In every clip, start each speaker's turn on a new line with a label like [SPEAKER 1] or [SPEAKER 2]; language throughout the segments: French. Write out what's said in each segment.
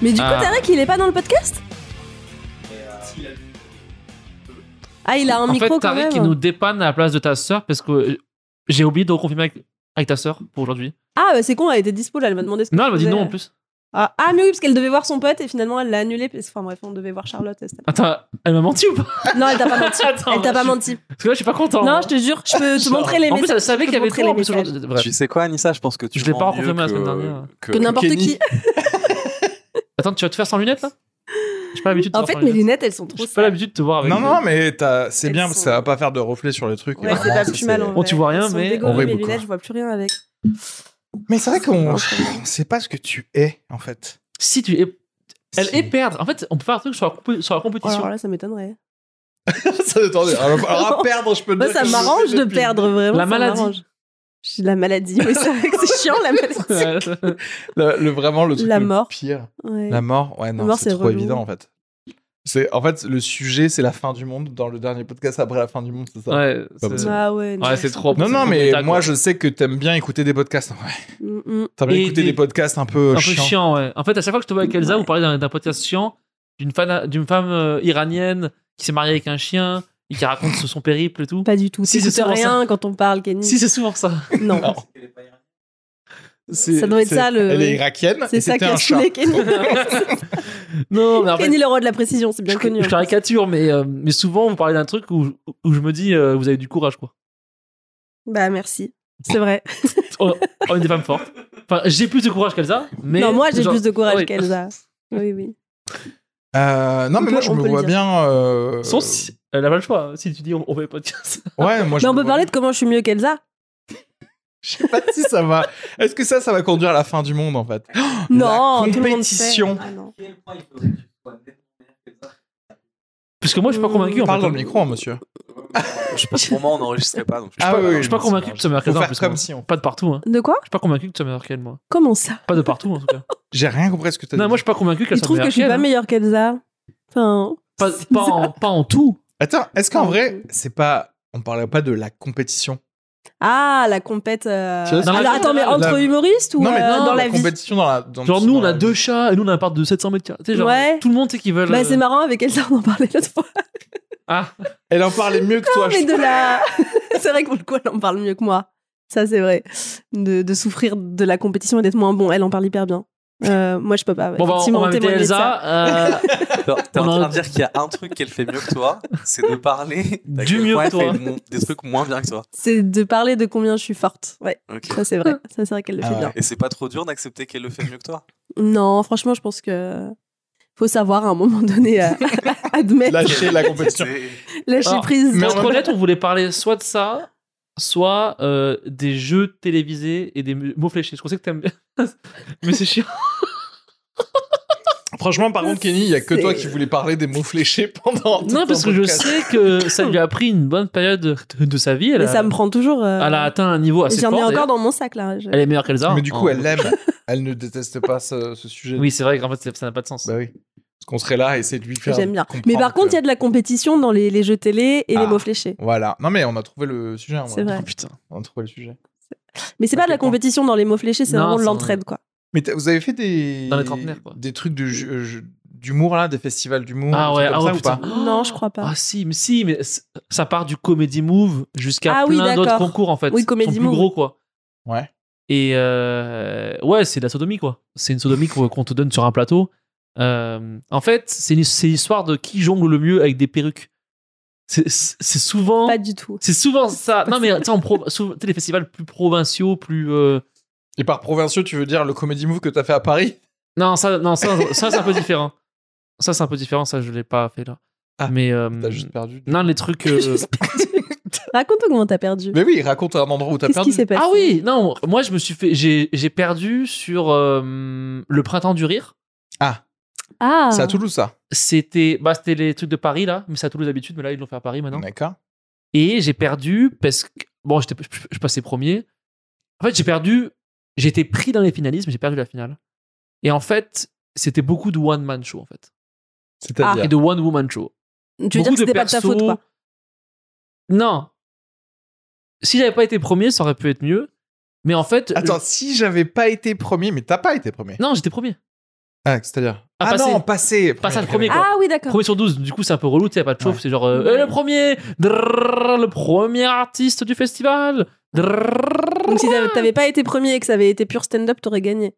[SPEAKER 1] Mais du coup,
[SPEAKER 2] Ah.
[SPEAKER 1] Tarek, il est pas dans le podcast Ah, il a un
[SPEAKER 2] en
[SPEAKER 1] micro
[SPEAKER 2] fait,
[SPEAKER 1] quand
[SPEAKER 2] Tarek,
[SPEAKER 1] même.
[SPEAKER 2] qui nous dépanne à la place de ta sœur parce que euh, j'ai oublié de reconfirmer avec, avec ta sœur pour aujourd'hui.
[SPEAKER 1] Ah, bah, c'est con, elle était dispo là, elle m'a demandé ce que
[SPEAKER 2] Non, elle m'a dit
[SPEAKER 1] faisais.
[SPEAKER 2] non en plus.
[SPEAKER 1] Ah, ah, mais oui, parce qu'elle devait voir son pote et finalement elle l'a annulé. Parce... Enfin bref, on devait voir Charlotte. c'était-
[SPEAKER 2] Attends, elle m'a menti ou pas
[SPEAKER 1] Non, elle t'a pas menti.
[SPEAKER 2] Attends,
[SPEAKER 1] Elle t'a pas
[SPEAKER 2] je-
[SPEAKER 1] menti.
[SPEAKER 2] Parce que là, je suis pas content.
[SPEAKER 1] Non, je te jure, je peux te montrer les
[SPEAKER 2] En plus,
[SPEAKER 1] messages.
[SPEAKER 2] elle savait
[SPEAKER 1] je
[SPEAKER 2] qu'il y
[SPEAKER 1] peux
[SPEAKER 2] avait
[SPEAKER 1] montrer
[SPEAKER 2] toi en
[SPEAKER 1] les
[SPEAKER 2] plus aujourd'hui.
[SPEAKER 1] messages.
[SPEAKER 2] Bref.
[SPEAKER 3] Tu sais quoi, Anissa Je pense que tu
[SPEAKER 2] Je l'ai
[SPEAKER 3] vends
[SPEAKER 2] pas
[SPEAKER 3] mieux
[SPEAKER 2] reconfirmé la semaine
[SPEAKER 3] que-
[SPEAKER 2] dernière.
[SPEAKER 1] Que n'importe
[SPEAKER 3] Kenny.
[SPEAKER 1] qui.
[SPEAKER 2] Attends, tu vas te faire sans lunettes là J'ai pas l'habitude de
[SPEAKER 1] En
[SPEAKER 2] te
[SPEAKER 1] fait,
[SPEAKER 2] faire sans
[SPEAKER 1] mes
[SPEAKER 2] lunettes.
[SPEAKER 1] lunettes, elles sont trop.
[SPEAKER 2] J'ai pas
[SPEAKER 1] sales.
[SPEAKER 2] l'habitude de te voir avec.
[SPEAKER 4] Non,
[SPEAKER 2] des-
[SPEAKER 4] non, mais t'as- c'est bien,
[SPEAKER 1] Elles sont-
[SPEAKER 4] ça va pas faire de reflet sur le truc.
[SPEAKER 1] Ouais, c'est pas
[SPEAKER 4] Vraiment, ça,
[SPEAKER 1] plus mal. en
[SPEAKER 2] Oh, tu
[SPEAKER 1] vrai.
[SPEAKER 2] vois rien,
[SPEAKER 1] Elles sont
[SPEAKER 2] mais-
[SPEAKER 1] dégueulasses,
[SPEAKER 4] Horrible,
[SPEAKER 1] mes
[SPEAKER 4] quoi.
[SPEAKER 1] lunettes, je vois plus rien avec.
[SPEAKER 4] Mais c'est vrai qu'on sait pas ce que tu es, en fait.
[SPEAKER 2] Si tu es. Elle
[SPEAKER 4] Si.
[SPEAKER 2] est perdre. En fait, on peut faire un truc sur la, compo- sur la
[SPEAKER 1] Oh,
[SPEAKER 2] compétition.
[SPEAKER 1] alors là, ça m'étonnerait.
[SPEAKER 4] ça, attendez, alors, alors, à perdre, je peux te
[SPEAKER 1] Moi,
[SPEAKER 4] dire
[SPEAKER 1] Bah, ça
[SPEAKER 4] que je
[SPEAKER 1] m'arrange
[SPEAKER 4] sais
[SPEAKER 1] de
[SPEAKER 4] depuis-
[SPEAKER 1] perdre vraiment.
[SPEAKER 2] La
[SPEAKER 1] ça
[SPEAKER 2] maladie.
[SPEAKER 1] m'arrange. J'ai la maladie, mais c'est vrai que c'est chiant la maladie.
[SPEAKER 4] Le, le- vraiment, le truc
[SPEAKER 1] La
[SPEAKER 4] le
[SPEAKER 1] mort.
[SPEAKER 4] pire.
[SPEAKER 1] Ouais. Ah
[SPEAKER 4] La mort, ouais, non,
[SPEAKER 1] mort,
[SPEAKER 4] c'est
[SPEAKER 1] c'est
[SPEAKER 4] trop
[SPEAKER 1] relou.
[SPEAKER 4] évident, en fait. C'est, en fait, le sujet, c'est la fin du monde. Dans le dernier podcast, après la fin du monde, c'est ça.
[SPEAKER 2] ouais,
[SPEAKER 4] Pas possible.
[SPEAKER 2] c'est-
[SPEAKER 1] Ah ouais. non.
[SPEAKER 2] ouais, c'est trop.
[SPEAKER 4] Non,
[SPEAKER 2] c'est
[SPEAKER 4] non,
[SPEAKER 2] trop
[SPEAKER 4] mais
[SPEAKER 2] méta, quoi.
[SPEAKER 4] moi, je sais que t'aimes bien écouter des podcasts. Ouais.
[SPEAKER 1] Mm, mm.
[SPEAKER 4] T'aimes bien
[SPEAKER 2] Et
[SPEAKER 4] écouter
[SPEAKER 2] des-
[SPEAKER 4] des podcasts un peu
[SPEAKER 2] Un peu
[SPEAKER 4] chiants.
[SPEAKER 2] chiant, ouais. En fait, à chaque fois que je te vois avec Elsa,
[SPEAKER 1] Ouais.
[SPEAKER 2] vous parlez d'un d'un podcast chiant, d'une fan- d'une femme euh, iranienne qui s'est mariée avec un chien et qui raconte son périple et tout.
[SPEAKER 1] Pas du tout.
[SPEAKER 2] Si, c'est
[SPEAKER 1] T'écoutes
[SPEAKER 2] souvent
[SPEAKER 1] rien quand on parle, Kenny.
[SPEAKER 2] Si, c'est souvent ça.
[SPEAKER 1] Non.
[SPEAKER 4] Non. C'est-
[SPEAKER 1] Ça doit être
[SPEAKER 4] c'est-
[SPEAKER 1] ça, le-
[SPEAKER 4] Elle est irakienne.
[SPEAKER 1] C'est
[SPEAKER 4] et
[SPEAKER 1] ça
[SPEAKER 4] c'était
[SPEAKER 1] qui
[SPEAKER 4] un
[SPEAKER 1] a
[SPEAKER 4] chat.
[SPEAKER 1] saoulé Kenny.
[SPEAKER 2] Non, mais en fait,
[SPEAKER 1] Kenny, le roi de la précision, c'est bien
[SPEAKER 2] je,
[SPEAKER 1] connu. hein.
[SPEAKER 2] je caricature, mais, euh, mais souvent, vous parlez d'un truc où, où je me dis, euh, vous avez du courage, quoi.
[SPEAKER 1] Bah merci. C'est vrai.
[SPEAKER 2] On, on est Oh, des femmes fortes. Enfin, j'ai plus de courage qu'Elsa, mais.
[SPEAKER 1] non, moi j'ai
[SPEAKER 2] genre- ah
[SPEAKER 1] plus de courage
[SPEAKER 2] oui.
[SPEAKER 1] qu'Elsa. Oui, oui.
[SPEAKER 4] Euh, non,
[SPEAKER 1] On
[SPEAKER 4] mais
[SPEAKER 1] peut-
[SPEAKER 4] moi, je
[SPEAKER 1] on
[SPEAKER 4] me
[SPEAKER 1] peut le
[SPEAKER 4] vois
[SPEAKER 1] dire.
[SPEAKER 4] bien. euh,
[SPEAKER 2] Sauf si- Elle a pas le choix. Si tu dis, on, on fait pas podcast.
[SPEAKER 4] Ouais, moi, je
[SPEAKER 1] Mais on
[SPEAKER 4] me
[SPEAKER 1] peut
[SPEAKER 4] vois
[SPEAKER 1] parler de comment je suis mieux qu'Elsa
[SPEAKER 4] Je sais pas si ça va. Est-ce que ça, ça va conduire à la fin du monde en fait
[SPEAKER 1] Non, tout le monde sait.
[SPEAKER 4] compétition.
[SPEAKER 1] Ah, non.
[SPEAKER 2] Parce que moi, je
[SPEAKER 1] Mmh,
[SPEAKER 2] suis pas convaincu. en
[SPEAKER 4] Parle
[SPEAKER 2] fait.
[SPEAKER 4] dans le micro, hein, monsieur.
[SPEAKER 3] Je pense que pour moi, on n'enregistrait pas. Donc je
[SPEAKER 2] Je suis
[SPEAKER 4] Ah
[SPEAKER 2] pas,
[SPEAKER 4] oui,
[SPEAKER 2] je suis pas
[SPEAKER 4] oui,
[SPEAKER 2] convaincu que tu sois meilleur
[SPEAKER 4] Faut
[SPEAKER 2] qu'Elsa. en
[SPEAKER 4] faire
[SPEAKER 2] plus,
[SPEAKER 4] comme
[SPEAKER 2] moi.
[SPEAKER 4] si on.
[SPEAKER 2] Pas de partout, hein.
[SPEAKER 1] De quoi
[SPEAKER 2] Je suis pas convaincu que tu sois meilleur qu'elle, moi.
[SPEAKER 1] Comment ça
[SPEAKER 2] Pas de partout, en tout cas.
[SPEAKER 4] J'ai rien compris ce que tu as
[SPEAKER 2] non,
[SPEAKER 4] dit.
[SPEAKER 2] moi, je suis pas convaincu qu'elle
[SPEAKER 1] Il
[SPEAKER 2] soit
[SPEAKER 1] trouve
[SPEAKER 2] meilleure
[SPEAKER 1] que je suis pas
[SPEAKER 2] qu'elle, hein.
[SPEAKER 1] meilleure qu'Elsa. Enfin,
[SPEAKER 2] Pas, pas en, pas en tout.
[SPEAKER 4] Attends, est-ce qu'en vrai, c'est pas. On parlait pas de la compétition
[SPEAKER 1] ah, la compète. euh,
[SPEAKER 4] Tu vois,
[SPEAKER 2] Dans la-
[SPEAKER 1] Alors, attends, mais
[SPEAKER 2] la-
[SPEAKER 1] entre
[SPEAKER 4] la-
[SPEAKER 1] humoristes ou
[SPEAKER 4] Non, mais
[SPEAKER 1] euh,
[SPEAKER 2] non,
[SPEAKER 1] dans
[SPEAKER 2] la
[SPEAKER 1] la
[SPEAKER 4] La
[SPEAKER 1] vie
[SPEAKER 4] compétition dans la. dans-
[SPEAKER 2] Genre, nous,
[SPEAKER 4] dans
[SPEAKER 2] on a
[SPEAKER 4] la-
[SPEAKER 2] deux chats et nous, on a un appart de 700 mètres carrés. Tu sais, genre,
[SPEAKER 1] Ouais.
[SPEAKER 2] tout le monde sait qu'ils veulent.
[SPEAKER 1] Bah,
[SPEAKER 2] euh,
[SPEAKER 1] c'est marrant avec Elsa, on en parlait l'autre fois.
[SPEAKER 2] Ah,
[SPEAKER 4] Elle en parlait mieux que toi.
[SPEAKER 1] mais
[SPEAKER 4] je-
[SPEAKER 1] de la. c'est vrai que pour le coup, elle en parle mieux que moi. Ça, c'est vrai. De, de souffrir de la compétition et d'être moins bon, elle en parle hyper bien. Euh, moi, je peux pas.
[SPEAKER 2] bon, bah, on
[SPEAKER 1] Effectivement,
[SPEAKER 2] va inviter
[SPEAKER 1] témoigner de ça.
[SPEAKER 2] Elsa. euh,
[SPEAKER 3] T'es t'es en
[SPEAKER 2] On a-
[SPEAKER 3] train de dire qu'il y a un truc qu'elle fait mieux que toi, c'est de parler d'à
[SPEAKER 2] Du
[SPEAKER 3] quel
[SPEAKER 2] mieux
[SPEAKER 3] point
[SPEAKER 2] que
[SPEAKER 3] elle
[SPEAKER 2] toi.
[SPEAKER 3] fait mon- des trucs moins bien que toi.
[SPEAKER 1] C'est de parler de combien je suis forte. Ouais,
[SPEAKER 3] Ok.
[SPEAKER 1] ça, c'est vrai. Ça, c'est vrai qu'elle le
[SPEAKER 4] Ah
[SPEAKER 1] fait
[SPEAKER 4] ouais.
[SPEAKER 1] bien.
[SPEAKER 3] Et c'est pas trop dur d'accepter qu'elle le fait mieux que toi.
[SPEAKER 1] Non, franchement, je pense que. Faut savoir à un moment donné à- à admettre,
[SPEAKER 4] Lâcher la compétition.
[SPEAKER 3] C'est-
[SPEAKER 1] lâcher
[SPEAKER 2] Alors,
[SPEAKER 1] prise.
[SPEAKER 2] Mais
[SPEAKER 4] Mais
[SPEAKER 2] on
[SPEAKER 4] en
[SPEAKER 2] se
[SPEAKER 4] même
[SPEAKER 2] projette, on voulait parler soit de ça, soit euh, des jeux télévisés et des mu- mots fléchés. Je pensais que t'aimes bien. Mais c'est chiant.
[SPEAKER 4] Franchement, par contre, Kenny, il y a que
[SPEAKER 1] C'est-
[SPEAKER 4] toi qui voulais parler des mots fléchés pendant. tout
[SPEAKER 2] Non, parce
[SPEAKER 4] ton
[SPEAKER 2] que je
[SPEAKER 4] podcast.
[SPEAKER 2] sais que ça lui a pris une bonne période de, de sa vie. Elle
[SPEAKER 1] Mais
[SPEAKER 2] a,
[SPEAKER 1] ça me prend toujours. euh,
[SPEAKER 2] elle a atteint un niveau assez
[SPEAKER 1] J'en
[SPEAKER 2] fort.
[SPEAKER 1] ai encore
[SPEAKER 2] d'ailleurs.
[SPEAKER 1] dans mon sac là. Je-
[SPEAKER 2] Elle est meilleure qu'Elsa.
[SPEAKER 4] Mais du coup,
[SPEAKER 2] en-
[SPEAKER 4] elle l'aime. Elle ne déteste pas ce, ce sujet.
[SPEAKER 2] Oui, c'est vrai qu'en fait, ça n'a pas de sens.
[SPEAKER 4] Bah oui. Parce qu'on serait là et essayer de lui faire.
[SPEAKER 1] J'aime bien.
[SPEAKER 4] comprendre
[SPEAKER 1] Mais par contre, il
[SPEAKER 4] que-
[SPEAKER 1] y a de la compétition dans les, les jeux télé et les
[SPEAKER 4] Ah.
[SPEAKER 1] mots fléchés.
[SPEAKER 4] Voilà. Non, mais on a trouvé le sujet. hein,
[SPEAKER 1] C'est
[SPEAKER 4] voilà.
[SPEAKER 1] vrai.
[SPEAKER 2] Oh, putain.
[SPEAKER 4] On a trouvé le sujet.
[SPEAKER 1] Mais c'est pas de la
[SPEAKER 4] Complètement.
[SPEAKER 1] compétition dans les mots fléchés, c'est
[SPEAKER 2] Non,
[SPEAKER 1] vraiment de
[SPEAKER 2] c'est-
[SPEAKER 1] l'entraide quoi.
[SPEAKER 4] Mais t'as- vous avez fait des
[SPEAKER 2] Dans les trentenaires, quoi.
[SPEAKER 4] des trucs de ju- euh, ju- d'humour là, des festivals d'humour,
[SPEAKER 2] Ah
[SPEAKER 4] des
[SPEAKER 2] ouais,
[SPEAKER 4] trucs
[SPEAKER 2] ah
[SPEAKER 4] comme
[SPEAKER 2] ouais,
[SPEAKER 4] ça,
[SPEAKER 2] putain.
[SPEAKER 4] ou pas
[SPEAKER 1] Non, je crois pas.
[SPEAKER 2] Ah si, mais si, mais c- ça part du comedy move jusqu'à
[SPEAKER 1] Ah oui,
[SPEAKER 2] plein d'autres
[SPEAKER 1] d'accord.
[SPEAKER 2] concours en fait.
[SPEAKER 1] Oui,
[SPEAKER 2] qui sont
[SPEAKER 1] Comedy
[SPEAKER 2] plus
[SPEAKER 1] Move,
[SPEAKER 2] gros quoi.
[SPEAKER 4] Ouais.
[SPEAKER 2] Et euh, ouais, c'est de la sodomie quoi. C'est une sodomie qu'on qu'on te donne sur un plateau. Euh, en fait, c'est une- c'est l'histoire de qui jongle le mieux avec des perruques. C'est c'est souvent,
[SPEAKER 1] Pas du tout.
[SPEAKER 2] c'est souvent ça. Non mais tu sais, en pro- sou- tu sais, les festivals plus provinciaux, plus euh,
[SPEAKER 4] Et par provinciaux, tu veux dire le comedy move que t'as fait à Paris
[SPEAKER 2] non ça, non ça, ça c'est un peu différent. Ça c'est un peu différent. Ça je l'ai pas fait là.
[SPEAKER 4] Ah,
[SPEAKER 2] mais euh,
[SPEAKER 4] T'as juste perdu.
[SPEAKER 2] non les trucs. euh,
[SPEAKER 1] Raconte-nous comment t'as perdu.
[SPEAKER 4] Mais oui, raconte un endroit où t'as
[SPEAKER 1] Qu'est-ce
[SPEAKER 4] perdu.
[SPEAKER 1] qui s'est passé
[SPEAKER 2] Ah oui, non, moi je me suis fait, j'ai j'ai perdu sur euh, le printemps du rire.
[SPEAKER 4] Ah,
[SPEAKER 1] Ah.
[SPEAKER 4] c'est à Toulouse ça.
[SPEAKER 2] C'était, bah c'était les trucs de Paris là, mais c'est à Toulouse d'habitude, mais là ils l'ont fait à Paris maintenant.
[SPEAKER 4] D'accord.
[SPEAKER 2] Et j'ai perdu parce que bon, j'étais, je, je passais premier. En fait, j'ai perdu, j'étais pris dans les finalistes, mais j'ai perdu la finale. Et en fait, c'était beaucoup de one man show en fait,
[SPEAKER 4] C'est-à-dire.
[SPEAKER 2] Ah, et de one woman show.
[SPEAKER 1] Tu veux dire
[SPEAKER 2] Beaucoup
[SPEAKER 1] que c'était pas de ta
[SPEAKER 2] persos.
[SPEAKER 1] faute quoi.
[SPEAKER 2] Non. Si j'avais pas été premier, ça aurait pu être mieux. Mais en fait,
[SPEAKER 4] Attends, si j'avais pas été premier, mais t'as pas été premier.
[SPEAKER 2] je- non, j'étais premier.
[SPEAKER 4] Ah, c'est-à-dire.
[SPEAKER 2] Ah,
[SPEAKER 4] Ah,
[SPEAKER 2] passer.
[SPEAKER 4] non, passer.
[SPEAKER 2] Passage premier, quoi.
[SPEAKER 1] Ah oui, d'accord.
[SPEAKER 2] Premier sur 12, du coup c'est un peu relou, tu sais, pas de chauffe,
[SPEAKER 4] Ouais.
[SPEAKER 2] c'est genre euh, Eh, le premier, drrrr, le premier artiste du festival. drrrr.
[SPEAKER 1] Donc si t'avais- t'avais pas été premier et que ça avait été pur stand-up, t'aurais gagné.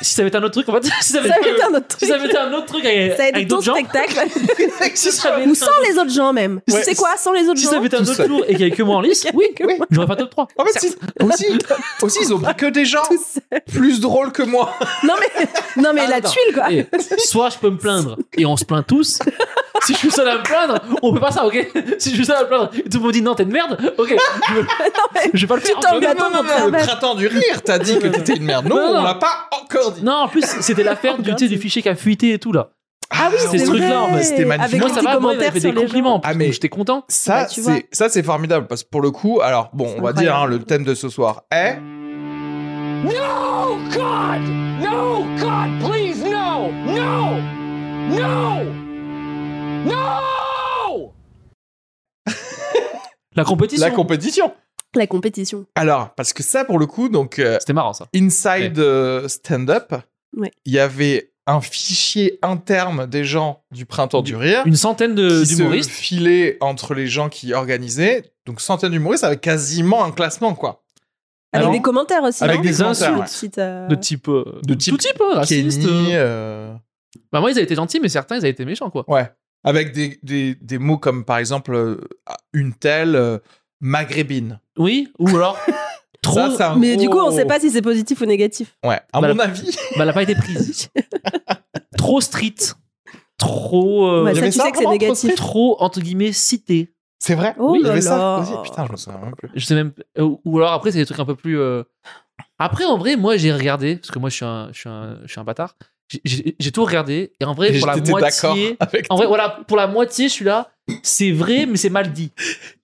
[SPEAKER 2] Si ça avait été un autre truc, en fait, si ça avait,
[SPEAKER 1] Ça avait été un autre
[SPEAKER 2] si
[SPEAKER 1] truc.
[SPEAKER 2] ça avait été un autre truc avec,
[SPEAKER 1] Ça a été
[SPEAKER 2] avec
[SPEAKER 1] ton
[SPEAKER 2] d'autres gens,
[SPEAKER 1] spectacle.
[SPEAKER 2] si ça avait
[SPEAKER 1] Ou
[SPEAKER 2] été un
[SPEAKER 1] sans les autres gens même.
[SPEAKER 4] Ouais.
[SPEAKER 1] C'est quoi sans les autres
[SPEAKER 2] Si
[SPEAKER 1] gens
[SPEAKER 2] ça avait été un
[SPEAKER 4] Tout
[SPEAKER 2] autre
[SPEAKER 4] seul.
[SPEAKER 2] tour et qu'il y avait que moi en lice, oui,
[SPEAKER 4] Oui.
[SPEAKER 2] j'aurais pas top 3.
[SPEAKER 4] En fait, si- aussi, aussi, ils ont pris que des gens
[SPEAKER 1] Tout seul.
[SPEAKER 4] plus drôles que moi.
[SPEAKER 1] Non mais, non mais
[SPEAKER 2] Ah,
[SPEAKER 1] la
[SPEAKER 2] non.
[SPEAKER 1] tuile quoi.
[SPEAKER 2] Et soit je peux me plaindre et on se plaint tous. Si je suis seul à me plaindre, on peut pas ça, ok Si je suis seul à me plaindre et tout le monde dit non, t'es une merde, ok. Je,
[SPEAKER 1] Ah, mais
[SPEAKER 2] je vais pas le faire.
[SPEAKER 1] tu t'en
[SPEAKER 2] je-
[SPEAKER 1] vas- attends, on te
[SPEAKER 4] le
[SPEAKER 1] remet.
[SPEAKER 4] printemps du rire, t'as dit que t'étais une merde. Non,
[SPEAKER 2] Non, non.
[SPEAKER 4] on l'a pas encore dit.
[SPEAKER 2] Non, en plus, c'était l'affaire du, tu sais, du fichier qui a fuité et tout là.
[SPEAKER 1] Ah oui,
[SPEAKER 2] C'est
[SPEAKER 1] c'est
[SPEAKER 2] ce
[SPEAKER 1] vrai.
[SPEAKER 2] truc-là, en fait,
[SPEAKER 4] c'était magnifique.
[SPEAKER 1] Avec
[SPEAKER 2] moi,
[SPEAKER 1] les
[SPEAKER 2] ça
[SPEAKER 1] petits
[SPEAKER 2] va, moi, il m'avait
[SPEAKER 1] commentaires
[SPEAKER 2] fait
[SPEAKER 1] sur
[SPEAKER 2] des
[SPEAKER 1] les gens.
[SPEAKER 2] compliments.
[SPEAKER 4] Ah,
[SPEAKER 2] Ah,
[SPEAKER 4] mais-
[SPEAKER 2] mais j'étais content.
[SPEAKER 4] Ça,
[SPEAKER 1] Bah, tu vois.
[SPEAKER 4] c'est ça, c'est formidable parce que pour le coup, alors bon,
[SPEAKER 1] C'est
[SPEAKER 4] on va
[SPEAKER 1] incroyable.
[SPEAKER 4] dire hein, le thème de ce soir est
[SPEAKER 5] No, God! No, God, please, no! No! No! No!
[SPEAKER 2] La compétition.
[SPEAKER 4] la compétition.
[SPEAKER 1] La compétition.
[SPEAKER 4] Alors parce que ça, pour le coup, donc euh,
[SPEAKER 2] C'était marrant ça.
[SPEAKER 4] Inside euh, Stand Up,
[SPEAKER 1] Ouais.
[SPEAKER 4] il y avait un fichier interne des gens du printemps du rire
[SPEAKER 2] Une centaine de-
[SPEAKER 4] qui se
[SPEAKER 2] d'humoristes.
[SPEAKER 4] filait entre les gens qui organisaient. Donc centaines d'humoristes avec quasiment un classement quoi.
[SPEAKER 1] Avec
[SPEAKER 4] Alors,
[SPEAKER 1] des commentaires aussi.
[SPEAKER 4] avec
[SPEAKER 1] non
[SPEAKER 4] des
[SPEAKER 1] Tout
[SPEAKER 4] insultes
[SPEAKER 1] de suite, euh,
[SPEAKER 2] De type. euh,
[SPEAKER 4] De type
[SPEAKER 2] Tout type, hein, raciste.
[SPEAKER 4] Kenny,
[SPEAKER 2] euh.
[SPEAKER 4] euh,
[SPEAKER 2] Bah, moi, ils avaient été gentils, mais certains, ils avaient été méchants, quoi.
[SPEAKER 4] ouais, avec des, des, des mots comme par exemple euh, une telle euh, maghrébine.
[SPEAKER 2] Oui, ou alors. Trop.
[SPEAKER 4] Ça, c'est un
[SPEAKER 1] Mais du coup, on
[SPEAKER 2] Oh.
[SPEAKER 4] gros-
[SPEAKER 1] sait pas si c'est positif ou négatif.
[SPEAKER 4] Ouais, à
[SPEAKER 2] Bah,
[SPEAKER 4] mon avis.
[SPEAKER 2] Bah, elle a pas été prise. trop street. Trop. euh,
[SPEAKER 1] Bah,
[SPEAKER 4] il y
[SPEAKER 1] ça,
[SPEAKER 4] avait
[SPEAKER 1] tu
[SPEAKER 4] ça
[SPEAKER 1] sais que c'est
[SPEAKER 4] vraiment trop
[SPEAKER 1] négatif.
[SPEAKER 2] trop, entre guillemets, cité.
[SPEAKER 4] C'est vrai
[SPEAKER 1] Oh
[SPEAKER 4] Oui, il y
[SPEAKER 1] là
[SPEAKER 4] avait ça
[SPEAKER 1] là.
[SPEAKER 4] aussi. Putain, je me souviens même plus.
[SPEAKER 2] Je sais même. euh, Ou alors après, c'est des trucs un peu plus. euh, Après, en vrai, moi, j'ai regardé, parce que moi, je suis un, je suis un, je suis un bâtard. J'ai- J'ai j'ai tout regardé, et en vrai,
[SPEAKER 4] Et
[SPEAKER 2] pour la
[SPEAKER 4] j'étais d'accord
[SPEAKER 2] moitié.
[SPEAKER 4] avec
[SPEAKER 2] En vrai, voilà, pour la moitié, je suis là. C'est vrai, mais c'est mal dit.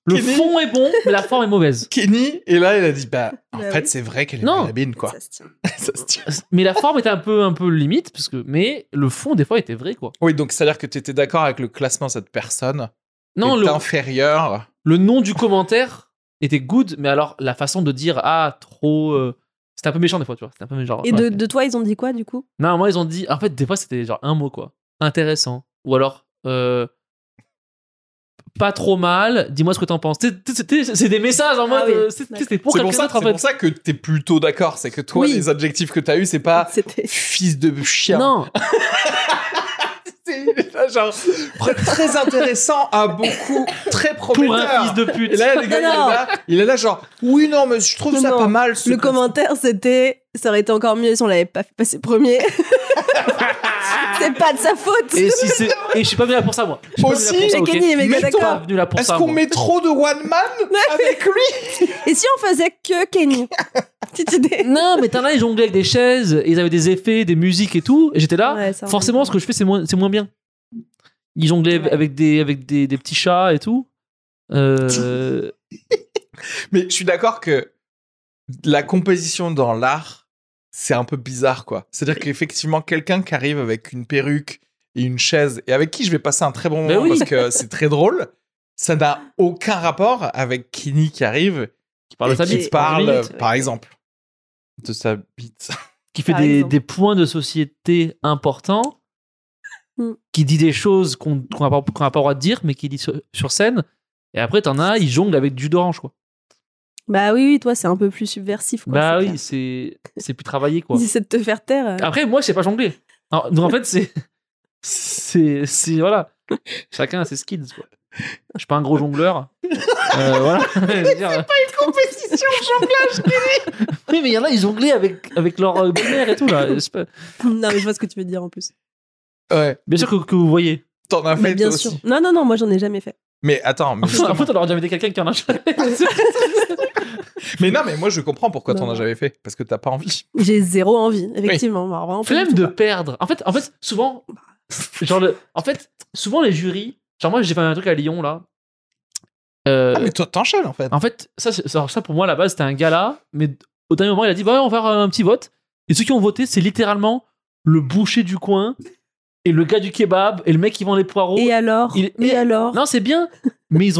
[SPEAKER 2] Le
[SPEAKER 4] Kenny.
[SPEAKER 2] fond est bon, mais la forme est mauvaise.
[SPEAKER 4] Kenny. Et là, il a dit Bah, en
[SPEAKER 1] Bah
[SPEAKER 4] fait,
[SPEAKER 1] oui.
[SPEAKER 4] c'est vrai qu'elle est
[SPEAKER 2] Non.
[SPEAKER 4] maghrébine, quoi.
[SPEAKER 1] Ça se tient.
[SPEAKER 4] Ça se tient.
[SPEAKER 2] Mais la forme était un peu, un peu limite, parce que. Mais le fond, des fois, était vrai, quoi.
[SPEAKER 4] Oui, donc c'est-à-dire que tu étais d'accord avec le classement de cette personne.
[SPEAKER 2] Non,
[SPEAKER 4] est
[SPEAKER 2] le,
[SPEAKER 4] inférieur.
[SPEAKER 2] le nom du commentaire était good, mais alors la façon de dire ah trop, euh, c'était un peu méchant des fois, tu vois. C'était un peu méchant.
[SPEAKER 1] Et
[SPEAKER 2] Ouais.
[SPEAKER 1] de, de toi, ils ont dit quoi du coup
[SPEAKER 2] Non, moi ils ont dit en fait des fois c'était genre un mot quoi, intéressant, ou alors euh, pas trop mal. Dis-moi ce que t'en penses. C'est- c'est- C'est c'est des messages en
[SPEAKER 1] Ah
[SPEAKER 2] mode
[SPEAKER 1] oui.
[SPEAKER 2] euh, c'est- c'était pour
[SPEAKER 4] C'est
[SPEAKER 2] quelqu'un
[SPEAKER 4] pour, ça-
[SPEAKER 2] d'autre en
[SPEAKER 4] c'est pour
[SPEAKER 2] fait.
[SPEAKER 4] ça que t'es plutôt d'accord. C'est que toi,
[SPEAKER 1] Oui.
[SPEAKER 4] les adjectifs que t'as eu, c'est
[SPEAKER 2] Ah.
[SPEAKER 4] pas
[SPEAKER 1] C'était.
[SPEAKER 4] fils de chien.
[SPEAKER 2] Non,
[SPEAKER 4] C'est genre très intéressant à beaucoup, très
[SPEAKER 2] pour
[SPEAKER 4] prometteur.
[SPEAKER 2] un fils de pute.
[SPEAKER 4] Et là, les gars, il est
[SPEAKER 1] Non.
[SPEAKER 4] là, il est là, genre, oui, non, mais je trouve
[SPEAKER 1] Non,
[SPEAKER 4] ça
[SPEAKER 1] non.
[SPEAKER 4] pas mal. ce
[SPEAKER 1] Le
[SPEAKER 4] classement.
[SPEAKER 1] commentaire, c'était ça aurait été encore mieux si on l'avait pas fait passer premier. c'est pas de sa faute.
[SPEAKER 2] Et si c'est et je suis pas venu là pour ça moi. Je suis pas venu là
[SPEAKER 4] Aussi,
[SPEAKER 2] pour ça,
[SPEAKER 1] Et
[SPEAKER 2] ok
[SPEAKER 1] Kenny est méga
[SPEAKER 4] Mais
[SPEAKER 2] Je suis pas
[SPEAKER 1] d'accord.
[SPEAKER 2] venu là pour
[SPEAKER 4] Est-ce
[SPEAKER 2] ça.
[SPEAKER 4] qu'on
[SPEAKER 2] moi.
[SPEAKER 4] met trop de one man avec lui
[SPEAKER 1] Et si on faisait que Kenny Petite idée.
[SPEAKER 2] Non, mais t'as là, ils jonglaient avec des chaises, et ils avaient des effets, des musiques et tout. Et j'étais là,
[SPEAKER 1] Ouais, ça, on
[SPEAKER 2] Ah, forcément,
[SPEAKER 1] comprend.
[SPEAKER 2] ce que je fais, c'est moins, c'est moins bien. Ils jonglaient
[SPEAKER 1] Ouais.
[SPEAKER 2] avec, des, avec des, des petits chats et tout. Euh,
[SPEAKER 4] Mais je suis d'accord que la composition dans l'art, c'est un peu bizarre, quoi. C'est-à-dire qu'effectivement, quelqu'un qui arrive avec une perruque et une chaise et avec qui je vais passer un très bon
[SPEAKER 2] Ben
[SPEAKER 4] moment
[SPEAKER 2] oui.
[SPEAKER 4] parce que c'est très drôle, ça n'a aucun rapport avec Kenny qui arrive
[SPEAKER 2] qui parle de
[SPEAKER 4] et
[SPEAKER 2] sa
[SPEAKER 4] qui
[SPEAKER 2] bite,
[SPEAKER 4] parle,
[SPEAKER 2] de sa bite,
[SPEAKER 1] bite,
[SPEAKER 4] par
[SPEAKER 1] ouais.
[SPEAKER 4] exemple, de sa bite.
[SPEAKER 2] qui fait
[SPEAKER 1] Par
[SPEAKER 2] des,
[SPEAKER 1] exemple.
[SPEAKER 2] des points de société importants,
[SPEAKER 1] Hmm.
[SPEAKER 2] qui dit des choses qu'on qu'on n'a pas, qu'on n'a pas le droit de dire, mais qui dit sur, sur scène. Et après, t'en as, ils jonglent avec du jus d'orange, quoi.
[SPEAKER 1] Bah
[SPEAKER 2] Bah
[SPEAKER 1] euh.
[SPEAKER 2] Ah. Euh,
[SPEAKER 1] Bah,
[SPEAKER 2] Euh, bah mais ils
[SPEAKER 4] Euh, Ah,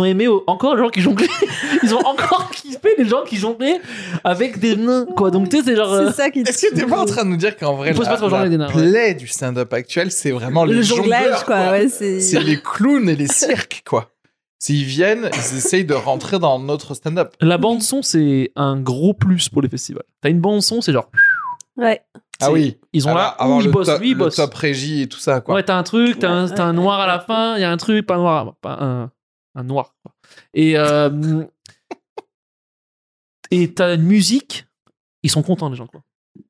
[SPEAKER 2] ont aimé au- encore les gens qui jonglaient. Ils ont encore kiffé les gens qui jonglaient avec des nains, quoi. Donc, tu sais, c'est genre. euh,
[SPEAKER 1] C'est ça qui.
[SPEAKER 4] Est-ce que t'es pas en train de nous dire qu'en vrai,
[SPEAKER 2] Il faut se
[SPEAKER 4] la,
[SPEAKER 2] battre aux gens
[SPEAKER 4] la
[SPEAKER 2] avec des nains, ouais.
[SPEAKER 4] plaie du stand-up actuel, c'est vraiment les
[SPEAKER 1] Le
[SPEAKER 4] jongleurs,
[SPEAKER 1] jonglage, quoi. Ouais, c'est.
[SPEAKER 4] C'est les clowns et les cirques, quoi. S'ils viennent, ils essayent de rentrer dans notre stand-up.
[SPEAKER 2] La bande-son, c'est un gros plus pour les festivals. T'as une bande-son, c'est genre.
[SPEAKER 1] Ouais.
[SPEAKER 4] Ah oui.
[SPEAKER 2] Ils ont
[SPEAKER 4] Alors,
[SPEAKER 2] là.
[SPEAKER 4] avoir
[SPEAKER 2] Ou ils
[SPEAKER 4] le
[SPEAKER 2] bossent,
[SPEAKER 4] top-
[SPEAKER 2] lui, il
[SPEAKER 4] le
[SPEAKER 2] bosse.
[SPEAKER 4] top régie et tout ça, quoi.
[SPEAKER 2] Ouais, t'as un truc, t'as un,
[SPEAKER 1] Ouais,
[SPEAKER 2] t'as un
[SPEAKER 1] ouais,
[SPEAKER 2] noir à
[SPEAKER 1] ouais.
[SPEAKER 2] la fin, il y a un truc, pas noir, pas un, un noir. quoi. Et euh, et t'as une musique, ils sont contents les gens quoi.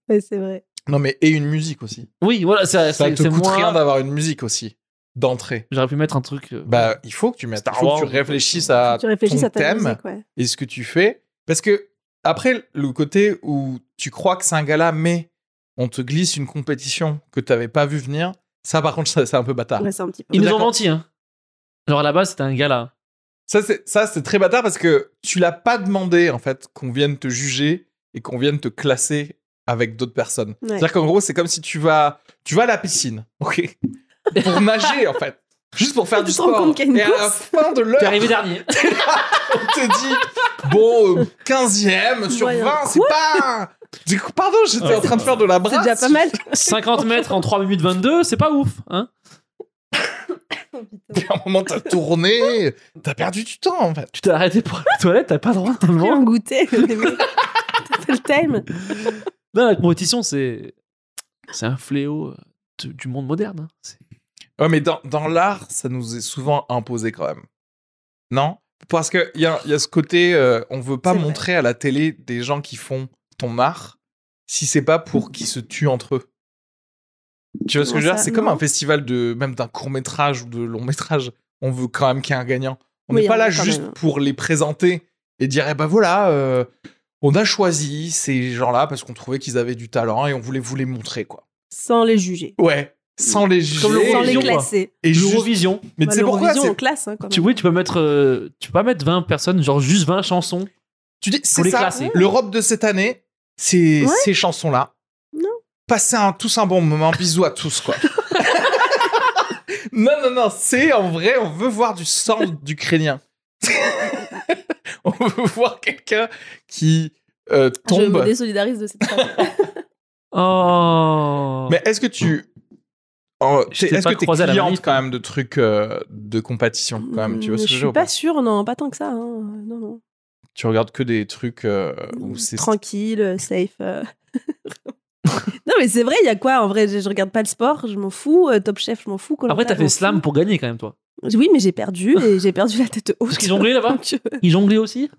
[SPEAKER 1] Ouais, c'est vrai.
[SPEAKER 4] Non, mais et une musique aussi.
[SPEAKER 2] Oui, voilà, c'est
[SPEAKER 4] Ça
[SPEAKER 2] c'est-
[SPEAKER 4] te
[SPEAKER 2] c'est
[SPEAKER 4] coûte rien
[SPEAKER 2] moins.
[SPEAKER 4] d'avoir une musique aussi, d'entrée.
[SPEAKER 2] J'aurais pu mettre un truc. euh,
[SPEAKER 4] Bah, il faut que tu mettes,
[SPEAKER 2] Star
[SPEAKER 4] il faut que
[SPEAKER 2] Wars.
[SPEAKER 4] tu réfléchisses à
[SPEAKER 1] tu réfléchis
[SPEAKER 4] Ah, ton
[SPEAKER 1] à ta
[SPEAKER 4] thème
[SPEAKER 1] musique, ouais.
[SPEAKER 4] et ce que tu fais. Parce que, après, le côté où tu crois que c'est un gala, mais on te glisse une compétition que t'avais pas vu venir, ça, par contre, ça- c'est un peu bâtard.
[SPEAKER 1] Ouais, c'est un petit peu.
[SPEAKER 2] Ils nous ont
[SPEAKER 4] d'accord.
[SPEAKER 2] menti hein. Genre à la base c'était un gars là.
[SPEAKER 4] Ça, c'est, ça, c'est très bâtard parce que tu l'as pas demandé, en fait, qu'on vienne te juger et qu'on vienne te classer avec d'autres personnes.
[SPEAKER 1] Ouais.
[SPEAKER 4] C'est-à-dire qu'en gros, c'est comme si tu vas, tu vas à la piscine, ok Pour nager, en fait. Juste pour faire
[SPEAKER 1] Tu
[SPEAKER 4] du
[SPEAKER 1] te rends
[SPEAKER 4] sport.
[SPEAKER 1] compte qu'il y a une
[SPEAKER 4] et à la
[SPEAKER 1] course
[SPEAKER 4] fin de l'heure,
[SPEAKER 2] T'es arrivé dernier.
[SPEAKER 4] on te dit, bon, euh, 15e sur
[SPEAKER 1] Voyons.
[SPEAKER 4] 20, c'est pas... Du coup, pardon, j'étais
[SPEAKER 2] Ouais,
[SPEAKER 4] en train de
[SPEAKER 2] c'est-
[SPEAKER 4] faire de la
[SPEAKER 1] C'est
[SPEAKER 4] brasse.
[SPEAKER 1] déjà pas mal.
[SPEAKER 2] 50 mètres en 3 minutes 22, c'est pas ouf hein.
[SPEAKER 4] Puis à un moment, t'as tourné, t'as perdu du temps, en fait.
[SPEAKER 2] Tu t'es arrêté pour la toilette, t'as pas le droit.
[SPEAKER 1] Pris un goûter. les mecs. T'as fait le time.
[SPEAKER 2] Non, la compétition c'est c'est un fléau euh, du du monde moderne. hein. C'est-
[SPEAKER 4] Ouais, mais dans, dans l'art, ça nous est souvent imposé quand même. Non Parce qu'il y a, y a ce côté, euh, on veut pas
[SPEAKER 1] C'est vrai.
[SPEAKER 4] montrer à la télé des gens qui font ton art si c'est pas pour qu'ils se tuent entre eux. Tu vois ce que
[SPEAKER 1] Non,
[SPEAKER 4] je veux dire
[SPEAKER 1] Mmh. ça-
[SPEAKER 4] C'est comme
[SPEAKER 1] non.
[SPEAKER 4] un festival de même d'un court métrage ou de long métrage. On veut quand même qu'il y ait un gagnant. On
[SPEAKER 1] Oui,
[SPEAKER 4] n'est pas
[SPEAKER 1] on
[SPEAKER 4] là
[SPEAKER 1] veut quand
[SPEAKER 4] juste
[SPEAKER 1] même.
[SPEAKER 4] pour les présenter et dire eh ben voilà, euh, on a choisi ces gens-là parce qu'on trouvait qu'ils avaient du talent et on voulait vous les montrer quoi.
[SPEAKER 1] Sans les juger.
[SPEAKER 4] Ouais, sans les juger
[SPEAKER 2] Comme
[SPEAKER 1] Sans les
[SPEAKER 2] l'Eurovision, quoi.
[SPEAKER 1] classer.
[SPEAKER 4] et juste
[SPEAKER 2] L'Eurovision.
[SPEAKER 4] mais tu
[SPEAKER 1] Bah,
[SPEAKER 4] sais pourquoi
[SPEAKER 1] l'Eurovision,
[SPEAKER 4] c'est-
[SPEAKER 1] on classe, hein, quand
[SPEAKER 2] Tu,
[SPEAKER 1] même.
[SPEAKER 2] oui, tu peux mettre, euh, tu peux pas mettre 20 personnes, genre juste 20 chansons.
[SPEAKER 4] Tu dis,
[SPEAKER 2] Pour
[SPEAKER 4] c'est
[SPEAKER 2] les
[SPEAKER 4] ça,
[SPEAKER 2] classer.
[SPEAKER 4] l'Europe de cette année, c'est
[SPEAKER 1] Ouais.
[SPEAKER 4] ces chansons-là.
[SPEAKER 1] Non.
[SPEAKER 4] Passez un- tous un bon moment, bisous à tous, quoi. non, non, non, c'est en vrai, on veut voir du sang d'Ukrainien. on veut voir quelqu'un qui euh,
[SPEAKER 1] Je me
[SPEAKER 4] tombe.
[SPEAKER 1] désolidarise de cette phrase.
[SPEAKER 2] Oh.
[SPEAKER 4] Mais est-ce que tu... oh,
[SPEAKER 2] Je t'ai
[SPEAKER 4] t'es- est-ce
[SPEAKER 2] pas
[SPEAKER 4] que t'es
[SPEAKER 2] croisé à la
[SPEAKER 4] cliente
[SPEAKER 2] manif.
[SPEAKER 4] quand même de trucs euh, de compétition quand même, tu vois ce
[SPEAKER 1] je
[SPEAKER 4] que je
[SPEAKER 1] suis
[SPEAKER 4] veux dire ou pas
[SPEAKER 1] pas sûre, non, pas tant que ça. hein. Non, non.
[SPEAKER 4] Tu regardes que des trucs euh, où c'est
[SPEAKER 1] Tranquille, euh, safe. euh. non, mais c'est vrai, il y a quoi En vrai, je, je regarde pas le sport, je m'en fous. euh, Top Chef, je m'en fous. Koh-Lanta,
[SPEAKER 2] Après, t'as
[SPEAKER 1] je
[SPEAKER 2] fait
[SPEAKER 1] m'en
[SPEAKER 2] slam pour gagner quand même, toi.
[SPEAKER 1] fous. Oui, mais j'ai perdu et j'ai perdu la tête haute.
[SPEAKER 2] Parce qu'ils jonglaient là-bas
[SPEAKER 1] Donc, euh,
[SPEAKER 2] Ils jonglaient aussi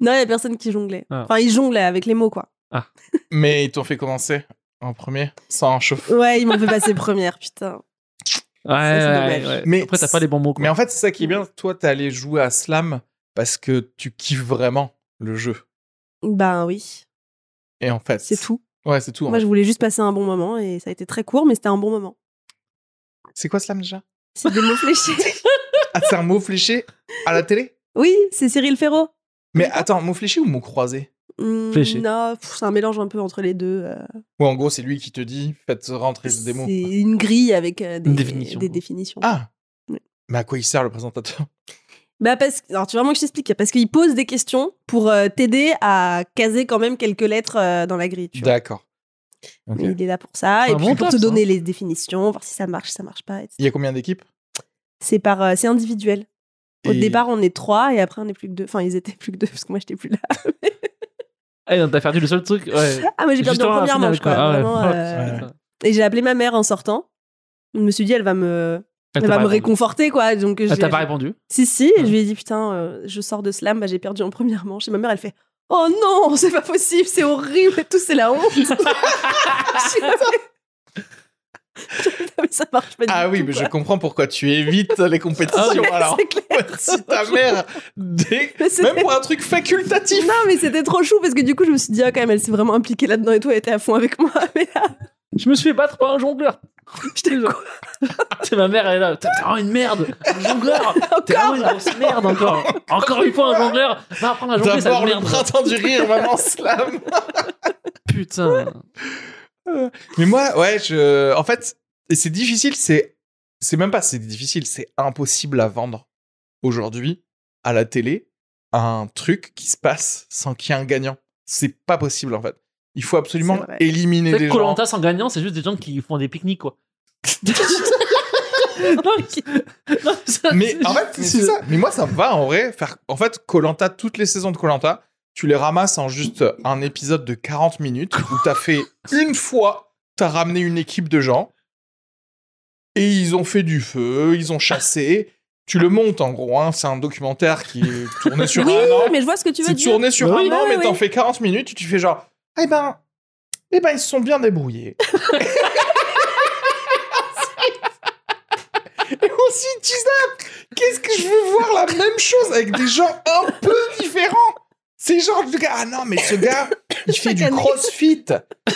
[SPEAKER 1] Non, il y a personne qui jonglait.
[SPEAKER 2] Ah.
[SPEAKER 1] Enfin, ils jonglaient avec les mots, quoi.
[SPEAKER 4] Mais ils t'ont fait commencer en premier, sans chauffer.
[SPEAKER 1] Ouais, ils m'ont fait passer première, putain.
[SPEAKER 2] Ouais,
[SPEAKER 1] c'est
[SPEAKER 2] ouais,
[SPEAKER 1] dommage.
[SPEAKER 2] ouais.
[SPEAKER 4] Mais
[SPEAKER 2] Après, t'as pas les bons mots. quoi.
[SPEAKER 4] Mais en fait, c'est ça qui est bien. Toi, t'es allé jouer à Slam parce que tu kiffes vraiment le jeu.
[SPEAKER 1] Ben oui,
[SPEAKER 4] Et en fait.
[SPEAKER 1] c'est tout.
[SPEAKER 4] Ouais, c'est tout. en
[SPEAKER 1] Moi,
[SPEAKER 4] fait.
[SPEAKER 1] je voulais juste passer un bon moment et ça a été très court, mais c'était un bon moment.
[SPEAKER 4] C'est quoi Slam déjà
[SPEAKER 1] C'est des mots fléchés.
[SPEAKER 4] Ah, c'est un mot fléché à la télé
[SPEAKER 1] Oui, c'est Cyril Ferraud.
[SPEAKER 4] Mais attends, mot fléché ou mot croisé
[SPEAKER 1] Hmm,
[SPEAKER 2] Fléché.
[SPEAKER 1] Non, pff, c'est un mélange un peu entre les deux. euh.
[SPEAKER 4] Ouais, en gros, c'est lui qui te dit faites rentrer
[SPEAKER 1] C'est
[SPEAKER 4] des mots.
[SPEAKER 1] une grille avec euh, des,
[SPEAKER 2] Une définition,
[SPEAKER 1] des
[SPEAKER 2] quoi.
[SPEAKER 1] définitions.
[SPEAKER 4] Ah
[SPEAKER 1] Oui.
[SPEAKER 4] Mais à quoi il sert le présentateur
[SPEAKER 1] Bah parce que, alors tu veux vraiment que je t'explique parce qu'il pose des questions pour euh, t'aider à caser quand même quelques lettres euh, dans la grille. Tu vois.
[SPEAKER 4] D'accord. Ok.
[SPEAKER 1] Il est là pour ça
[SPEAKER 2] C'est
[SPEAKER 1] et
[SPEAKER 2] un
[SPEAKER 1] puis
[SPEAKER 2] bon
[SPEAKER 1] pour te
[SPEAKER 2] taf, ça. hein.
[SPEAKER 1] donner les définitions, voir si ça marche, si ça marche pas. etc.
[SPEAKER 4] Il y a combien d'équipes
[SPEAKER 1] C'est par, euh, c'est individuel. Au
[SPEAKER 4] Et-
[SPEAKER 1] départ, on est trois et après on est plus que deux. Enfin, ils étaient plus que deux parce que moi j'étais plus là.
[SPEAKER 2] Eh, non, t'as perdu le seul truc. Ouais.
[SPEAKER 1] Ah mais j'ai perdu
[SPEAKER 2] Juste
[SPEAKER 1] en
[SPEAKER 2] avant la
[SPEAKER 1] première
[SPEAKER 2] finale,
[SPEAKER 1] manche quoi.
[SPEAKER 2] Ah ouais,
[SPEAKER 1] Vraiment,
[SPEAKER 2] fuck.
[SPEAKER 1] euh,
[SPEAKER 4] Ouais.
[SPEAKER 1] Et j'ai appelé ma mère en sortant. Je me suis dit elle va me,
[SPEAKER 2] Elle
[SPEAKER 1] elle
[SPEAKER 2] t'a
[SPEAKER 1] va
[SPEAKER 2] pas
[SPEAKER 1] me
[SPEAKER 2] répondu.
[SPEAKER 1] réconforter quoi. Donc je
[SPEAKER 2] Elle t'a
[SPEAKER 1] vais-
[SPEAKER 2] pas répondu.
[SPEAKER 1] Si, si, et
[SPEAKER 2] Ouais.
[SPEAKER 1] je lui ai dit, putain, euh, je sors de slam, bah, j'ai perdu en première manche. Et ma mère, elle fait, oh non, c'est pas possible, c'est horrible et tout, c'est la honte. Je suis là, mais- Putain, mais ça marche pas du
[SPEAKER 4] Ah oui,
[SPEAKER 1] tout,
[SPEAKER 4] mais
[SPEAKER 1] quoi. Ah
[SPEAKER 4] je comprends pourquoi tu évites les compétitions. Alors,
[SPEAKER 1] C'est clair.
[SPEAKER 4] si ta mère, dès-
[SPEAKER 1] Mais c'était-
[SPEAKER 4] même pour un truc facultatif,
[SPEAKER 1] Non, mais c'était trop chou parce que du coup, je me suis dit, ah, quand même, elle s'est vraiment impliquée là-dedans et tout, elle était à fond avec moi. Mais là,
[SPEAKER 2] Je me suis fait battre par un jongleur.
[SPEAKER 1] j'étais
[SPEAKER 2] Genre, C'est ma mère, elle est là. T'es t'es vraiment une merde. Un jongleur. T'es
[SPEAKER 1] encore.
[SPEAKER 2] vraiment une grosse merde encore. Encore une fois, un jongleur. Va apprendre à jongler, ça
[SPEAKER 4] D'abord le
[SPEAKER 2] merde.
[SPEAKER 4] printemps du rire, maman slam.
[SPEAKER 2] Putain.
[SPEAKER 4] Mais moi, ouais, je. En fait, et c'est difficile, c'est. C'est même pas c'est difficile, c'est impossible à vendre aujourd'hui à la télé un truc qui se passe sans qu'il y ait un gagnant. C'est pas possible en fait. Il faut
[SPEAKER 1] C'est
[SPEAKER 4] absolument
[SPEAKER 1] vrai.
[SPEAKER 4] éliminer
[SPEAKER 2] Peut-être
[SPEAKER 4] les gens.
[SPEAKER 2] Colanta sans gagnant, c'est juste des gens qui font des pique-niques, quoi. Non, ça,
[SPEAKER 4] Mais
[SPEAKER 2] c'est
[SPEAKER 4] en fait,
[SPEAKER 2] juste-
[SPEAKER 4] c'est ça. Mais moi, ça me va en vrai. Faire... En fait, Colanta, toutes les saisons de Colanta, tu les ramasses en juste un épisode de 40 minutes où t'as fait une fois, t'as ramené une équipe de gens et ils ont fait du feu, ils ont chassé. Tu le montes en gros, hein. c'est un documentaire qui est tourné sur
[SPEAKER 1] oui,
[SPEAKER 4] un an.
[SPEAKER 1] mais je vois ce que tu veux
[SPEAKER 4] C'est
[SPEAKER 1] dire.
[SPEAKER 4] tourné sur
[SPEAKER 1] Oui,
[SPEAKER 4] un an,
[SPEAKER 1] oui,
[SPEAKER 4] mais
[SPEAKER 1] oui.
[SPEAKER 4] t'en fais 40 minutes, tu fais genre, eh ben, eh ben, ils se sont bien débrouillés. Et on se dit, Gisap, qu'est-ce que je veux voir la même chose avec des gens un peu différents C'est genre, le gars, ah non, mais ce gars, il fait
[SPEAKER 1] Chaque
[SPEAKER 4] du
[SPEAKER 1] année.
[SPEAKER 4] crossfit.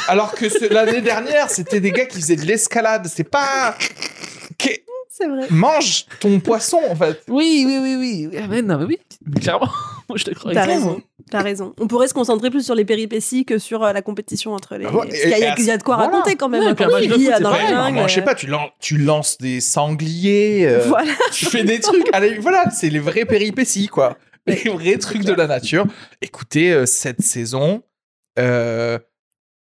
[SPEAKER 4] Alors que ce- l'année dernière, c'était des gars qui faisaient de l'escalade. C'est pas. Qu'est-
[SPEAKER 1] C'est vrai.
[SPEAKER 4] Mange ton poisson, en fait.
[SPEAKER 2] Oui, oui, oui, oui. Ah, mais non, mais oui, clairement. Moi, je te crois.
[SPEAKER 1] T'as raison. T'as raison. On pourrait se concentrer plus sur les péripéties que sur euh, la compétition entre les.
[SPEAKER 4] Ah ouais,
[SPEAKER 1] Parce qu'il y a-
[SPEAKER 4] et-
[SPEAKER 1] il y, a- il y a de quoi
[SPEAKER 4] voilà.
[SPEAKER 1] raconter quand même.
[SPEAKER 2] Ouais,
[SPEAKER 1] hein,
[SPEAKER 2] et puis
[SPEAKER 1] quand
[SPEAKER 2] un match
[SPEAKER 1] il
[SPEAKER 2] de
[SPEAKER 1] vit
[SPEAKER 2] foot,
[SPEAKER 1] à
[SPEAKER 2] c'est
[SPEAKER 1] dans
[SPEAKER 2] pas
[SPEAKER 1] la
[SPEAKER 4] Ouais,
[SPEAKER 2] énorme,
[SPEAKER 1] jungle,
[SPEAKER 4] maman, je sais
[SPEAKER 1] euh,
[SPEAKER 4] pas, tu, lan- tu lances des sangliers. euh,
[SPEAKER 1] Voilà.
[SPEAKER 4] tu fais des trucs. Allez, voilà, c'est les vraies péripéties, quoi. Les vrais trucs de la nature. Écoutez, euh, cette saison, euh,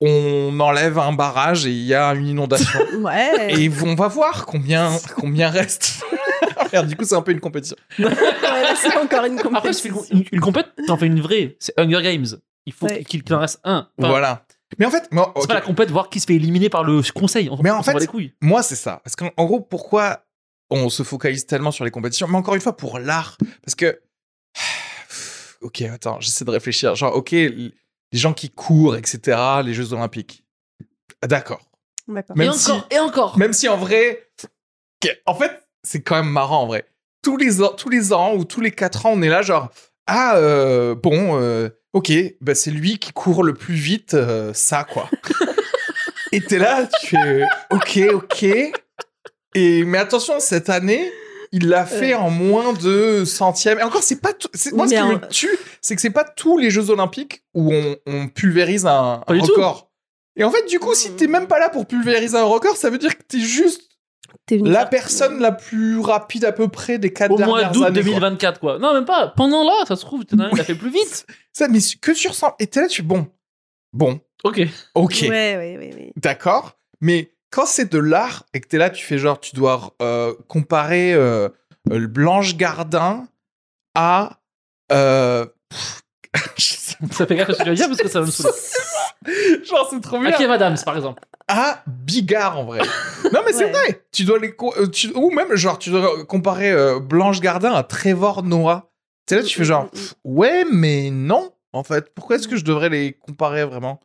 [SPEAKER 4] on enlève un barrage et il y a une inondation.
[SPEAKER 1] Ouais.
[SPEAKER 4] et on va voir combien, combien reste. Merde, du coup, c'est un peu une compétition.
[SPEAKER 1] Ouais, là, c'est encore une compétition.
[SPEAKER 2] Après, si tu fais une, une compète, t'en fais une vraie. C'est Hunger Games. Il faut
[SPEAKER 1] Ouais.
[SPEAKER 2] qu'il t'en reste un. Enfin,
[SPEAKER 4] Voilà. Mais en fait, moi,
[SPEAKER 2] C'est
[SPEAKER 4] ok,
[SPEAKER 2] pas la compète, voir qui se fait éliminer par le conseil. On,
[SPEAKER 4] Mais en
[SPEAKER 2] on s'en bat les
[SPEAKER 4] fait-
[SPEAKER 2] couilles.
[SPEAKER 4] moi, c'est ça. Parce qu'en en gros, pourquoi on se focalise tellement sur les compétitions Mais encore une fois, pour l'art. Parce que. Ok, attends, j'essaie de réfléchir. Genre, ok, les gens qui courent, etc., les Jeux Olympiques. Ah, D'accord.
[SPEAKER 1] D'accord.
[SPEAKER 4] Même
[SPEAKER 2] et
[SPEAKER 4] si,
[SPEAKER 2] encore, et encore.
[SPEAKER 4] même si en vrai, ok, en fait, c'est quand même marrant en vrai. Tous les ans, tous les ans ou tous les quatre ans, on est là genre ah euh, bon, euh, ok, bah, c'est lui qui court le plus vite, euh, ça quoi. Et t'es là, tu es ok, ok. Et mais attention, cette année. Il
[SPEAKER 2] Euh.
[SPEAKER 4] l'a fait en moins de centièmes. Et encore, c'est pas. tout- c'est- Moi, ce
[SPEAKER 1] Mais
[SPEAKER 4] qui
[SPEAKER 1] en-
[SPEAKER 4] me tue, c'est que c'est pas tous les Jeux Olympiques où on, on pulvérise un,
[SPEAKER 2] Pas
[SPEAKER 4] un
[SPEAKER 2] du tout.
[SPEAKER 4] record. Et en fait, du coup, si t'es même pas là pour pulvériser un record, ça veut dire que t'es juste
[SPEAKER 1] T'es venu
[SPEAKER 4] la
[SPEAKER 1] faire-
[SPEAKER 4] personne la plus rapide à peu près des quatre
[SPEAKER 2] Au mois
[SPEAKER 4] dernières
[SPEAKER 2] d'août
[SPEAKER 4] années. quoi.
[SPEAKER 2] 2024, quoi. Non, même pas. Pendant là, ça se trouve, t'en as un qui l'a fait plus vite.
[SPEAKER 4] Ça, mais que sur 100. Et t'es là, tu bon, bon,
[SPEAKER 2] Ok.
[SPEAKER 4] ok,
[SPEAKER 1] Ouais, ouais, ouais, ouais.
[SPEAKER 4] d'accord. Mais quand c'est de l'art et que t'es là, tu fais genre, tu dois euh, comparer euh, euh, le Blanche Gardin à. euh, pff, je sais
[SPEAKER 2] Ça fait gaffe à ce que tu vas dire parce que ça va me saouler.
[SPEAKER 4] pas. genre, c'est trop bien.
[SPEAKER 2] Ok, madame, par exemple.
[SPEAKER 4] à Bigard en vrai. non mais c'est
[SPEAKER 1] Ouais.
[SPEAKER 4] vrai. Tu dois les co- euh, tu- ou même genre tu dois comparer euh, Blanche Gardin à Trevor Noah. C'est là tu fais genre
[SPEAKER 1] Mm,
[SPEAKER 4] pff, ouais mais non en fait. Pourquoi est-ce que je devrais les comparer vraiment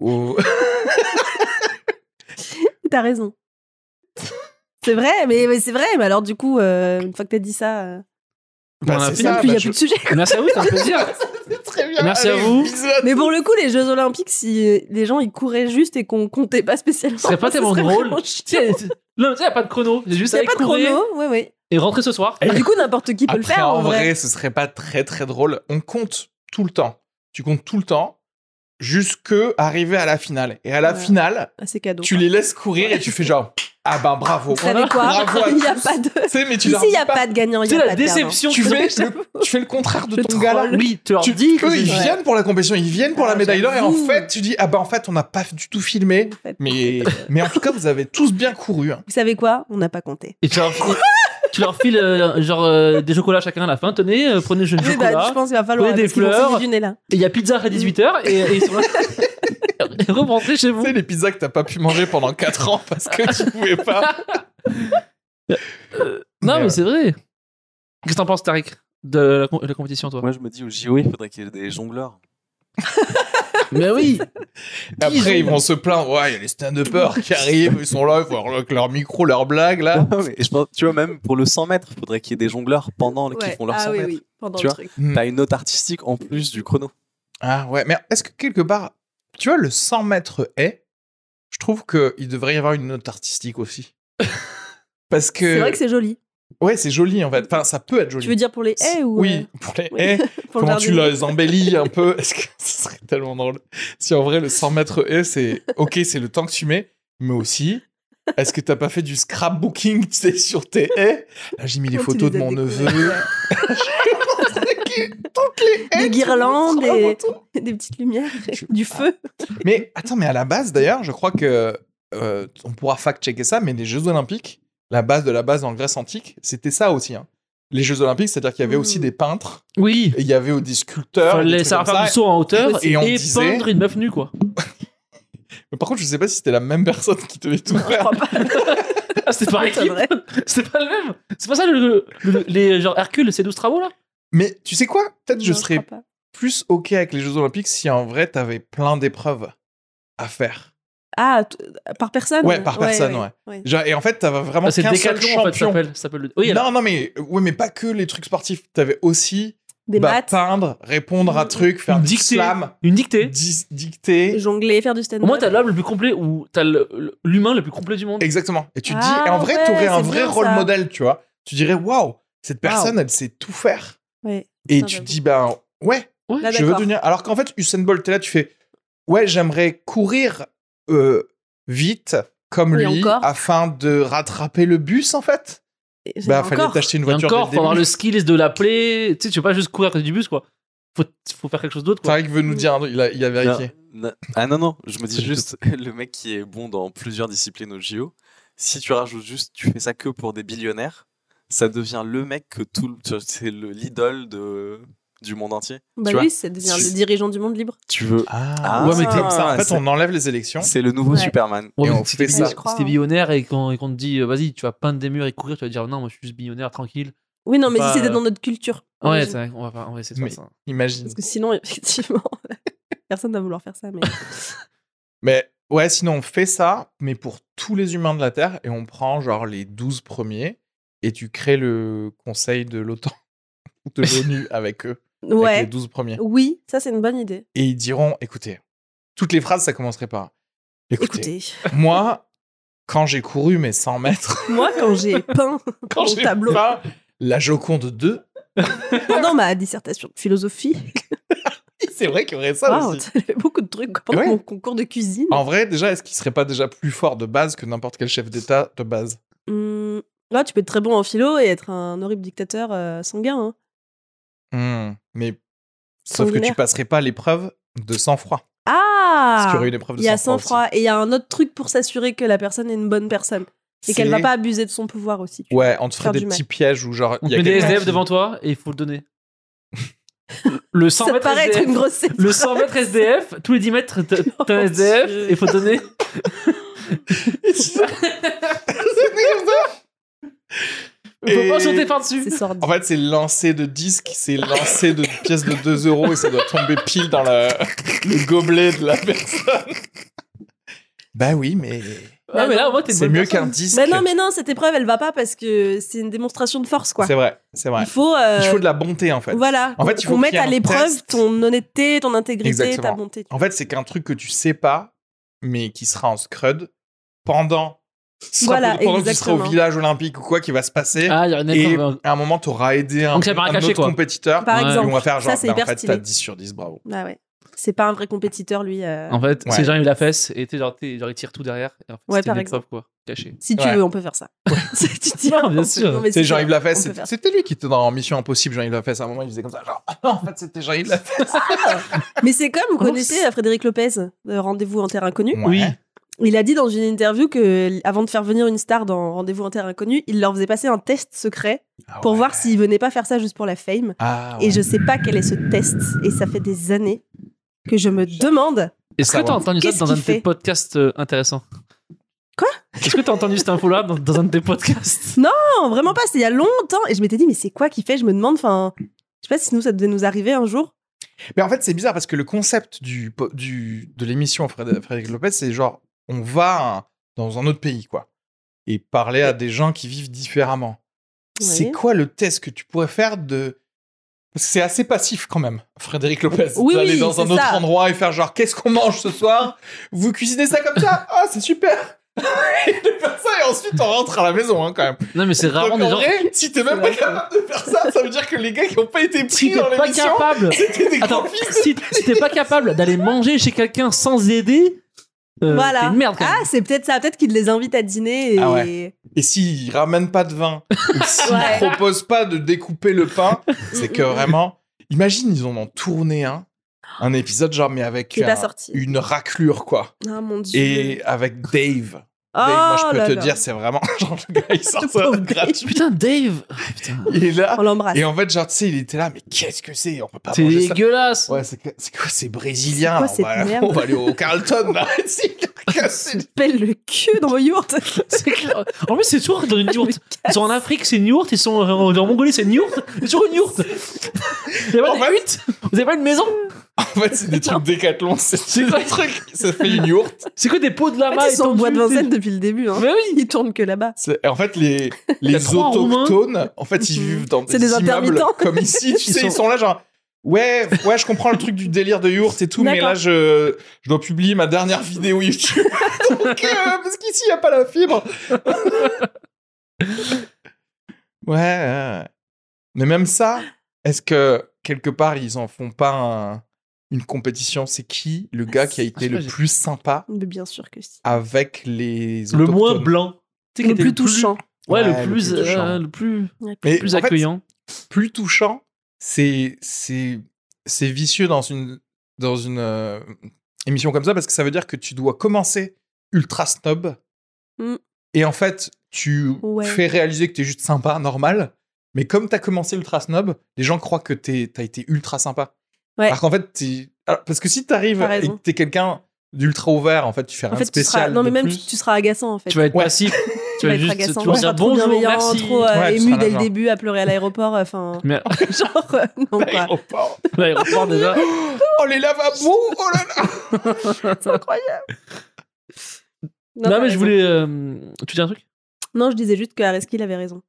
[SPEAKER 4] Ou-
[SPEAKER 1] mm. T'as raison. C'est vrai, mais, mais c'est vrai. Mais alors, du coup, euh, une fois que t'as dit ça, euh,
[SPEAKER 4] Bah,
[SPEAKER 2] On a fait
[SPEAKER 4] c'est
[SPEAKER 1] il n'y a,
[SPEAKER 4] ça,
[SPEAKER 1] plus, il
[SPEAKER 4] bah,
[SPEAKER 1] y a
[SPEAKER 4] je-
[SPEAKER 1] plus de sujet.
[SPEAKER 2] Merci à vous, c'est un plaisir.
[SPEAKER 4] C'est très bien.
[SPEAKER 2] Merci à
[SPEAKER 4] Allez,
[SPEAKER 2] vous.
[SPEAKER 4] bisous.
[SPEAKER 1] Mais pour le coup, les Jeux Olympiques, si euh, les gens ils couraient juste et qu'on comptait pas spécialement,
[SPEAKER 2] Ce serait pas
[SPEAKER 1] ce
[SPEAKER 2] tellement
[SPEAKER 1] serait
[SPEAKER 2] drôle.
[SPEAKER 1] vraiment chiant.
[SPEAKER 2] Tiens, t- Non, tu sais, y a pas de chrono. C'est juste
[SPEAKER 1] Il y a
[SPEAKER 2] aller
[SPEAKER 1] pas de
[SPEAKER 2] courir
[SPEAKER 1] chrono, ouais, ouais.
[SPEAKER 2] et rentrer ce soir.
[SPEAKER 1] Et du coup, n'importe qui peut le
[SPEAKER 4] Après,
[SPEAKER 1] faire en vrai.
[SPEAKER 4] ce serait pas très très drôle. On compte tout le temps. Tu comptes tout le temps jusque arriver à la finale. Et à la
[SPEAKER 1] Ouais.
[SPEAKER 4] finale,
[SPEAKER 1] Ah, c'est cadeau.
[SPEAKER 4] tu les laisses courir et tu fais genre ah ben bravo.
[SPEAKER 1] Vous savez quoi
[SPEAKER 4] Bravo à
[SPEAKER 1] Il n'y a
[SPEAKER 4] tous.
[SPEAKER 1] pas de.
[SPEAKER 4] Tu sais, mais tu
[SPEAKER 1] Ici,
[SPEAKER 4] leur
[SPEAKER 1] il
[SPEAKER 4] dis
[SPEAKER 1] n'y a
[SPEAKER 4] pas.
[SPEAKER 1] pas de gagnant. il y
[SPEAKER 2] C'est
[SPEAKER 1] a
[SPEAKER 2] la
[SPEAKER 1] pas de perdant.
[SPEAKER 2] déception.
[SPEAKER 4] tu
[SPEAKER 2] que-
[SPEAKER 4] fais, le, tu fais le contraire de
[SPEAKER 1] Je
[SPEAKER 4] ton gars là.
[SPEAKER 2] Oui, tu leur
[SPEAKER 4] Tu
[SPEAKER 2] dis
[SPEAKER 4] dis
[SPEAKER 2] que
[SPEAKER 4] eux,
[SPEAKER 2] c'est-
[SPEAKER 4] ils
[SPEAKER 1] Ouais.
[SPEAKER 4] viennent pour la compétition, ils viennent pour
[SPEAKER 1] Ah,
[SPEAKER 4] la médaille d'or et en
[SPEAKER 1] j'avoue.
[SPEAKER 4] fait, tu dis ah bah en fait, on n'a pas du tout filmé,
[SPEAKER 1] En fait,
[SPEAKER 4] mais mais en tout cas, vous avez tous bien couru. hein.
[SPEAKER 1] Vous savez quoi On n'a pas compté.
[SPEAKER 2] Et tu leur files, tu leur files, euh, genre euh, des chocolats chacun à la fin. Tenez, euh, prenez le jeu de
[SPEAKER 1] Oui, bah,
[SPEAKER 2] chocolat.
[SPEAKER 1] je pense qu'il va falloir.
[SPEAKER 2] prenez des
[SPEAKER 1] parce qu'ils vont
[SPEAKER 2] fleurs.
[SPEAKER 1] se déjeuner là.
[SPEAKER 2] Et il y a pizza à 18h et, et ils sont là. Et Rentrez chez vous.
[SPEAKER 4] Tu sais les pizzas que t'as pas pu manger pendant 4 ans parce que tu pouvais pas.
[SPEAKER 2] Non, mais,
[SPEAKER 4] ouais.
[SPEAKER 2] c'est vrai. Qu'est-ce que t'en penses, Tariq, de la, com- la compétition, toi
[SPEAKER 3] Moi, je me dis, au JO, il faudrait qu'il y ait des jongleurs.
[SPEAKER 2] Mais oui
[SPEAKER 4] Et Après, ils vont se plaindre, ouais, il y a les stand-uppers qui arrivent, ils sont là, ils font leur- avec leur micro, leur blague
[SPEAKER 2] Ah
[SPEAKER 4] là.
[SPEAKER 3] Non, mais je pense- tu vois, même pour le 100 mètres, il faudrait qu'il y ait des jongleurs pendant le- qui
[SPEAKER 1] Ouais.
[SPEAKER 3] font leur
[SPEAKER 1] ah
[SPEAKER 3] 100
[SPEAKER 1] oui,
[SPEAKER 3] mètres.
[SPEAKER 1] oui, pendant
[SPEAKER 3] Tu
[SPEAKER 1] le
[SPEAKER 3] vois.
[SPEAKER 1] truc.
[SPEAKER 3] T'as une note artistique en plus du chrono.
[SPEAKER 4] Ah ouais, mais est-ce que quelque part, tu vois, le 100 mètres est, je trouve qu'il devrait y avoir une note artistique aussi. Parce que.
[SPEAKER 1] C'est vrai que c'est joli.
[SPEAKER 4] Ouais, c'est joli en fait. Enfin, ça peut être joli.
[SPEAKER 1] Tu veux dire pour les haies ou.
[SPEAKER 4] Oui, pour les eh,
[SPEAKER 1] oui.
[SPEAKER 4] haies.
[SPEAKER 1] euh, pour le
[SPEAKER 4] Comment tu
[SPEAKER 1] jardin
[SPEAKER 4] les embellis un peu Est-ce que ce serait E, tellement drôle Si en vrai, le 100 mètres haies, c'est ok, c'est le temps que tu mets, mais aussi Est-ce que t'as pas fait du scrapbooking, tu sais, sur tes haies Là, j'ai mis les
[SPEAKER 1] Quand tu
[SPEAKER 4] photos de
[SPEAKER 1] les as
[SPEAKER 4] mon
[SPEAKER 1] découvertes,
[SPEAKER 4] neveu.
[SPEAKER 1] ouais.
[SPEAKER 4] Toutes les haies,
[SPEAKER 1] Des
[SPEAKER 4] tu les
[SPEAKER 1] guirlandes
[SPEAKER 4] as
[SPEAKER 1] et-
[SPEAKER 4] autour.
[SPEAKER 1] Des petites lumières,
[SPEAKER 4] Tu-
[SPEAKER 1] du feu.
[SPEAKER 4] Mais attends, mais à la base, d'ailleurs, je crois que euh, on pourra fact-checker ça, mais les Jeux Olympiques, la base de la base en Grèce antique, c'était ça aussi. hein. Les Jeux Olympiques, c'est-à-dire qu'il y avait aussi
[SPEAKER 1] Mm.
[SPEAKER 4] des peintres,
[SPEAKER 2] Oui.
[SPEAKER 4] et il y avait des sculpteurs. des
[SPEAKER 2] Fallait
[SPEAKER 4] trucs
[SPEAKER 2] savoir
[SPEAKER 4] comme
[SPEAKER 2] faire
[SPEAKER 4] ça.
[SPEAKER 2] du saut en hauteur
[SPEAKER 4] Et
[SPEAKER 2] et,
[SPEAKER 4] on disait-
[SPEAKER 2] peindre une meuf nue, quoi.
[SPEAKER 4] Mais par contre, je sais pas si c'était la même personne qui devait tout
[SPEAKER 1] Je
[SPEAKER 4] faire.
[SPEAKER 1] crois pas.
[SPEAKER 2] Ah, c'était pas
[SPEAKER 1] C'est
[SPEAKER 2] équipe.
[SPEAKER 1] vrai.
[SPEAKER 2] C'était pas le même. C'est pas ça le, le- le- les genre Hercule, c'est 12 travaux là
[SPEAKER 4] Mais tu sais quoi Peut-être je
[SPEAKER 1] Non,
[SPEAKER 4] serais
[SPEAKER 1] crois pas.
[SPEAKER 4] plus OK avec les Jeux Olympiques si en vrai, t'avais plein d'épreuves à faire.
[SPEAKER 1] Ah, t- par personne
[SPEAKER 4] Ouais, par personne, ouais. Genre, et en fait, t'avais vraiment
[SPEAKER 2] Ah, C'est
[SPEAKER 4] qu'un seul
[SPEAKER 2] Décathlon en fait, ça
[SPEAKER 4] champion.
[SPEAKER 2] s'appelle. ça s'appelle le- Oui, alors,
[SPEAKER 4] non, non, mais, ouais, mais pas que les trucs sportifs. T'avais aussi
[SPEAKER 1] Des
[SPEAKER 4] bah,
[SPEAKER 1] maths,
[SPEAKER 4] peindre, répondre à
[SPEAKER 1] Mm.
[SPEAKER 4] trucs, faire du
[SPEAKER 2] Dictée.
[SPEAKER 4] slam,
[SPEAKER 2] une dictée.
[SPEAKER 4] dis- dicter.
[SPEAKER 1] jongler, faire du
[SPEAKER 2] Au
[SPEAKER 1] stand-up.
[SPEAKER 2] moins, t'as l'homme le plus complet ou t'as le- le- l'humain le plus complet du monde.
[SPEAKER 4] Exactement. Et tu te
[SPEAKER 1] Ah,
[SPEAKER 4] dis, et en vrai,
[SPEAKER 1] ouais,
[SPEAKER 4] t'aurais un
[SPEAKER 1] c'est
[SPEAKER 4] vrai
[SPEAKER 1] bien,
[SPEAKER 4] rôle
[SPEAKER 1] ça.
[SPEAKER 4] modèle, tu vois. Tu dirais, waouh, cette personne, elle sait tout faire.
[SPEAKER 1] Ouais.
[SPEAKER 4] Et
[SPEAKER 1] Putain,
[SPEAKER 4] tu te
[SPEAKER 1] j'avoue.
[SPEAKER 4] dis, ben ouais,
[SPEAKER 2] Ouais,
[SPEAKER 1] Là,
[SPEAKER 4] je
[SPEAKER 1] Ah,
[SPEAKER 4] veux
[SPEAKER 1] d'accord.
[SPEAKER 4] devenir. Alors qu'en fait, Usain Bolt, t'es là, tu fais, ouais, j'aimerais courir euh, vite comme
[SPEAKER 1] Oui,
[SPEAKER 4] lui
[SPEAKER 1] encore.
[SPEAKER 4] afin de rattraper le bus, en fait.
[SPEAKER 1] Et j'ai
[SPEAKER 4] Bah,
[SPEAKER 1] encore.
[SPEAKER 4] fallait t'acheter
[SPEAKER 2] Et
[SPEAKER 4] une voiture.
[SPEAKER 2] encore,
[SPEAKER 4] dès
[SPEAKER 2] faut
[SPEAKER 4] le
[SPEAKER 2] avoir
[SPEAKER 4] début.
[SPEAKER 2] le skill de l'appeler. Tu sais, tu veux pas juste courir à côté du bus, quoi. Faut, faut faire quelque chose d'autre, quoi.
[SPEAKER 4] Tariq veut
[SPEAKER 1] Mm.
[SPEAKER 4] nous dire un truc, il a, il a
[SPEAKER 3] Non,
[SPEAKER 4] vérifié.
[SPEAKER 3] non. Ah non, non, je me
[SPEAKER 2] Pas
[SPEAKER 3] dis
[SPEAKER 2] du
[SPEAKER 3] juste, le mec qui est bon dans plusieurs disciplines au JO, si tu rajoutes juste, tu fais ça que pour des billionnaires, ça devient le mec que tout le- tu vois, C'est le- l'idole de- du monde entier.
[SPEAKER 1] Bah
[SPEAKER 3] tu vois,
[SPEAKER 1] oui, ça devient
[SPEAKER 3] tu-
[SPEAKER 1] le dirigeant du monde libre.
[SPEAKER 3] Tu veux.
[SPEAKER 4] Ah,
[SPEAKER 2] Ouais, mais
[SPEAKER 4] c'est comme
[SPEAKER 3] t'es-
[SPEAKER 4] ça. En fait,
[SPEAKER 3] c'est-
[SPEAKER 4] on enlève les élections.
[SPEAKER 3] C'est le nouveau
[SPEAKER 1] Ouais.
[SPEAKER 3] Superman.
[SPEAKER 4] Et
[SPEAKER 2] mais
[SPEAKER 4] on
[SPEAKER 2] si
[SPEAKER 4] fait
[SPEAKER 2] t'es-
[SPEAKER 4] ça.
[SPEAKER 1] Ouais, je crois,
[SPEAKER 2] Si t'es
[SPEAKER 1] hein.
[SPEAKER 2] millionnaire et qu'on et qu'on te dit, euh, vas-y, tu vas peindre des murs et courir, tu vas dire, non, moi je suis juste millionnaire, tranquille.
[SPEAKER 1] Oui, non, mais
[SPEAKER 2] Bah,
[SPEAKER 1] c'était
[SPEAKER 2] euh,
[SPEAKER 1] dans notre culture.
[SPEAKER 2] Ouais,
[SPEAKER 1] Imagine.
[SPEAKER 2] c'est vrai, on va, pas- on va essayer de
[SPEAKER 4] Mais-
[SPEAKER 2] faire ça.
[SPEAKER 4] Imagine.
[SPEAKER 1] Parce que sinon, effectivement, personne va vouloir faire ça. Mais...
[SPEAKER 4] Mais ouais, sinon on fait ça, mais pour tous les humains de la Terre, et on prend genre les 12 premiers, et tu crées le conseil de l'OTAN ou de l'ONU avec eux, avec les
[SPEAKER 1] Ouais.
[SPEAKER 4] 12 premiers.
[SPEAKER 1] Oui, ça, c'est une bonne idée.
[SPEAKER 4] Et ils diront, écoutez, toutes les phrases, ça commencerait par, écoutez,
[SPEAKER 1] Écoutez,
[SPEAKER 4] moi, quand j'ai couru mes 100 mètres,
[SPEAKER 1] moi, quand j'ai peint
[SPEAKER 4] quand
[SPEAKER 1] mon
[SPEAKER 4] j'ai
[SPEAKER 1] tableau
[SPEAKER 4] peint la Joconde 2,
[SPEAKER 1] pendant ma dissertation de philosophie,
[SPEAKER 4] c'est vrai qu'il y aurait ça
[SPEAKER 1] wow,
[SPEAKER 4] aussi.
[SPEAKER 1] j'avais beaucoup de trucs quoi, pendant
[SPEAKER 4] Ouais. Ah.
[SPEAKER 1] mon concours de cuisine.
[SPEAKER 4] En vrai, déjà, est-ce qu'il serait pas déjà plus fort de base que n'importe quel chef d'État de base
[SPEAKER 1] Hum, là, tu peux être très bon en philo et être un horrible dictateur euh, sanguin. hein.
[SPEAKER 4] Hmm, Mais sauf que tu
[SPEAKER 1] Sanguinaire.
[SPEAKER 4] passerais pas l'épreuve de sang-froid.
[SPEAKER 1] Ah
[SPEAKER 4] Parce qu'il y aurait une épreuve de
[SPEAKER 1] Il y a
[SPEAKER 4] sang-froid
[SPEAKER 1] sang-froid. Et il y a un autre truc pour s'assurer que la personne est une bonne personne. Et qu'elle
[SPEAKER 4] C'est-
[SPEAKER 1] va pas abuser de son pouvoir aussi. tu vois.
[SPEAKER 4] Ouais, on te ferait
[SPEAKER 1] faire
[SPEAKER 4] des
[SPEAKER 1] du mal.
[SPEAKER 4] petits pièges où genre.
[SPEAKER 2] On
[SPEAKER 4] il
[SPEAKER 2] te
[SPEAKER 4] y a
[SPEAKER 2] met des
[SPEAKER 4] quelqu'un
[SPEAKER 2] SDF
[SPEAKER 4] qui-
[SPEAKER 2] devant toi et il faut le donner. Le 100
[SPEAKER 1] Ça
[SPEAKER 2] mètres
[SPEAKER 1] paraît être
[SPEAKER 2] SDF.
[SPEAKER 1] une grosse
[SPEAKER 2] Le 100 mètres SDF, tous les 10 mètres, t'as t'as un SDF et il faut donner. Faut pas
[SPEAKER 4] Et-
[SPEAKER 2] sauter par-dessus.
[SPEAKER 1] C'est sordide.
[SPEAKER 4] En fait, c'est lancer de disques, c'est lancer de pièces de 2 euros et ça doit tomber pile dans la- le gobelet de la personne. Bah oui, mais
[SPEAKER 2] Ouais, Ah, mais là, au moins, t'es une
[SPEAKER 4] c'est
[SPEAKER 2] bonne
[SPEAKER 4] mieux
[SPEAKER 2] personne.
[SPEAKER 4] qu'un disque.
[SPEAKER 1] Mais Bah non, mais non, cette épreuve, elle va pas parce que c'est une démonstration de force, quoi.
[SPEAKER 4] C'est vrai, c'est vrai.
[SPEAKER 1] Il faut. euh,
[SPEAKER 4] Il faut de la bonté en fait.
[SPEAKER 1] Voilà.
[SPEAKER 4] En fait, il
[SPEAKER 1] qu'on
[SPEAKER 4] faut
[SPEAKER 1] qu'on mette
[SPEAKER 4] qu'il y ait
[SPEAKER 1] à
[SPEAKER 4] un
[SPEAKER 1] l'épreuve
[SPEAKER 4] test.
[SPEAKER 1] ton honnêteté, ton intégrité,
[SPEAKER 4] Exactement.
[SPEAKER 1] ta bonté.
[SPEAKER 4] En fait, c'est qu'un truc que tu sais pas, mais qui sera en scrud pendant. ce sera
[SPEAKER 1] Voilà,
[SPEAKER 4] pendant que tu seras au
[SPEAKER 1] exactement.
[SPEAKER 4] village olympique ou quoi qui va se passer.
[SPEAKER 2] Ah, il y a une
[SPEAKER 4] et
[SPEAKER 2] épreuve.
[SPEAKER 4] à un moment, tu auras aidé un,
[SPEAKER 2] Donc, ça paraît
[SPEAKER 4] un
[SPEAKER 2] caché,
[SPEAKER 4] autre
[SPEAKER 2] quoi.
[SPEAKER 4] compétiteur.
[SPEAKER 1] Par
[SPEAKER 2] Ouais.
[SPEAKER 4] Et on
[SPEAKER 1] exemple.
[SPEAKER 4] va faire genre,
[SPEAKER 1] ça, c'est
[SPEAKER 4] bah, en
[SPEAKER 1] hyper
[SPEAKER 4] fait,
[SPEAKER 1] stylé.
[SPEAKER 4] t'as 10 sur 10, bravo.
[SPEAKER 1] Ah ouais. C'est pas un vrai compétiteur, lui. euh.
[SPEAKER 2] En fait,
[SPEAKER 4] Ouais.
[SPEAKER 2] c'est genre il la fesse et t'es genre, t'es- genre il tire tout derrière. Et en fait,
[SPEAKER 1] Ouais,
[SPEAKER 2] c'était
[SPEAKER 1] par
[SPEAKER 2] une épreuve, quoi. Caché.
[SPEAKER 1] Si tu
[SPEAKER 4] Ouais.
[SPEAKER 1] veux, on peut faire ça. Si tu dis,
[SPEAKER 2] Non,
[SPEAKER 1] on
[SPEAKER 2] bien
[SPEAKER 1] peut-
[SPEAKER 2] sûr.
[SPEAKER 1] non, mais
[SPEAKER 4] C'est
[SPEAKER 1] si tu
[SPEAKER 4] Jean-Yves
[SPEAKER 1] veux,
[SPEAKER 4] Lafesse.
[SPEAKER 1] on peut
[SPEAKER 4] c'est-
[SPEAKER 1] faire ça.
[SPEAKER 4] C'était lui qui était dans Mission Impossible, Jean-Yves Lafesse. À un moment, il faisait comme ça. Genre, Ah non, en fait, c'était Jean-Yves Lafesse.
[SPEAKER 1] Mais c'est comme, vous
[SPEAKER 2] Comment
[SPEAKER 1] connaissez
[SPEAKER 2] c'est-
[SPEAKER 1] euh, Frédéric Lopez, de Rendez-vous en Terre Inconnue.
[SPEAKER 4] Ouais.
[SPEAKER 2] Oui.
[SPEAKER 1] Il a dit dans une interview que, avant de faire venir une star dans Rendez-vous en Terre Inconnue, il leur faisait passer un test secret
[SPEAKER 4] Ah
[SPEAKER 1] pour
[SPEAKER 4] ouais.
[SPEAKER 1] voir s'ils venaient pas faire ça juste pour la fame.
[SPEAKER 4] Ah,
[SPEAKER 1] Et
[SPEAKER 4] ouais.
[SPEAKER 1] je sais pas quel est ce test, et ça fait des années que je me demande.
[SPEAKER 2] Est-ce que
[SPEAKER 4] savoir.
[SPEAKER 2] t'as entendu ça
[SPEAKER 1] Qu'est-ce
[SPEAKER 2] dans un
[SPEAKER 1] qu'il
[SPEAKER 2] de tes
[SPEAKER 1] fait
[SPEAKER 2] podcasts euh, intéressants
[SPEAKER 1] Quoi
[SPEAKER 2] Est-ce que t'as entendu cette info-là dans, dans un de tes podcasts
[SPEAKER 1] Non, vraiment pas, c'est il y a longtemps, et je m'étais dit, mais c'est quoi qui fait Je me demande, enfin, je sais pas si nous, ça devait nous arriver un jour.
[SPEAKER 4] Mais en fait, c'est bizarre parce que le concept du, po- du, de l'émission Fréd- Frédéric Lopez, c'est genre, on va à- dans un autre pays, quoi. Et parler à des gens qui vivent différemment.
[SPEAKER 1] Ouais.
[SPEAKER 4] C'est quoi le test que tu pourrais faire de. Parce que c'est assez passif quand même, Frédéric Lopez.
[SPEAKER 1] Oui,
[SPEAKER 4] D'aller
[SPEAKER 1] oui,
[SPEAKER 4] dans un
[SPEAKER 1] c'est
[SPEAKER 4] autre
[SPEAKER 1] ça.
[SPEAKER 4] endroit et faire genre, qu'est-ce qu'on mange ce soir Vous cuisinez ça comme ça Ah, c'est super Et de faire ça, et ensuite on rentre à la maison, hein, quand même.
[SPEAKER 2] Non, mais c'est rarement
[SPEAKER 4] Donc,
[SPEAKER 2] des
[SPEAKER 4] en
[SPEAKER 2] gens.
[SPEAKER 4] vrai, si t'es même pas capable de faire ça, ça veut dire que les gars qui ont pas été
[SPEAKER 2] Si
[SPEAKER 4] pris
[SPEAKER 2] t'es
[SPEAKER 4] dans
[SPEAKER 2] pas
[SPEAKER 4] l'émission,
[SPEAKER 2] capable.
[SPEAKER 4] c'était des gros
[SPEAKER 2] Attends,
[SPEAKER 4] fils.
[SPEAKER 2] si, si t'es pas capable d'aller manger chez quelqu'un sans aider, Euh,
[SPEAKER 1] voilà.
[SPEAKER 2] t'es une merde quand même.
[SPEAKER 1] ah, c'est peut-être ça. Peut-être qu'il les invite à dîner. Et...
[SPEAKER 4] Ah Et s'il ramène pas de vin, ou s'il
[SPEAKER 1] Ouais. Mm,
[SPEAKER 4] propose pas de découper le pain, c'est que vraiment, imagine, ils en ont tourné un, un épisode genre, mais avec
[SPEAKER 1] Qui est pas
[SPEAKER 4] un-
[SPEAKER 1] sorti.
[SPEAKER 4] une raclure, quoi.
[SPEAKER 1] Ah mon dieu.
[SPEAKER 4] Et avec Dave.
[SPEAKER 1] Oh
[SPEAKER 4] Dave, moi, je peux
[SPEAKER 1] là
[SPEAKER 4] te
[SPEAKER 1] là.
[SPEAKER 4] dire, c'est vraiment, genre, le gars, il sort ça
[SPEAKER 1] Pauvre Dave.
[SPEAKER 4] gratuit.
[SPEAKER 2] Putain, Dave Ah, putain.
[SPEAKER 4] Il est là.
[SPEAKER 1] On l'embrasse.
[SPEAKER 4] Et en fait, genre, tu sais, il était là, mais qu'est-ce que c'est On peut pas
[SPEAKER 2] C'est
[SPEAKER 4] manger ça.
[SPEAKER 2] dégueulasse
[SPEAKER 4] Ouais, c'est que- c'est quoi C'est brésilien.
[SPEAKER 1] C'est quoi cette
[SPEAKER 4] là, on, va,
[SPEAKER 1] merde
[SPEAKER 4] on va aller au Carlton, là. C'est- c'est-
[SPEAKER 1] Il pèle le cul dans le yaourt.
[SPEAKER 2] C'est clair. En plus, c'est toujours dans une yourte. Ils sont en Afrique, c'est une yourte. Ils sont en, en Mongolie, c'est une yourte. C'est toujours une yourte. Vous avez pas
[SPEAKER 4] En
[SPEAKER 2] des
[SPEAKER 4] fait-
[SPEAKER 2] huttes Vous avez pas une maison
[SPEAKER 4] En fait, c'est des trucs décathlon. C'est
[SPEAKER 2] C'est quoi
[SPEAKER 4] des trucs. Ça fait une yourte.
[SPEAKER 2] C'est quoi des pots de
[SPEAKER 1] En
[SPEAKER 2] lama
[SPEAKER 1] fait, ils sont en
[SPEAKER 2] étendus,
[SPEAKER 1] bois de
[SPEAKER 2] t'es-
[SPEAKER 1] Vincennes depuis le début. Hein.
[SPEAKER 2] Mais oui
[SPEAKER 1] Ils tournent que là-bas.
[SPEAKER 4] C'est- En fait, les,
[SPEAKER 2] y a
[SPEAKER 4] les
[SPEAKER 2] trois
[SPEAKER 4] autochtones, en fait, ils
[SPEAKER 1] Mhm.
[SPEAKER 4] vivent dans
[SPEAKER 1] C'est
[SPEAKER 4] des,
[SPEAKER 1] des
[SPEAKER 4] immeubles
[SPEAKER 1] intermittents.
[SPEAKER 4] comme ici. Tu
[SPEAKER 2] Ils
[SPEAKER 4] sais, ils
[SPEAKER 2] sont-
[SPEAKER 4] sont là genre... Ouais, ouais, je comprends le truc du délire de yourte et tout, mais
[SPEAKER 1] D'accord.
[SPEAKER 4] là, je, je dois publier ma dernière vidéo YouTube. Donc, euh, parce qu'ici, il n'y a pas la fibre. ouais. euh, Mais même ça, est-ce que, quelque part, ils en font pas un- une compétition C'est qui le gars qui a
[SPEAKER 2] je sais
[SPEAKER 4] été le
[SPEAKER 2] pas, j'ai-
[SPEAKER 4] plus sympa
[SPEAKER 1] Mais bien sûr que si.
[SPEAKER 4] avec les
[SPEAKER 2] Le
[SPEAKER 4] autochtones
[SPEAKER 2] moins blanc. Tu sais, qui
[SPEAKER 1] Le
[SPEAKER 2] était
[SPEAKER 1] plus touchant.
[SPEAKER 2] Ouais,
[SPEAKER 4] Ouais,
[SPEAKER 2] le plus.
[SPEAKER 4] le plus touchant.
[SPEAKER 2] euh, Le plus,
[SPEAKER 4] Mais
[SPEAKER 2] plus
[SPEAKER 4] en fait,
[SPEAKER 2] accueillant.
[SPEAKER 4] plus touchant, c'est c'est c'est vicieux dans une dans une euh, émission comme ça parce que ça veut dire que tu dois commencer ultra snob
[SPEAKER 1] Mm.
[SPEAKER 4] et en fait tu
[SPEAKER 1] Ouais.
[SPEAKER 4] fais réaliser que t'es juste sympa, normal. Mais comme t'as commencé ultra snob, les gens croient que t'es- t'as été ultra sympa.
[SPEAKER 1] Ouais.
[SPEAKER 4] Alors qu'en fait, t'es- alors, parce que si t'arrives
[SPEAKER 1] T'as
[SPEAKER 4] et
[SPEAKER 1] raison.
[SPEAKER 4] que t'es quelqu'un d'ultra ouvert, en fait, tu fais
[SPEAKER 1] En
[SPEAKER 4] rien
[SPEAKER 1] fait,
[SPEAKER 4] de
[SPEAKER 1] tu seras.
[SPEAKER 4] spécial.
[SPEAKER 1] Non, mais
[SPEAKER 4] de
[SPEAKER 1] même
[SPEAKER 4] plus.
[SPEAKER 1] tu, tu seras agaçant en fait.
[SPEAKER 2] Tu vas être
[SPEAKER 4] Ouais.
[SPEAKER 2] passif.
[SPEAKER 1] Tu vas être
[SPEAKER 2] juste-
[SPEAKER 1] agaçant.
[SPEAKER 2] tu vas
[SPEAKER 1] Tu seras
[SPEAKER 2] dire
[SPEAKER 1] trop
[SPEAKER 2] bonjour,
[SPEAKER 1] bienveillant,
[SPEAKER 2] merci.
[SPEAKER 1] trop euh,
[SPEAKER 4] Ouais, tu
[SPEAKER 1] ému
[SPEAKER 4] seras
[SPEAKER 1] dès le
[SPEAKER 4] là,
[SPEAKER 1] début à pleurer à l'aéroport. euh, Enfin,
[SPEAKER 2] Mais-
[SPEAKER 1] genre, euh, non quoi.
[SPEAKER 2] oh.
[SPEAKER 4] L'aéroport.
[SPEAKER 2] L'aéroport déjà.
[SPEAKER 4] Oh les lavabos, oh là là.
[SPEAKER 1] C'est incroyable.
[SPEAKER 2] Non,
[SPEAKER 1] t'as
[SPEAKER 2] mais je
[SPEAKER 1] raison.
[SPEAKER 2] voulais. euh, tu dis un truc
[SPEAKER 1] Non, je disais juste que Areski avait raison.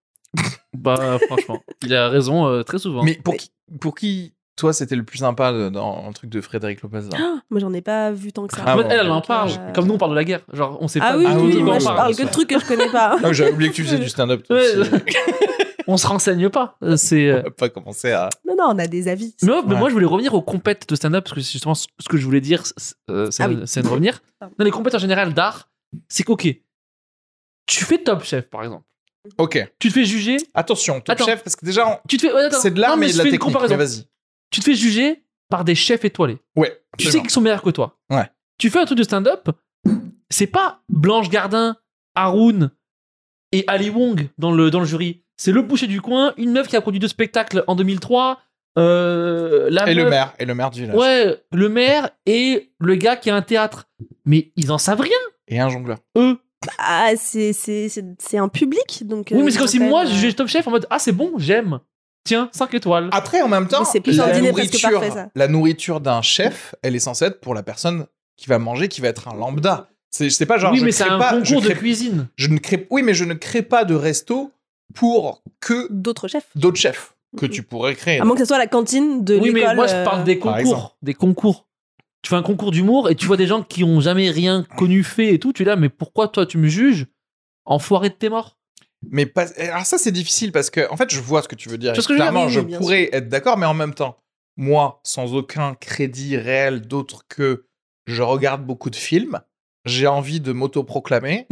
[SPEAKER 2] Bah, franchement, il a raison euh, très souvent.
[SPEAKER 4] Mais pour qui, pour qui toi c'était le plus sympa de- dans le truc de Frédéric Lopez là
[SPEAKER 1] Moi, j'en ai pas vu tant que ça.
[SPEAKER 4] Ah
[SPEAKER 2] En fait,
[SPEAKER 4] bon.
[SPEAKER 2] elle, elle en
[SPEAKER 1] Donc,
[SPEAKER 2] parle.
[SPEAKER 1] euh,
[SPEAKER 2] Comme nous, on parle de la guerre. Genre, on sait
[SPEAKER 1] Ah
[SPEAKER 2] pas.
[SPEAKER 1] oui,
[SPEAKER 2] du
[SPEAKER 4] Ah
[SPEAKER 2] tout
[SPEAKER 1] oui, oui,
[SPEAKER 2] de quoi
[SPEAKER 1] moi
[SPEAKER 2] on
[SPEAKER 1] je
[SPEAKER 2] parle.
[SPEAKER 1] parle que de trucs que je connais pas.
[SPEAKER 4] Ah, J'avais oublié que tu faisais du stand-up. toi
[SPEAKER 2] Ouais.
[SPEAKER 4] aussi.
[SPEAKER 2] On se renseigne pas. Euh, C'est. euh,
[SPEAKER 4] On va pas commencer à.
[SPEAKER 1] Non, non, on a des avis.
[SPEAKER 2] Mais, ouais, mais
[SPEAKER 4] Ouais.
[SPEAKER 2] moi, je voulais revenir aux compètes de stand-up parce que c'est justement ce ce que je voulais dire, c'est euh, c'est-
[SPEAKER 1] Ah oui.
[SPEAKER 2] c'est de revenir.
[SPEAKER 1] Pardon.
[SPEAKER 2] Dans les compètes en général d'art, c'est qu'ok, tu fais Top Chef par exemple,
[SPEAKER 4] Ok,
[SPEAKER 2] tu te fais juger,
[SPEAKER 4] attention, Top
[SPEAKER 2] Attends.
[SPEAKER 4] Chef, parce que déjà, on-
[SPEAKER 2] tu te fais, ouais, attends.
[SPEAKER 4] c'est de l'art,
[SPEAKER 2] Non,
[SPEAKER 4] mais
[SPEAKER 2] je
[SPEAKER 4] de la
[SPEAKER 2] fais une
[SPEAKER 4] technique. Mais
[SPEAKER 2] comparaison.
[SPEAKER 4] vas-y.
[SPEAKER 2] tu te fais juger par des chefs étoilés.
[SPEAKER 4] Ouais,
[SPEAKER 2] Tu sais
[SPEAKER 4] absolument.
[SPEAKER 2] qu'ils sont meilleurs que toi.
[SPEAKER 4] Ouais.
[SPEAKER 2] Tu fais un truc de stand-up, c'est pas Blanche Gardin, Haroun et Ali Wong dans le, dans le jury. C'est le boucher du coin, une meuf qui a produit deux spectacles en 2003, euh, la
[SPEAKER 4] Et le
[SPEAKER 2] meuf-
[SPEAKER 4] maire, et le maire du village.
[SPEAKER 2] Ouais, le maire et le gars qui a un théâtre. Mais ils en savent rien,
[SPEAKER 4] Et un jongleur.
[SPEAKER 2] eux.
[SPEAKER 1] Ah, c'est- c'est c'est- c'est un public, donc.
[SPEAKER 2] oui,
[SPEAKER 1] euh,
[SPEAKER 2] mais c'est comme
[SPEAKER 1] ils
[SPEAKER 2] si
[SPEAKER 1] sont
[SPEAKER 2] moi,
[SPEAKER 1] quand
[SPEAKER 2] je
[SPEAKER 1] même,
[SPEAKER 2] jugeais Top Chef en mode Ah, c'est bon, j'aime. Tiens, 5 étoiles.
[SPEAKER 4] Après, en même temps,
[SPEAKER 1] Mais c'est plus
[SPEAKER 4] la
[SPEAKER 1] ordinaire parce que
[SPEAKER 4] nourriture,
[SPEAKER 1] parfait, ça.
[SPEAKER 4] la nourriture d'un chef, elle est censée être pour la personne qui va manger, qui va être un lambda. C'est c'est pas genre.
[SPEAKER 2] oui,
[SPEAKER 4] je
[SPEAKER 2] mais c'est
[SPEAKER 4] crée
[SPEAKER 2] un
[SPEAKER 4] pas, je
[SPEAKER 2] concours de
[SPEAKER 4] crée-
[SPEAKER 2] cuisine.
[SPEAKER 4] je ne crée, oui, mais je ne crée pas de resto pour que
[SPEAKER 1] euh, D'autres chefs.
[SPEAKER 4] d'autres chefs que
[SPEAKER 1] Mhm.
[SPEAKER 4] tu pourrais créer.
[SPEAKER 1] À moins que ce soit la cantine de
[SPEAKER 2] Oui,
[SPEAKER 1] l'école.
[SPEAKER 2] mais moi, je
[SPEAKER 1] euh,
[SPEAKER 2] parle des
[SPEAKER 4] Par
[SPEAKER 2] concours. Des concours. Tu fais un concours d'humour et tu vois des gens qui ont jamais rien connu, fait et tout. Tu es là, mais pourquoi toi, tu me juges Enfoiré de tes morts.
[SPEAKER 4] Mais pas... alors ça c'est difficile parce que en fait je vois ce que tu veux dire.
[SPEAKER 2] Tu vois ce que je veux
[SPEAKER 4] Clairement,
[SPEAKER 1] dire
[SPEAKER 4] je,
[SPEAKER 1] Oui, oui, bien
[SPEAKER 4] pourrais être d'accord, mais en même temps, moi, sans aucun crédit réel d'autre que je regarde beaucoup de films, j'ai envie de m'autoproclamer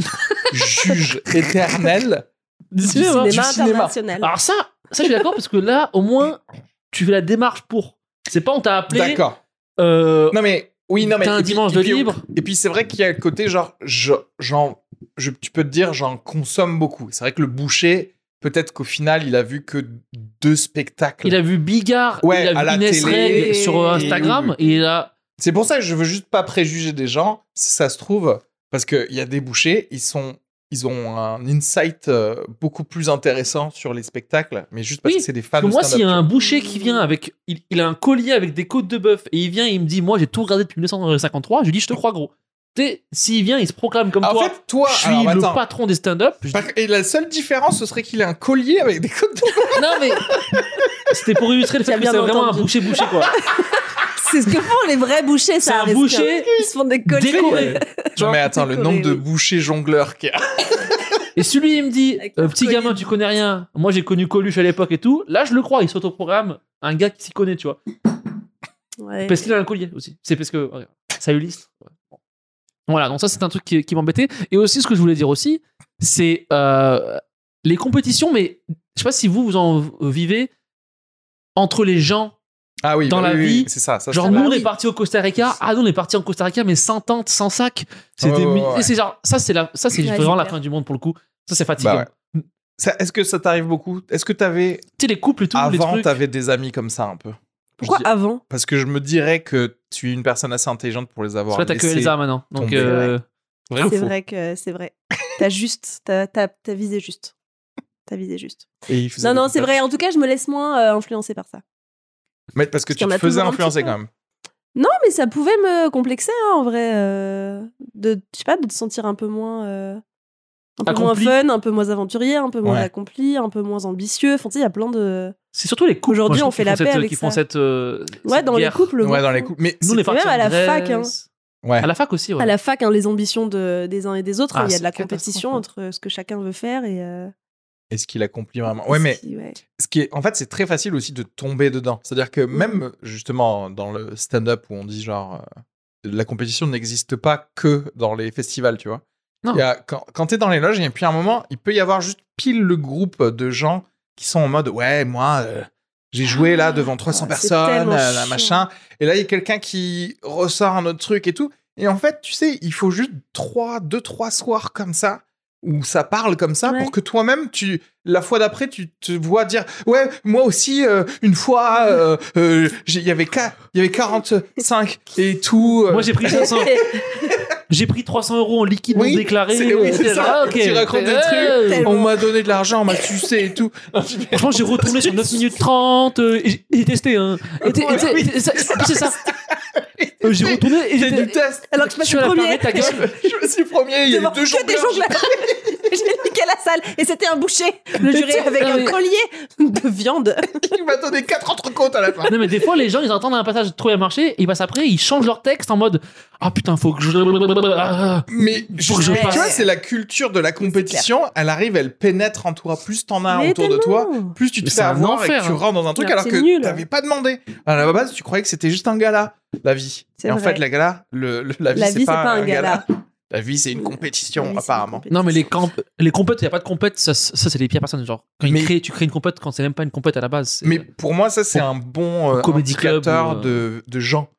[SPEAKER 4] juge éternel.
[SPEAKER 2] Du
[SPEAKER 1] Cinéma,
[SPEAKER 2] cinéma.
[SPEAKER 4] cinéma.
[SPEAKER 1] international.
[SPEAKER 2] Alors, ça, ça, je suis d'accord parce que là, au moins, tu fais la démarche pour. C'est pas on t'a appelé.
[SPEAKER 4] D'accord.
[SPEAKER 2] euh,
[SPEAKER 4] Non mais oui, non mais
[SPEAKER 2] T'as un
[SPEAKER 4] et puis-
[SPEAKER 2] dimanche
[SPEAKER 4] et
[SPEAKER 2] de
[SPEAKER 4] puis-
[SPEAKER 2] libre.
[SPEAKER 4] Et puis c'est vrai qu'il y a le côté genre je j'en je, tu peux te dire j'en consomme beaucoup. C'est vrai que le boucher peut-être qu'au final il a vu que deux spectacles.
[SPEAKER 2] Il a vu Bigard,
[SPEAKER 4] Ouais,
[SPEAKER 2] il
[SPEAKER 4] à
[SPEAKER 2] a
[SPEAKER 4] la
[SPEAKER 2] vu Inès
[SPEAKER 4] télé.
[SPEAKER 2] Reg sur Instagram, et il a.
[SPEAKER 4] C'est pour ça que je veux juste pas préjuger des gens, si ça se trouve, parce qu'il y a des bouchers, ils sont. Ils ont un insight euh, beaucoup plus intéressant sur les spectacles, mais juste parce
[SPEAKER 2] Oui,
[SPEAKER 4] que c'est des fans
[SPEAKER 2] Parce
[SPEAKER 4] de
[SPEAKER 2] que moi,
[SPEAKER 4] stand-up,
[SPEAKER 2] s'il y a
[SPEAKER 4] tu
[SPEAKER 2] un boucher qui vient avec. Il, il a un collier avec des côtes de bœuf, et il vient et il me dit Moi, j'ai tout regardé depuis 1953, je lui dis Je te crois, gros. Tu sais, s'il vient, il se proclame comme
[SPEAKER 4] vois.
[SPEAKER 2] toi.
[SPEAKER 4] Ah, en fait, toi,
[SPEAKER 2] je suis
[SPEAKER 4] alors,
[SPEAKER 2] le
[SPEAKER 4] attends.
[SPEAKER 2] patron des stand-up. Je dis,
[SPEAKER 4] Par- Et la seule différence, ce serait qu'il ait un collier avec des côtes de
[SPEAKER 2] non, mais. C'était pour illustrer le
[SPEAKER 1] Tu as
[SPEAKER 2] fait que
[SPEAKER 1] bien
[SPEAKER 2] c'est vraiment un
[SPEAKER 1] entendu.
[SPEAKER 2] boucher-boucher, quoi.
[SPEAKER 1] C'est ce que font les vrais bouchers,
[SPEAKER 2] Ah. C'est
[SPEAKER 1] ça.
[SPEAKER 2] un
[SPEAKER 1] risque.
[SPEAKER 2] boucher
[SPEAKER 1] Ils se font des colliers.
[SPEAKER 2] Décoré. Tu
[SPEAKER 4] Non,
[SPEAKER 2] vois
[SPEAKER 4] mais attends, le
[SPEAKER 1] décoré,
[SPEAKER 4] nombre de
[SPEAKER 1] oui.
[SPEAKER 4] bouchers jongleurs qu'il y a.
[SPEAKER 2] Et celui, il me dit
[SPEAKER 1] Avec
[SPEAKER 2] euh,
[SPEAKER 1] leur
[SPEAKER 2] Petit
[SPEAKER 1] collier.
[SPEAKER 2] gamin, tu connais rien. Moi, j'ai connu Coluche à l'époque et tout. Là, je le crois, il s'autoprogramme un gars qui s'y connaît, tu vois.
[SPEAKER 1] Ouais.
[SPEAKER 2] Parce qu'il a un collier aussi. C'est parce que. ouais, ça illustre. Ouais. Voilà, donc ça c'est un truc qui, qui m'embêtait. Et aussi ce que je voulais dire aussi, c'est euh, les compétitions, mais je sais pas si vous vous en vivez entre les gens.
[SPEAKER 4] Ah oui,
[SPEAKER 2] Dans
[SPEAKER 4] bah
[SPEAKER 2] la
[SPEAKER 4] oui,
[SPEAKER 2] vie,
[SPEAKER 4] oui, c'est ça. ça
[SPEAKER 2] genre
[SPEAKER 4] c'est-
[SPEAKER 2] nous
[SPEAKER 4] bah
[SPEAKER 2] on est
[SPEAKER 4] oui.
[SPEAKER 2] parti au Costa Rica, ah nous on est parti en Costa Rica mais sans tente, sans sac. C'était
[SPEAKER 4] Ouais, ouais,
[SPEAKER 2] mi-
[SPEAKER 4] ouais, ouais.
[SPEAKER 2] Et c'est genre ça c'est la ça c'est
[SPEAKER 1] Ouais,
[SPEAKER 2] vraiment
[SPEAKER 1] c'est
[SPEAKER 2] la
[SPEAKER 1] clair.
[SPEAKER 2] fin du monde pour le coup. Ça c'est fatigant.
[SPEAKER 4] Bah ouais. Ça- Est-ce que ça t'arrive beaucoup Est-ce que t'avais
[SPEAKER 2] Tu sais les couples et tout les
[SPEAKER 4] avant,
[SPEAKER 2] trucs.
[SPEAKER 4] t'avais des amis comme ça un peu
[SPEAKER 1] Pourquoi
[SPEAKER 4] Je dis-
[SPEAKER 1] avant
[SPEAKER 4] Parce que je me dirais que tu es une personne assez intelligente pour les
[SPEAKER 2] Parce
[SPEAKER 4] avoir.
[SPEAKER 2] que là t'as que
[SPEAKER 4] laissés.
[SPEAKER 2] Elsa maintenant. Donc
[SPEAKER 4] tomber,
[SPEAKER 2] euh, vrai ou
[SPEAKER 1] C'est
[SPEAKER 2] faux
[SPEAKER 1] vrai que c'est vrai. T'as juste, t'as t'as- t'as visé juste. T'as visé juste.
[SPEAKER 4] Et ils faisaient
[SPEAKER 1] Non,
[SPEAKER 4] des
[SPEAKER 1] non, c'est
[SPEAKER 4] compétitions.
[SPEAKER 1] vrai. En tout cas, je me laisse moins euh, influencer par ça.
[SPEAKER 4] Mais parce que
[SPEAKER 1] Parce qu'il y
[SPEAKER 4] tu
[SPEAKER 1] en
[SPEAKER 4] te
[SPEAKER 1] a
[SPEAKER 4] faisais
[SPEAKER 1] toujours un petit
[SPEAKER 4] influencer
[SPEAKER 1] peu. hein,
[SPEAKER 4] quand même.
[SPEAKER 1] Non, mais ça pouvait me complexer, hein, en vrai. euh, de, je sais pas, de te sentir un peu moins. euh, un peu
[SPEAKER 2] Accompli.
[SPEAKER 1] moins fun, un peu moins aventurier, un peu moins
[SPEAKER 4] Ouais.
[SPEAKER 1] accompli, un peu moins ambitieux. Enfin, tu sais, il y a plein de.
[SPEAKER 2] C'est surtout les couples.
[SPEAKER 1] Aujourd'hui,
[SPEAKER 2] moi, je
[SPEAKER 1] on
[SPEAKER 2] trouve,
[SPEAKER 1] fait
[SPEAKER 2] qui
[SPEAKER 1] la
[SPEAKER 2] font
[SPEAKER 1] paix
[SPEAKER 2] cette-
[SPEAKER 1] avec
[SPEAKER 2] qui font
[SPEAKER 1] ça.
[SPEAKER 2] cette, euh,
[SPEAKER 1] Ouais,
[SPEAKER 2] cette
[SPEAKER 1] dans
[SPEAKER 2] guerre.
[SPEAKER 1] les couples.
[SPEAKER 4] Ouais, dans les
[SPEAKER 1] beaucoup.
[SPEAKER 4] couples. Mais
[SPEAKER 2] Nous on est partis
[SPEAKER 1] même
[SPEAKER 2] en
[SPEAKER 1] à la fac, hein.
[SPEAKER 2] Grèce.
[SPEAKER 4] ouais.
[SPEAKER 2] À la fac aussi. ouais.
[SPEAKER 1] À la fac, hein, les ambitions de, des uns et des autres, il
[SPEAKER 2] Ah,
[SPEAKER 1] y a
[SPEAKER 2] c'est
[SPEAKER 1] de la
[SPEAKER 2] catastrophe,
[SPEAKER 1] compétition
[SPEAKER 2] hein.
[SPEAKER 1] entre ce que chacun veut faire et. euh,
[SPEAKER 4] Est-ce qu'il accomplit vraiment Ouais,
[SPEAKER 1] ce
[SPEAKER 4] mais
[SPEAKER 1] qui- ouais.
[SPEAKER 4] ce qui est, en fait, c'est très facile aussi de tomber dedans. C'est-à-dire
[SPEAKER 1] Mmh.
[SPEAKER 4] que même justement dans le stand-up où on dit genre euh, la compétition n'existe pas que dans les festivals, tu vois.
[SPEAKER 2] Non.
[SPEAKER 4] Il y a- quand quand t'es dans les loges, et puis à un moment, il peut y avoir juste pile le groupe de gens qui sont en mode ouais moi. euh, j'ai joué là devant 300
[SPEAKER 1] Ah, c'est
[SPEAKER 4] personnes,
[SPEAKER 1] tellement
[SPEAKER 4] euh, là,
[SPEAKER 1] chiant.
[SPEAKER 4] machin. Et là, il y a quelqu'un qui ressort un autre truc et tout. Et en fait, tu sais, il faut juste trois, deux, trois soirs comme ça, où ça parle comme ça,
[SPEAKER 1] Ouais.
[SPEAKER 4] pour que toi-même, tu, la fois d'après, tu te vois dire, ouais, moi aussi, euh, une fois, euh, euh, j'ai- il y avait qua- il y avait 45 et tout. euh.
[SPEAKER 2] Moi j'ai pris 500 J'ai pris 300 euros en liquide
[SPEAKER 4] Oui,
[SPEAKER 2] non déclaré. Ah,
[SPEAKER 4] c'est- oui, c'est
[SPEAKER 2] J'étais là,
[SPEAKER 4] ça. Tu racontes des
[SPEAKER 2] Euh,
[SPEAKER 4] on m'a donné de l'argent, on m'a sucé et tout. Non, tu-
[SPEAKER 2] Franchement, j'ai retourné sur 9 minutes 30 euh, et j'ai- j'ai testé. Hein. Et t'es- et t'es-
[SPEAKER 4] Oui.
[SPEAKER 2] et ça- C'est ça. Euh, J'ai retourné et
[SPEAKER 4] J'ai
[SPEAKER 2] j'étais-
[SPEAKER 4] du test.
[SPEAKER 1] Alors que je passe
[SPEAKER 2] Tu vas
[SPEAKER 1] le
[SPEAKER 2] la
[SPEAKER 1] premier.
[SPEAKER 2] fermer, ta
[SPEAKER 4] Je
[SPEAKER 2] gueule.
[SPEAKER 4] je suis premier, il y a
[SPEAKER 1] devant
[SPEAKER 4] eu deux
[SPEAKER 1] que des
[SPEAKER 4] jongleurs.
[SPEAKER 1] jongleurs. J'ai niqué la salle et c'était un boucher, le jury avec
[SPEAKER 2] Ah
[SPEAKER 1] un
[SPEAKER 2] oui.
[SPEAKER 1] collier de viande.
[SPEAKER 4] Il m'a donné quatre entrecôtes à la fin.
[SPEAKER 2] Non, mais des fois, les gens ils entendent un passage trop bien marché, ils passent après, ils changent leur texte en mode Ah putain, faut que je. Ah.
[SPEAKER 4] Mais
[SPEAKER 2] Faut que je
[SPEAKER 4] tu
[SPEAKER 2] passe.
[SPEAKER 4] vois, c'est la culture de la compétition. Elle arrive, elle pénètre en toi. Plus t'en as autour de toi, plus tu te
[SPEAKER 2] Mais
[SPEAKER 4] fais
[SPEAKER 2] c'est un
[SPEAKER 4] avoir et
[SPEAKER 2] enfer,
[SPEAKER 4] que tu
[SPEAKER 2] hein.
[SPEAKER 4] rentres dans un truc
[SPEAKER 1] Alors
[SPEAKER 4] alors
[SPEAKER 1] que
[SPEAKER 4] que
[SPEAKER 1] c'est nul.
[SPEAKER 4] t'avais pas demandé. À la base, tu croyais que c'était juste un gala, la vie.
[SPEAKER 1] C'est
[SPEAKER 4] Et en
[SPEAKER 1] vrai.
[SPEAKER 4] fait, la gala, le, le- la vie, c'est pas, un gala. La vie, c'est
[SPEAKER 1] La
[SPEAKER 4] une compétition, apparemment.
[SPEAKER 2] Non, mais les, camp... les compètes, il n'y a pas de compètes, ça, ça, c'est les pires personnes. Genre, quand ils
[SPEAKER 4] Mais-
[SPEAKER 2] créent- tu crées une compète quand c'est même pas une compète à la base. c'est-
[SPEAKER 4] Mais pour moi, ça, c'est un bon euh,
[SPEAKER 2] Comedy club
[SPEAKER 4] indicateur
[SPEAKER 2] ou, euh,
[SPEAKER 4] de, de gens.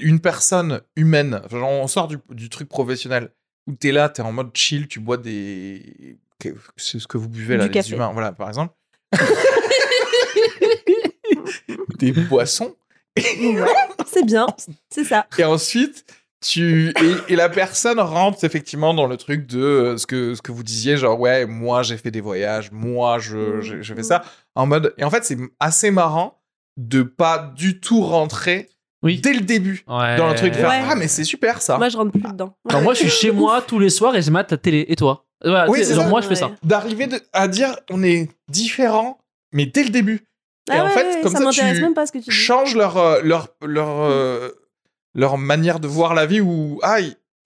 [SPEAKER 4] Une personne humaine. Enfin, genre, on sort du, du truc professionnel où t'es là, t'es en mode chill, tu bois des. que- C'est ce que vous buvez là,
[SPEAKER 1] Du
[SPEAKER 4] les
[SPEAKER 1] café.
[SPEAKER 4] humains, voilà, par exemple. des boissons.
[SPEAKER 1] C'est bien, c'est ça.
[SPEAKER 4] Et ensuite, tu et, et la personne rentre effectivement dans le truc de euh, ce que ce que vous disiez, genre ouais, moi j'ai fait des voyages, moi
[SPEAKER 1] Mmh,
[SPEAKER 4] je je, je fais ça en mode. Et en fait, c'est assez marrant de pas du tout rentrer
[SPEAKER 2] Oui.
[SPEAKER 4] dès le début
[SPEAKER 2] Ouais.
[SPEAKER 4] dans le truc. de faire,
[SPEAKER 1] Ouais.
[SPEAKER 4] Ah mais c'est super ça.
[SPEAKER 1] Moi, je rentre plus dedans.
[SPEAKER 2] Non, moi, je suis chez moi tous les soirs et je mate la télé. Et toi Voilà,
[SPEAKER 4] Oui,
[SPEAKER 2] tu sais,
[SPEAKER 4] c'est
[SPEAKER 2] genre,
[SPEAKER 4] ça.
[SPEAKER 2] moi, je fais ça.
[SPEAKER 1] Ouais.
[SPEAKER 4] D'arriver de- à dire on est différent, mais dès le début. Et
[SPEAKER 1] Ah
[SPEAKER 4] en
[SPEAKER 1] ouais,
[SPEAKER 4] fait,
[SPEAKER 1] ouais,
[SPEAKER 4] comme
[SPEAKER 1] ça
[SPEAKER 4] ça,
[SPEAKER 1] m'intéresse
[SPEAKER 4] tu
[SPEAKER 1] même pas ce que tu dis.
[SPEAKER 4] changent leur euh, leur leur
[SPEAKER 1] Mmh.
[SPEAKER 4] euh, leur manière de voir la vie ou ah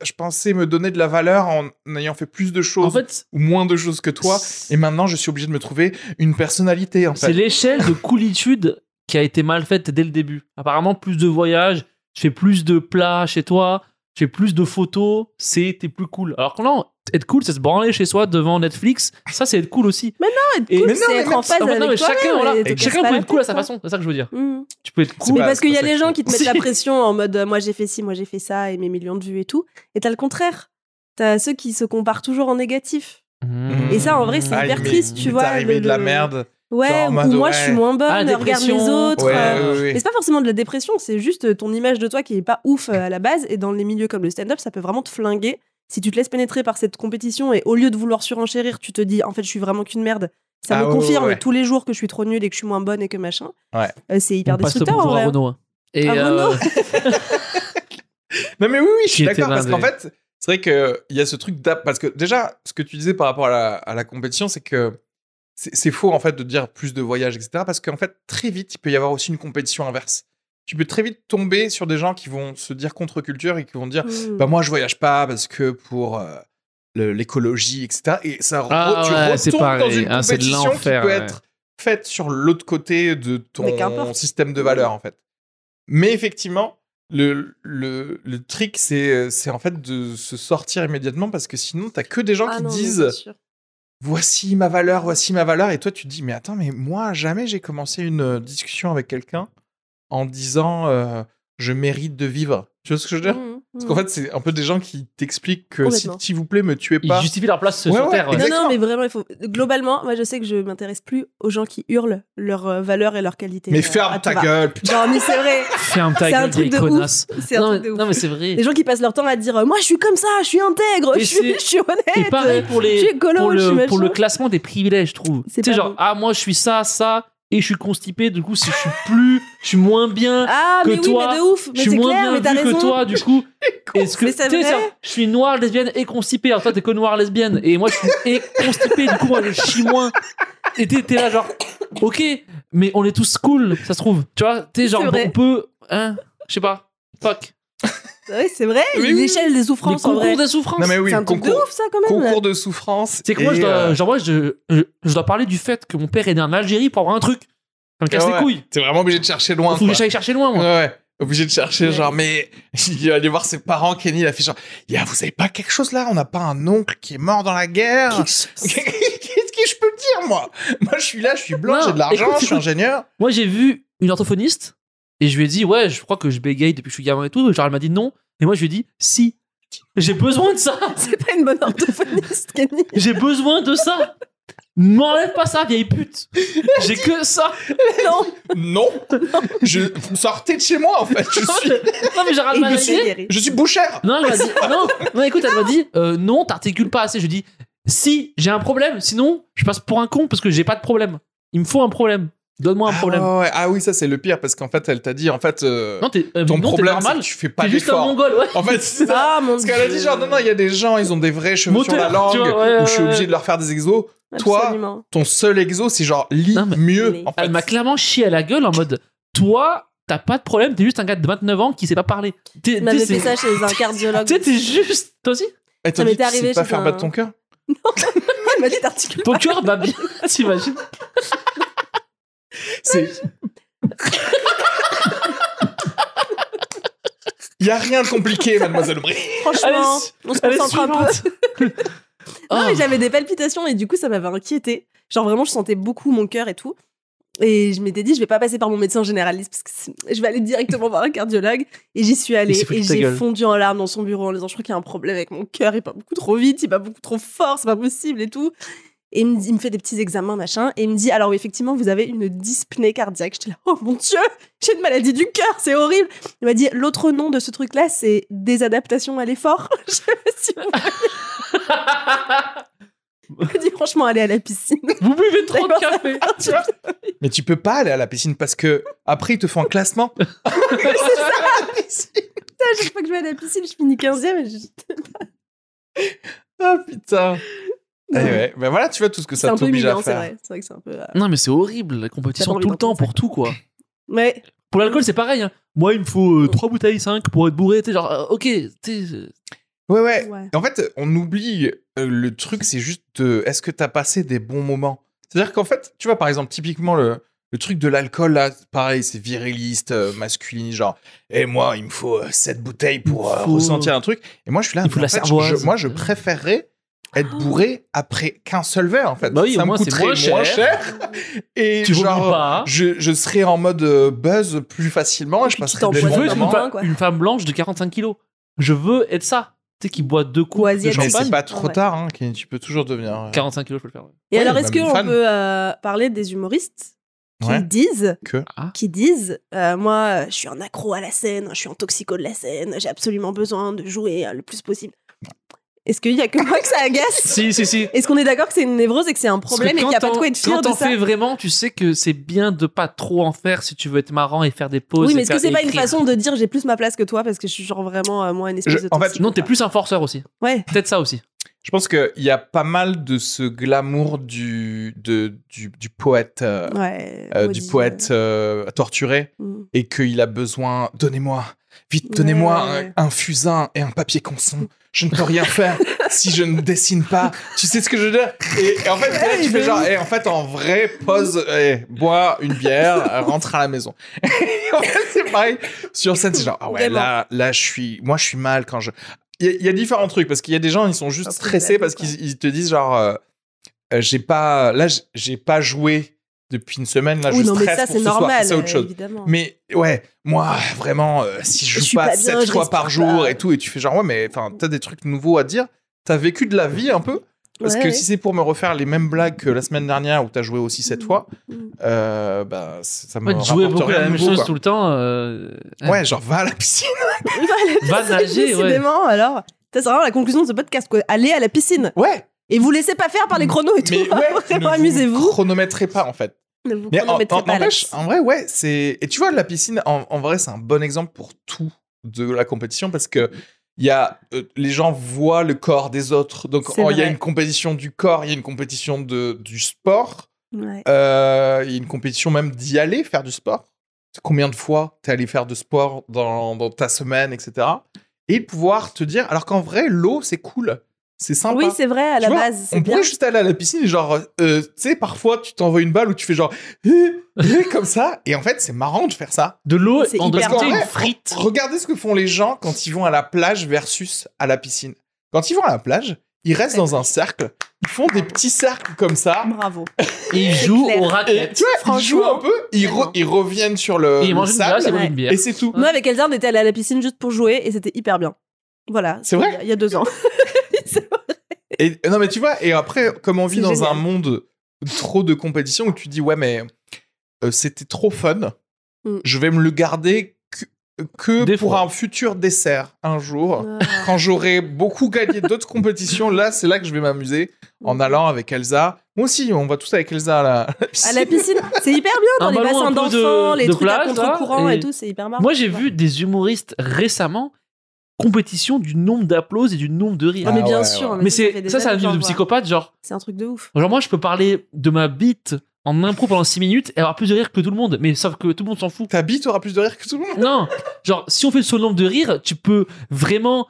[SPEAKER 4] je pensais me donner de la valeur en ayant fait plus de choses.
[SPEAKER 2] En fait,
[SPEAKER 4] ou moins de choses que toi. Et maintenant, je suis obligé de me trouver une personnalité, en
[SPEAKER 2] c'est
[SPEAKER 4] fait.
[SPEAKER 2] l'échelle de coolitude qui a été mal faite dès le début. Apparemment, plus de voyages, tu fais plus de plats chez toi, tu fais plus de photos, c'est t'es plus cool. Alors que non, être cool, c'est se branler chez soi devant Netflix, ça c'est être cool aussi.
[SPEAKER 1] Être
[SPEAKER 2] Et-
[SPEAKER 1] cool,
[SPEAKER 4] mais non,
[SPEAKER 1] c'est
[SPEAKER 4] mais
[SPEAKER 1] être
[SPEAKER 4] même-
[SPEAKER 1] en phase
[SPEAKER 2] En fait, non, mais
[SPEAKER 1] avec
[SPEAKER 2] chacun,
[SPEAKER 1] toi-même
[SPEAKER 2] voilà,
[SPEAKER 1] et te casse
[SPEAKER 2] chacun
[SPEAKER 1] pas
[SPEAKER 2] peut
[SPEAKER 1] la
[SPEAKER 2] être cool à
[SPEAKER 1] tête,
[SPEAKER 2] sa
[SPEAKER 1] quoi.
[SPEAKER 2] façon, c'est ça que je veux dire.
[SPEAKER 1] Mm.
[SPEAKER 2] Tu peux être cool.
[SPEAKER 1] Mais
[SPEAKER 4] pas-
[SPEAKER 1] parce qu'il
[SPEAKER 4] c'est
[SPEAKER 1] y a
[SPEAKER 4] pas
[SPEAKER 1] les
[SPEAKER 4] ça
[SPEAKER 1] gens
[SPEAKER 4] que-
[SPEAKER 1] qui te mettent la pression en mode euh, moi j'ai fait ci, moi j'ai fait ça et mes millions de vues et tout. Et t'as le contraire. T'as ceux qui se comparent toujours en négatif.
[SPEAKER 2] Mmh.
[SPEAKER 4] Et
[SPEAKER 1] ça, en vrai, c'est
[SPEAKER 4] Ah,
[SPEAKER 1] hyper
[SPEAKER 4] mais-
[SPEAKER 1] triste, tu
[SPEAKER 4] mais
[SPEAKER 1] vois,
[SPEAKER 4] T'es arrivé
[SPEAKER 1] le-
[SPEAKER 4] de la
[SPEAKER 1] le-
[SPEAKER 4] merde.
[SPEAKER 1] Ouais,
[SPEAKER 4] Genre en
[SPEAKER 1] ou
[SPEAKER 4] mode,
[SPEAKER 1] moi
[SPEAKER 4] ouais.
[SPEAKER 1] je suis moins bonne,
[SPEAKER 2] Ah,
[SPEAKER 1] regarde les
[SPEAKER 2] dépression.
[SPEAKER 1] autres.
[SPEAKER 4] Ouais,
[SPEAKER 1] euh,
[SPEAKER 4] ouais, ouais.
[SPEAKER 1] Mais c'est pas forcément de la dépression, c'est juste euh, ton image de toi qui est pas ouf euh, à la base. Et dans les milieux comme le stand-up, ça peut vraiment te flinguer. Si tu te laisses pénétrer par cette compétition et au lieu de vouloir surenchérir, tu te dis en fait je suis vraiment qu'une merde. Ça
[SPEAKER 4] Ah
[SPEAKER 1] me
[SPEAKER 4] ouais,
[SPEAKER 1] confirme
[SPEAKER 4] ouais, ouais.
[SPEAKER 1] tous les jours que je suis trop nulle et que je suis moins bonne et que machin.
[SPEAKER 4] Ouais.
[SPEAKER 1] Euh, c'est hyper
[SPEAKER 2] On passe le
[SPEAKER 1] destructeur en
[SPEAKER 2] bonjour à
[SPEAKER 1] vrai.
[SPEAKER 2] Renaud. hein. Et
[SPEAKER 1] À
[SPEAKER 2] euh,
[SPEAKER 1] Renaud.
[SPEAKER 4] Non, mais oui, oui,
[SPEAKER 2] Qui
[SPEAKER 4] je suis
[SPEAKER 2] était
[SPEAKER 4] d'accord. Parce qu'en
[SPEAKER 2] blindé.
[SPEAKER 4] fait, c'est vrai qu'il y a ce truc d'app. Parce que déjà, ce que tu disais par rapport à la, à la compétition, c'est que c'est c'est faux, en fait, de dire plus de voyages, etc. Parce qu'en fait, très vite, il peut y avoir aussi une compétition inverse. Tu peux très vite tomber sur des gens qui vont se dire contre-culture et qui vont dire
[SPEAKER 2] Mmh.
[SPEAKER 1] Mm.
[SPEAKER 4] bah, moi, je voyage pas parce que pour. euh, le- l'écologie, etc. Et ça, re-
[SPEAKER 2] Ah
[SPEAKER 4] tu
[SPEAKER 2] ouais, c'est
[SPEAKER 4] retombes dans
[SPEAKER 2] pareil.
[SPEAKER 4] une
[SPEAKER 2] Ah, c'est de
[SPEAKER 4] compétition qui peut
[SPEAKER 2] l'enfer, ouais.
[SPEAKER 4] être faite sur l'autre côté de
[SPEAKER 1] Mais qu'importe.
[SPEAKER 4] ton système de valeurs, en fait. Mais effectivement, le, le, le trick, c'est euh, c'est en fait de se sortir immédiatement parce que sinon, t'as que des gens
[SPEAKER 1] Ah
[SPEAKER 4] qui
[SPEAKER 1] non, mais
[SPEAKER 4] disent
[SPEAKER 1] c'est sûr.
[SPEAKER 4] voici ma valeur, voici ma valeur. Et toi, tu te dis, mais attends, mais moi, jamais j'ai commencé une euh, discussion avec quelqu'un en disant euh, je mérite de vivre. Tu vois ce que je veux dire
[SPEAKER 1] Mhm,
[SPEAKER 4] Parce
[SPEAKER 2] Mm.
[SPEAKER 1] mhm.
[SPEAKER 4] qu'en fait, c'est un peu des gens qui t'expliquent que s'il
[SPEAKER 1] Complètement.
[SPEAKER 4] vous plaît, me tuez
[SPEAKER 2] Ils
[SPEAKER 4] pas.
[SPEAKER 2] justifient leur place
[SPEAKER 4] Bah. Ouais,
[SPEAKER 2] sur
[SPEAKER 4] ouais,
[SPEAKER 2] Terre. ouais.
[SPEAKER 1] Non, non,
[SPEAKER 4] Exactement.
[SPEAKER 1] mais vraiment, il faut. Globalement, moi, je sais que je m'intéresse plus aux gens qui hurlent leurs euh, valeurs et leurs qualités.
[SPEAKER 4] Mais
[SPEAKER 1] euh,
[SPEAKER 4] ferme
[SPEAKER 2] Ah,
[SPEAKER 1] à tout
[SPEAKER 4] ta
[SPEAKER 1] va.
[SPEAKER 4] gueule, putain.
[SPEAKER 1] Non, mais c'est vrai.
[SPEAKER 2] Ferme ta
[SPEAKER 1] C'est un
[SPEAKER 2] gueule,
[SPEAKER 1] truc
[SPEAKER 2] vieille
[SPEAKER 1] de
[SPEAKER 2] connasse.
[SPEAKER 1] ouf. C'est un
[SPEAKER 2] non,
[SPEAKER 1] truc
[SPEAKER 2] mais-
[SPEAKER 1] de ouf.
[SPEAKER 2] non, mais c'est vrai.
[SPEAKER 1] Les gens qui passent leur temps à dire euh, Moi, je suis comme ça, je suis intègre,
[SPEAKER 2] Et
[SPEAKER 1] je suis,
[SPEAKER 2] c'est-
[SPEAKER 1] je suis
[SPEAKER 2] Et
[SPEAKER 1] honnête.
[SPEAKER 2] pareil
[SPEAKER 1] euh,
[SPEAKER 2] pour
[SPEAKER 1] Je
[SPEAKER 2] les,
[SPEAKER 1] suis écolo,
[SPEAKER 2] pour
[SPEAKER 1] je suis
[SPEAKER 2] le,
[SPEAKER 1] machin.
[SPEAKER 2] pour le classement des privilèges, je trouve.
[SPEAKER 1] C'est
[SPEAKER 2] Tu sais,
[SPEAKER 1] pas
[SPEAKER 2] genre,
[SPEAKER 1] bon.
[SPEAKER 2] ah, moi, je suis ça, ça, et je suis constipé, du coup, si je suis plus, je suis moins bien,
[SPEAKER 1] Ah,
[SPEAKER 2] que
[SPEAKER 1] mais oui,
[SPEAKER 2] toi,
[SPEAKER 1] mais de ouf. Mais
[SPEAKER 2] je suis
[SPEAKER 1] c'est
[SPEAKER 2] moins
[SPEAKER 1] clair, mais t'as
[SPEAKER 2] bien vu
[SPEAKER 1] raison.
[SPEAKER 2] que toi, du coup. Est-ce que
[SPEAKER 1] Mais c'est
[SPEAKER 2] tu sais,
[SPEAKER 1] vrai.
[SPEAKER 2] ça, je suis noire lesbienne et constipée, alors toi, t'es que noire lesbienne, et moi, je suis et constipée, du coup, moi, je chie moins. Et t'es t'es là, genre, ok, mais on est tous cool, ça se trouve. Tu vois, t'es genre,
[SPEAKER 1] C'est vrai.
[SPEAKER 2] on peut, hein, je sais pas, fuck.
[SPEAKER 1] Ouais, c'est vrai,
[SPEAKER 4] Oui, oui,
[SPEAKER 1] l'échelle des
[SPEAKER 2] Le
[SPEAKER 1] souffrances en vrai.
[SPEAKER 2] concours des souffrances.
[SPEAKER 4] Non, mais oui,
[SPEAKER 1] c'est un truc de
[SPEAKER 4] concours,
[SPEAKER 1] ouf, ça, quand même.
[SPEAKER 4] concours de souffrance.
[SPEAKER 2] C'est que moi,
[SPEAKER 4] et,
[SPEAKER 2] je dois,
[SPEAKER 4] euh,
[SPEAKER 2] genre, moi, je, je, je dois parler du fait que mon père est né en Algérie pour avoir un truc. Ça me casse
[SPEAKER 4] Ah
[SPEAKER 2] les
[SPEAKER 4] ouais.
[SPEAKER 2] couilles.
[SPEAKER 4] T'es vraiment obligé de chercher
[SPEAKER 2] Faut
[SPEAKER 4] loin.
[SPEAKER 2] que
[SPEAKER 4] quoi.
[SPEAKER 2] j'aille chercher loin, moi.
[SPEAKER 4] Ouais, ouais. Obligé de chercher,
[SPEAKER 1] Ouais.
[SPEAKER 4] genre, mais il est allé voir ses parents, Kenny, il a fait genre, Ya, vous avez pas quelque chose là On n'a pas un oncle qui est mort dans la guerre Qu'est-ce que je peux dire, moi Moi, je suis là, je suis blanc,
[SPEAKER 2] Non,
[SPEAKER 4] j'ai de l'argent,
[SPEAKER 2] écoute,
[SPEAKER 4] je suis
[SPEAKER 2] écoute.
[SPEAKER 4] ingénieur.
[SPEAKER 2] Moi, j'ai vu une orthophoniste et je lui ai dit, ouais, je crois que je bégaye depuis que je suis gamin et tout. Genre, elle m'a dit non. Et moi, je lui ai dit, si. J'ai besoin de ça.
[SPEAKER 1] C'est pas une bonne orthophoniste, Kenny.
[SPEAKER 2] J'ai besoin de ça. M'enlève pas ça, vieille pute. J'ai que ça.
[SPEAKER 1] Non,
[SPEAKER 4] Non, je, vous sortez de chez moi, en fait. Je suis,
[SPEAKER 2] Non, mais Gérald
[SPEAKER 1] il
[SPEAKER 2] m'a
[SPEAKER 1] est
[SPEAKER 2] dit.
[SPEAKER 1] guéri.
[SPEAKER 4] Ah, bah, je suis bouchère.
[SPEAKER 2] Non, elle m'a dit, non, non, écoute, elle m'a dit, euh, non, t'articules pas assez. Je lui ai dit, si, j'ai un problème. Sinon, je passe pour un con parce que j'ai pas de problème. Il me faut un problème. Donne-moi un
[SPEAKER 4] Ah,
[SPEAKER 2] problème.
[SPEAKER 4] ouais, ouais. Ah oui, ça, c'est le pire, parce qu'en fait, elle t'a dit, en fait, euh,
[SPEAKER 2] Non, t'es euh,
[SPEAKER 4] ton
[SPEAKER 2] non, t'es
[SPEAKER 4] problème, c'est
[SPEAKER 2] normal.
[SPEAKER 4] que tu fais pas
[SPEAKER 2] T'es juste un
[SPEAKER 4] d'efforts.
[SPEAKER 2] mongol, ouais.
[SPEAKER 4] En fait, c'est ça.
[SPEAKER 1] Ah, mon
[SPEAKER 4] Parce qu'elle a dit genre, non, non, il y a des gens, ils ont des vrais cheveux sur la
[SPEAKER 2] Moteur,
[SPEAKER 4] langue,
[SPEAKER 2] tu vois, ouais,
[SPEAKER 4] où je suis
[SPEAKER 2] ouais,
[SPEAKER 4] obligé
[SPEAKER 2] ouais.
[SPEAKER 4] de leur faire des exos. toi,
[SPEAKER 1] Absolument.
[SPEAKER 4] Ton seul exo, c'est genre, lis
[SPEAKER 2] Non, mais-
[SPEAKER 4] mieux.
[SPEAKER 1] Mais-
[SPEAKER 4] En fait.
[SPEAKER 2] Elle m'a clairement chié à la gueule en mode Toi, t'as pas de problème, t'es juste un gars de 29 ans qui sait pas parler. T'es-
[SPEAKER 1] Tu
[SPEAKER 2] t'es-
[SPEAKER 1] m'avais
[SPEAKER 2] c'est-
[SPEAKER 1] fait ça chez un cardiologue.
[SPEAKER 2] Tu sais, t'es juste. Toi aussi
[SPEAKER 4] Elle t'a
[SPEAKER 1] m'était
[SPEAKER 4] dit, tu sais
[SPEAKER 1] arrivé
[SPEAKER 4] pas
[SPEAKER 1] chez
[SPEAKER 4] faire
[SPEAKER 1] un-
[SPEAKER 4] battre
[SPEAKER 2] hein.
[SPEAKER 4] ton cœur
[SPEAKER 1] Elle m'a dit t'articules
[SPEAKER 2] Ton cœur bat bien, t'imagines
[SPEAKER 4] C'est. Il y a rien de compliqué, mademoiselle Aubry.
[SPEAKER 1] Franchement,
[SPEAKER 2] Allez,
[SPEAKER 1] on se
[SPEAKER 2] Allez,
[SPEAKER 1] concentre un peu.
[SPEAKER 2] suivante.
[SPEAKER 1] Non,
[SPEAKER 2] Ah,
[SPEAKER 1] mais j'avais des palpitations et du coup, ça m'avait inquiété. Genre, vraiment, je sentais beaucoup mon cœur et tout. Et je m'étais dit, je vais pas passer par mon médecin généraliste parce que c'est- je vais aller directement voir un cardiologue. Et j'y suis
[SPEAKER 2] Il
[SPEAKER 1] allée
[SPEAKER 2] s'est foutu
[SPEAKER 1] et
[SPEAKER 2] de ta
[SPEAKER 1] j'ai
[SPEAKER 2] gueule.
[SPEAKER 1] fondu en larmes dans son bureau en disant, je crois qu'il y a un problème avec mon cœur, il bat beaucoup trop vite, il bat beaucoup trop fort, c'est pas possible et tout. Et il me, dit- il me fait des petits examens, machin, et il me dit, alors oui, effectivement, vous avez une dyspnée cardiaque. J'étais là, oh mon dieu, j'ai une maladie du cœur, c'est horrible. Il m'a dit, l'autre nom de ce truc-là, c'est désadaptation à l'effort. je sais pas si vous il dit franchement aller à la piscine.
[SPEAKER 2] Vous buvez trop de café
[SPEAKER 1] Tu vois
[SPEAKER 4] Mais tu peux pas aller à la piscine parce que après ils te font un classement.
[SPEAKER 1] Putain, à chaque fois que je vais à la piscine, je finis 15ème. Et je-
[SPEAKER 4] Ah putain. Eh
[SPEAKER 1] Non.
[SPEAKER 4] ouais. Ben voilà, tu vois tout ce que
[SPEAKER 1] C'est
[SPEAKER 4] ça
[SPEAKER 1] un peu
[SPEAKER 4] t'oblige à
[SPEAKER 1] humiliant, c'est
[SPEAKER 4] faire.
[SPEAKER 1] vrai. C'est vrai que c'est un peu. euh,
[SPEAKER 2] Non, mais c'est horrible, la
[SPEAKER 1] T'as
[SPEAKER 2] compétition
[SPEAKER 1] pas
[SPEAKER 2] tout
[SPEAKER 1] envie
[SPEAKER 2] le temps
[SPEAKER 1] d'entendre
[SPEAKER 2] pour tout, quoi.
[SPEAKER 1] Ouais,
[SPEAKER 2] Pour l'alcool, c'est pareil. hein. Moi, il me faut 3 bouteilles 5 pour être bourré. T'es genre, euh, ok, t'es. euh,
[SPEAKER 4] Ouais ouais.
[SPEAKER 1] Ouais.
[SPEAKER 4] En fait, on oublie euh, le truc, c'est juste euh, est-ce que t'as passé des bons moments. C'est-à-dire qu'en fait, tu vois par exemple typiquement le le truc de l'alcool là, pareil, c'est viriliste, euh, masculiniste, genre. Et moi, il me faut 7 bouteilles pour euh,
[SPEAKER 2] Faut-
[SPEAKER 4] ressentir un truc. Et moi, je suis là.
[SPEAKER 2] Il faut
[SPEAKER 4] mais en
[SPEAKER 2] la
[SPEAKER 4] fait, je-
[SPEAKER 2] cervoise.
[SPEAKER 4] je- moi, je préférerais être bourré après qu'un seul verre en fait.
[SPEAKER 2] Bah oui,
[SPEAKER 4] ça
[SPEAKER 2] au
[SPEAKER 4] me
[SPEAKER 2] moins, c'est
[SPEAKER 4] coûterait
[SPEAKER 2] moins cher.
[SPEAKER 4] Et
[SPEAKER 2] Tu vomis
[SPEAKER 4] genre,
[SPEAKER 2] pas. hein.
[SPEAKER 4] je, je serais en mode euh, buzz plus facilement et,
[SPEAKER 1] Et
[SPEAKER 4] je
[SPEAKER 1] puis tu
[SPEAKER 4] passerais des
[SPEAKER 2] Je
[SPEAKER 1] t'empoisonnes
[SPEAKER 4] bons
[SPEAKER 2] veux être
[SPEAKER 1] Évidemment,
[SPEAKER 2] une,
[SPEAKER 4] moments.
[SPEAKER 1] pas-
[SPEAKER 2] fa-
[SPEAKER 1] quoi.
[SPEAKER 2] une femme blanche de 45 kilos. Je veux être ça. Tu sais, qui boit deux
[SPEAKER 1] Ou
[SPEAKER 2] coups de
[SPEAKER 1] asiatique.
[SPEAKER 4] Mais c'est
[SPEAKER 2] champagne.
[SPEAKER 4] pas trop
[SPEAKER 1] Ah ouais.
[SPEAKER 4] tard, hein, Kenny, tu peux toujours devenir. euh,
[SPEAKER 2] 45 kilos, je peux le faire. ouais.
[SPEAKER 1] Et
[SPEAKER 4] Ouais,
[SPEAKER 1] alors,
[SPEAKER 4] bah,
[SPEAKER 1] est-ce qu'on
[SPEAKER 4] fan.
[SPEAKER 1] peut euh, parler des humoristes qui
[SPEAKER 4] Ouais.
[SPEAKER 1] disent
[SPEAKER 4] Que
[SPEAKER 2] Ah.
[SPEAKER 1] qui disent euh, moi je suis un accro à la scène je suis un toxico de la scène j'ai absolument besoin de jouer euh, le plus possible est-ce qu'il y a que moi que ça agace
[SPEAKER 2] Si, si, si.
[SPEAKER 1] est-ce qu'on est d'accord que c'est une névrose et que c'est un
[SPEAKER 2] Parce que
[SPEAKER 1] problème et qu'il n'y a
[SPEAKER 2] quand
[SPEAKER 1] pas de
[SPEAKER 2] t'en-
[SPEAKER 1] quoi être fier
[SPEAKER 2] Quand
[SPEAKER 1] de
[SPEAKER 2] t'en
[SPEAKER 1] ça
[SPEAKER 2] fais vraiment, tu sais que c'est bien de pas trop en faire si tu veux être marrant et faire des pauses.
[SPEAKER 1] oui
[SPEAKER 2] et
[SPEAKER 1] mais est-ce que
[SPEAKER 2] faire-
[SPEAKER 1] c'est
[SPEAKER 2] et
[SPEAKER 1] pas une
[SPEAKER 2] écrire.
[SPEAKER 1] façon de dire j'ai plus ma place que toi parce que je suis genre vraiment euh, moi une espèce
[SPEAKER 4] Je-
[SPEAKER 1] de
[SPEAKER 4] en fait,
[SPEAKER 1] toxico,
[SPEAKER 2] Non, t'es
[SPEAKER 1] quoi.
[SPEAKER 2] plus un forceur aussi.
[SPEAKER 1] ouais
[SPEAKER 2] Peut-être ça aussi.
[SPEAKER 4] Je pense qu'il y a pas mal de ce glamour du, de, du, du poète, euh,
[SPEAKER 1] ouais
[SPEAKER 4] euh,
[SPEAKER 1] maudit,
[SPEAKER 4] du poète euh, torturé
[SPEAKER 1] euh, mm.
[SPEAKER 4] et qu'il a besoin. Donnez-moi, vite, donnez-moi
[SPEAKER 1] Ouais.
[SPEAKER 4] un, un fusain et un papier conson. je ne peux rien faire si je ne dessine pas. Tu sais ce que je veux dire et, et en fait, là, tu fais genre, et en fait, en vrai, pose, eh, bois une bière, euh, rentre à la maison. Et en fait, c'est pareil. Sur scène, c'est genre, ah ouais,
[SPEAKER 1] Vraiment.
[SPEAKER 4] là, là, je suis, moi, je suis mal quand je. Il y, a- il y a différents trucs parce qu'il y a des gens, ils sont juste
[SPEAKER 1] Un truc
[SPEAKER 4] stressés
[SPEAKER 1] d'ado,
[SPEAKER 4] parce
[SPEAKER 1] quoi.
[SPEAKER 4] qu'ils ils te disent genre, euh, euh, j'ai pas, là, j'ai- j'ai pas joué depuis une semaine, là,
[SPEAKER 1] oui,
[SPEAKER 4] Ah, je
[SPEAKER 1] non, mais
[SPEAKER 4] stresse
[SPEAKER 1] ça,
[SPEAKER 4] pour
[SPEAKER 1] c'est
[SPEAKER 4] ce soir.
[SPEAKER 1] normal.
[SPEAKER 4] C'est autre
[SPEAKER 1] euh,
[SPEAKER 4] chose.
[SPEAKER 1] Évidemment.
[SPEAKER 4] Mais ouais, moi vraiment, euh, si je
[SPEAKER 1] Je
[SPEAKER 4] joue
[SPEAKER 1] suis
[SPEAKER 4] pas,
[SPEAKER 1] pas bien,
[SPEAKER 4] sept
[SPEAKER 1] je
[SPEAKER 4] fois par
[SPEAKER 1] respire
[SPEAKER 4] jour
[SPEAKER 1] pas.
[SPEAKER 4] et tout, et tu fais genre ouais, mais enfin, t'as des trucs nouveaux à dire. T'as vécu de la vie un peu parce
[SPEAKER 1] Ouais,
[SPEAKER 4] que
[SPEAKER 1] ouais.
[SPEAKER 4] si c'est pour me refaire les mêmes blagues que la semaine dernière où t'as joué aussi sept
[SPEAKER 1] Mm.
[SPEAKER 4] fois,
[SPEAKER 1] Mm.
[SPEAKER 4] euh, bah c- ça me
[SPEAKER 2] Ouais, de jouer
[SPEAKER 4] rapporte
[SPEAKER 2] beaucoup
[SPEAKER 4] rien
[SPEAKER 2] la
[SPEAKER 4] de
[SPEAKER 2] même
[SPEAKER 4] nouveau,
[SPEAKER 2] chose
[SPEAKER 4] quoi.
[SPEAKER 2] tout le temps. euh,
[SPEAKER 4] Ouais, genre va à la piscine.
[SPEAKER 2] Va nager, ouais.
[SPEAKER 1] Décidément, alors. Ça, C'est vraiment la conclusion de ce podcast, quoi. Allez à la piscine.
[SPEAKER 4] Ouais,
[SPEAKER 1] Et vous laissez pas faire par les chronos et tout.
[SPEAKER 4] mais ouais, ne
[SPEAKER 1] Vraiment,
[SPEAKER 4] vous
[SPEAKER 1] amusez-vous.
[SPEAKER 4] Chronométrez pas en fait.
[SPEAKER 1] Ne vous
[SPEAKER 4] Mais en,
[SPEAKER 1] chronométrez
[SPEAKER 4] en-
[SPEAKER 1] pas à la
[SPEAKER 4] n'empêche,
[SPEAKER 1] piscine.
[SPEAKER 4] en vrai, ouais, c'est. Et tu vois, la piscine, en, en vrai, c'est un bon exemple pour tout de la compétition parce que
[SPEAKER 1] Mmh.
[SPEAKER 4] il y a, euh, les gens voient le corps des autres. Donc,
[SPEAKER 1] C'est
[SPEAKER 4] oh, il y a
[SPEAKER 1] vrai.
[SPEAKER 4] une compétition du corps, il y a une compétition de, du sport,
[SPEAKER 1] Ouais.
[SPEAKER 4] hein. euh, il y a une compétition même d'y aller faire du sport. Combien de fois t'es allé faire de sport dans, dans ta semaine, etc. Et pouvoir te dire, alors qu'en vrai, l'eau, c'est cool, c'est sympa.
[SPEAKER 1] Oui, c'est vrai, à la
[SPEAKER 4] Tu vois,
[SPEAKER 1] base.
[SPEAKER 4] On
[SPEAKER 1] C'est bien.
[SPEAKER 4] pourrait juste aller à la piscine et genre, euh, tu sais, parfois tu t'envoies une balle où tu fais genre, eh, eh, comme ça. Et en fait, c'est marrant de faire ça.
[SPEAKER 2] De l'eau,
[SPEAKER 1] C'est
[SPEAKER 2] en
[SPEAKER 1] hyper
[SPEAKER 2] donnant
[SPEAKER 4] marrant.
[SPEAKER 2] une frite.
[SPEAKER 4] Regardez ce que font les gens quand ils vont à la plage versus à la piscine. Quand ils vont à la plage, ils restent dans un cercle, ils font des petits cercles comme ça.
[SPEAKER 1] Bravo.
[SPEAKER 2] Et ils jouent
[SPEAKER 1] clair.
[SPEAKER 2] aux
[SPEAKER 4] Et
[SPEAKER 2] raquettes.
[SPEAKER 4] tu vois, ils jouent un peu, ils, re- ils reviennent sur le,
[SPEAKER 2] Et ils
[SPEAKER 4] le
[SPEAKER 2] mangent une glace et
[SPEAKER 4] euh, sable
[SPEAKER 2] boivent une bière.
[SPEAKER 4] et c'est tout.
[SPEAKER 1] Moi, avec Elsa, on était allé à la piscine juste pour jouer et c'était hyper bien. Voilà.
[SPEAKER 4] C'est vrai
[SPEAKER 1] Il y a deux ans.
[SPEAKER 4] Et, euh, non, mais tu vois, et après, comme on vit
[SPEAKER 1] C'est
[SPEAKER 4] dans
[SPEAKER 1] génial.
[SPEAKER 4] un monde trop de compétition où tu dis, ouais, mais euh, c'était trop fun,
[SPEAKER 1] Mm.
[SPEAKER 4] je vais me le garder que, que
[SPEAKER 2] Des
[SPEAKER 4] pour
[SPEAKER 2] fois.
[SPEAKER 4] un futur dessert un jour.
[SPEAKER 1] Ah.
[SPEAKER 4] Quand j'aurai beaucoup gagné d'autres compétitions, là, c'est là que je vais m'amuser en allant avec Elsa. Moi aussi, on va tous avec Elsa à la, à la
[SPEAKER 1] Mm.
[SPEAKER 4] piscine.
[SPEAKER 1] À la piscine, c'est hyper bien dans
[SPEAKER 2] Un
[SPEAKER 1] les
[SPEAKER 2] ballon
[SPEAKER 1] bassins
[SPEAKER 2] un peu de-
[SPEAKER 1] d'enfants, les
[SPEAKER 2] de
[SPEAKER 1] trucs à
[SPEAKER 2] plage, là,
[SPEAKER 1] contre-courant et...
[SPEAKER 2] et
[SPEAKER 1] tout, c'est hyper marrant.
[SPEAKER 2] Moi, j'ai vu des humoristes récemment compétition du nombre d'applauses et du nombre de
[SPEAKER 1] Ah,
[SPEAKER 2] rires.
[SPEAKER 1] mais
[SPEAKER 4] Ah
[SPEAKER 1] bien
[SPEAKER 4] ouais,
[SPEAKER 1] sûr.
[SPEAKER 4] ouais.
[SPEAKER 2] mais
[SPEAKER 1] fait
[SPEAKER 2] c'est
[SPEAKER 1] des
[SPEAKER 2] ça, c'est un
[SPEAKER 1] années que
[SPEAKER 2] niveau
[SPEAKER 1] j'en
[SPEAKER 2] de
[SPEAKER 1] vois.
[SPEAKER 2] psychopathe. Genre,
[SPEAKER 1] C'est un truc de ouf.
[SPEAKER 2] genre moi, je peux parler de ma bite en impro pendant 6 minutes et avoir plus de rire que tout le monde. Mais sauf que tout le monde s'en fout.
[SPEAKER 4] Ta bite aura plus de rire que tout le monde.
[SPEAKER 2] Non, genre, si on fait le nombre de rire, tu peux vraiment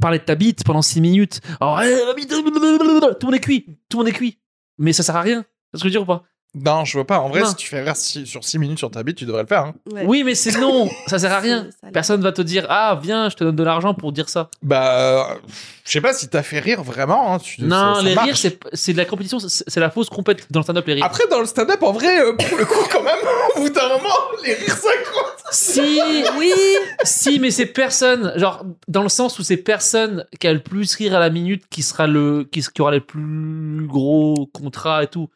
[SPEAKER 2] parler de ta bite pendant 6 minutes. Alors, eh, ma bite, blablabla, tout le monde est cuit, tout le monde est cuit. Mais ça sert à rien. C'est ce que je veux dire ou pas
[SPEAKER 4] Non, je veux pas. En vrai,
[SPEAKER 2] Non.
[SPEAKER 4] si tu fais rire si- sur 6 minutes sur ta bite, tu devrais le faire. hein.
[SPEAKER 1] Ouais.
[SPEAKER 2] Oui, mais c'est non, ça sert à rien.
[SPEAKER 1] C'est- ça l'est.
[SPEAKER 2] Personne va te dire, ah, viens, je te donne de l'argent pour dire ça.
[SPEAKER 4] Bah, euh, je sais pas si t'as fait rire vraiment. hein, tu-
[SPEAKER 2] non,
[SPEAKER 4] ça- ça
[SPEAKER 2] les
[SPEAKER 4] marche.
[SPEAKER 2] rires, c'est c'est de la compétition, c'est c'est la fausse compète dans le stand-up, les rires.
[SPEAKER 4] Après, dans le stand-up, en vrai, euh, pour le coup, quand même, au bout d'un moment, les rires s'accroissent.
[SPEAKER 2] Si,
[SPEAKER 1] Oui,
[SPEAKER 2] si, mais c'est personne, genre, dans le sens où c'est personne qui a le plus rire à la minute qui sera le, qui, qui aura les plus gros contrats et tout.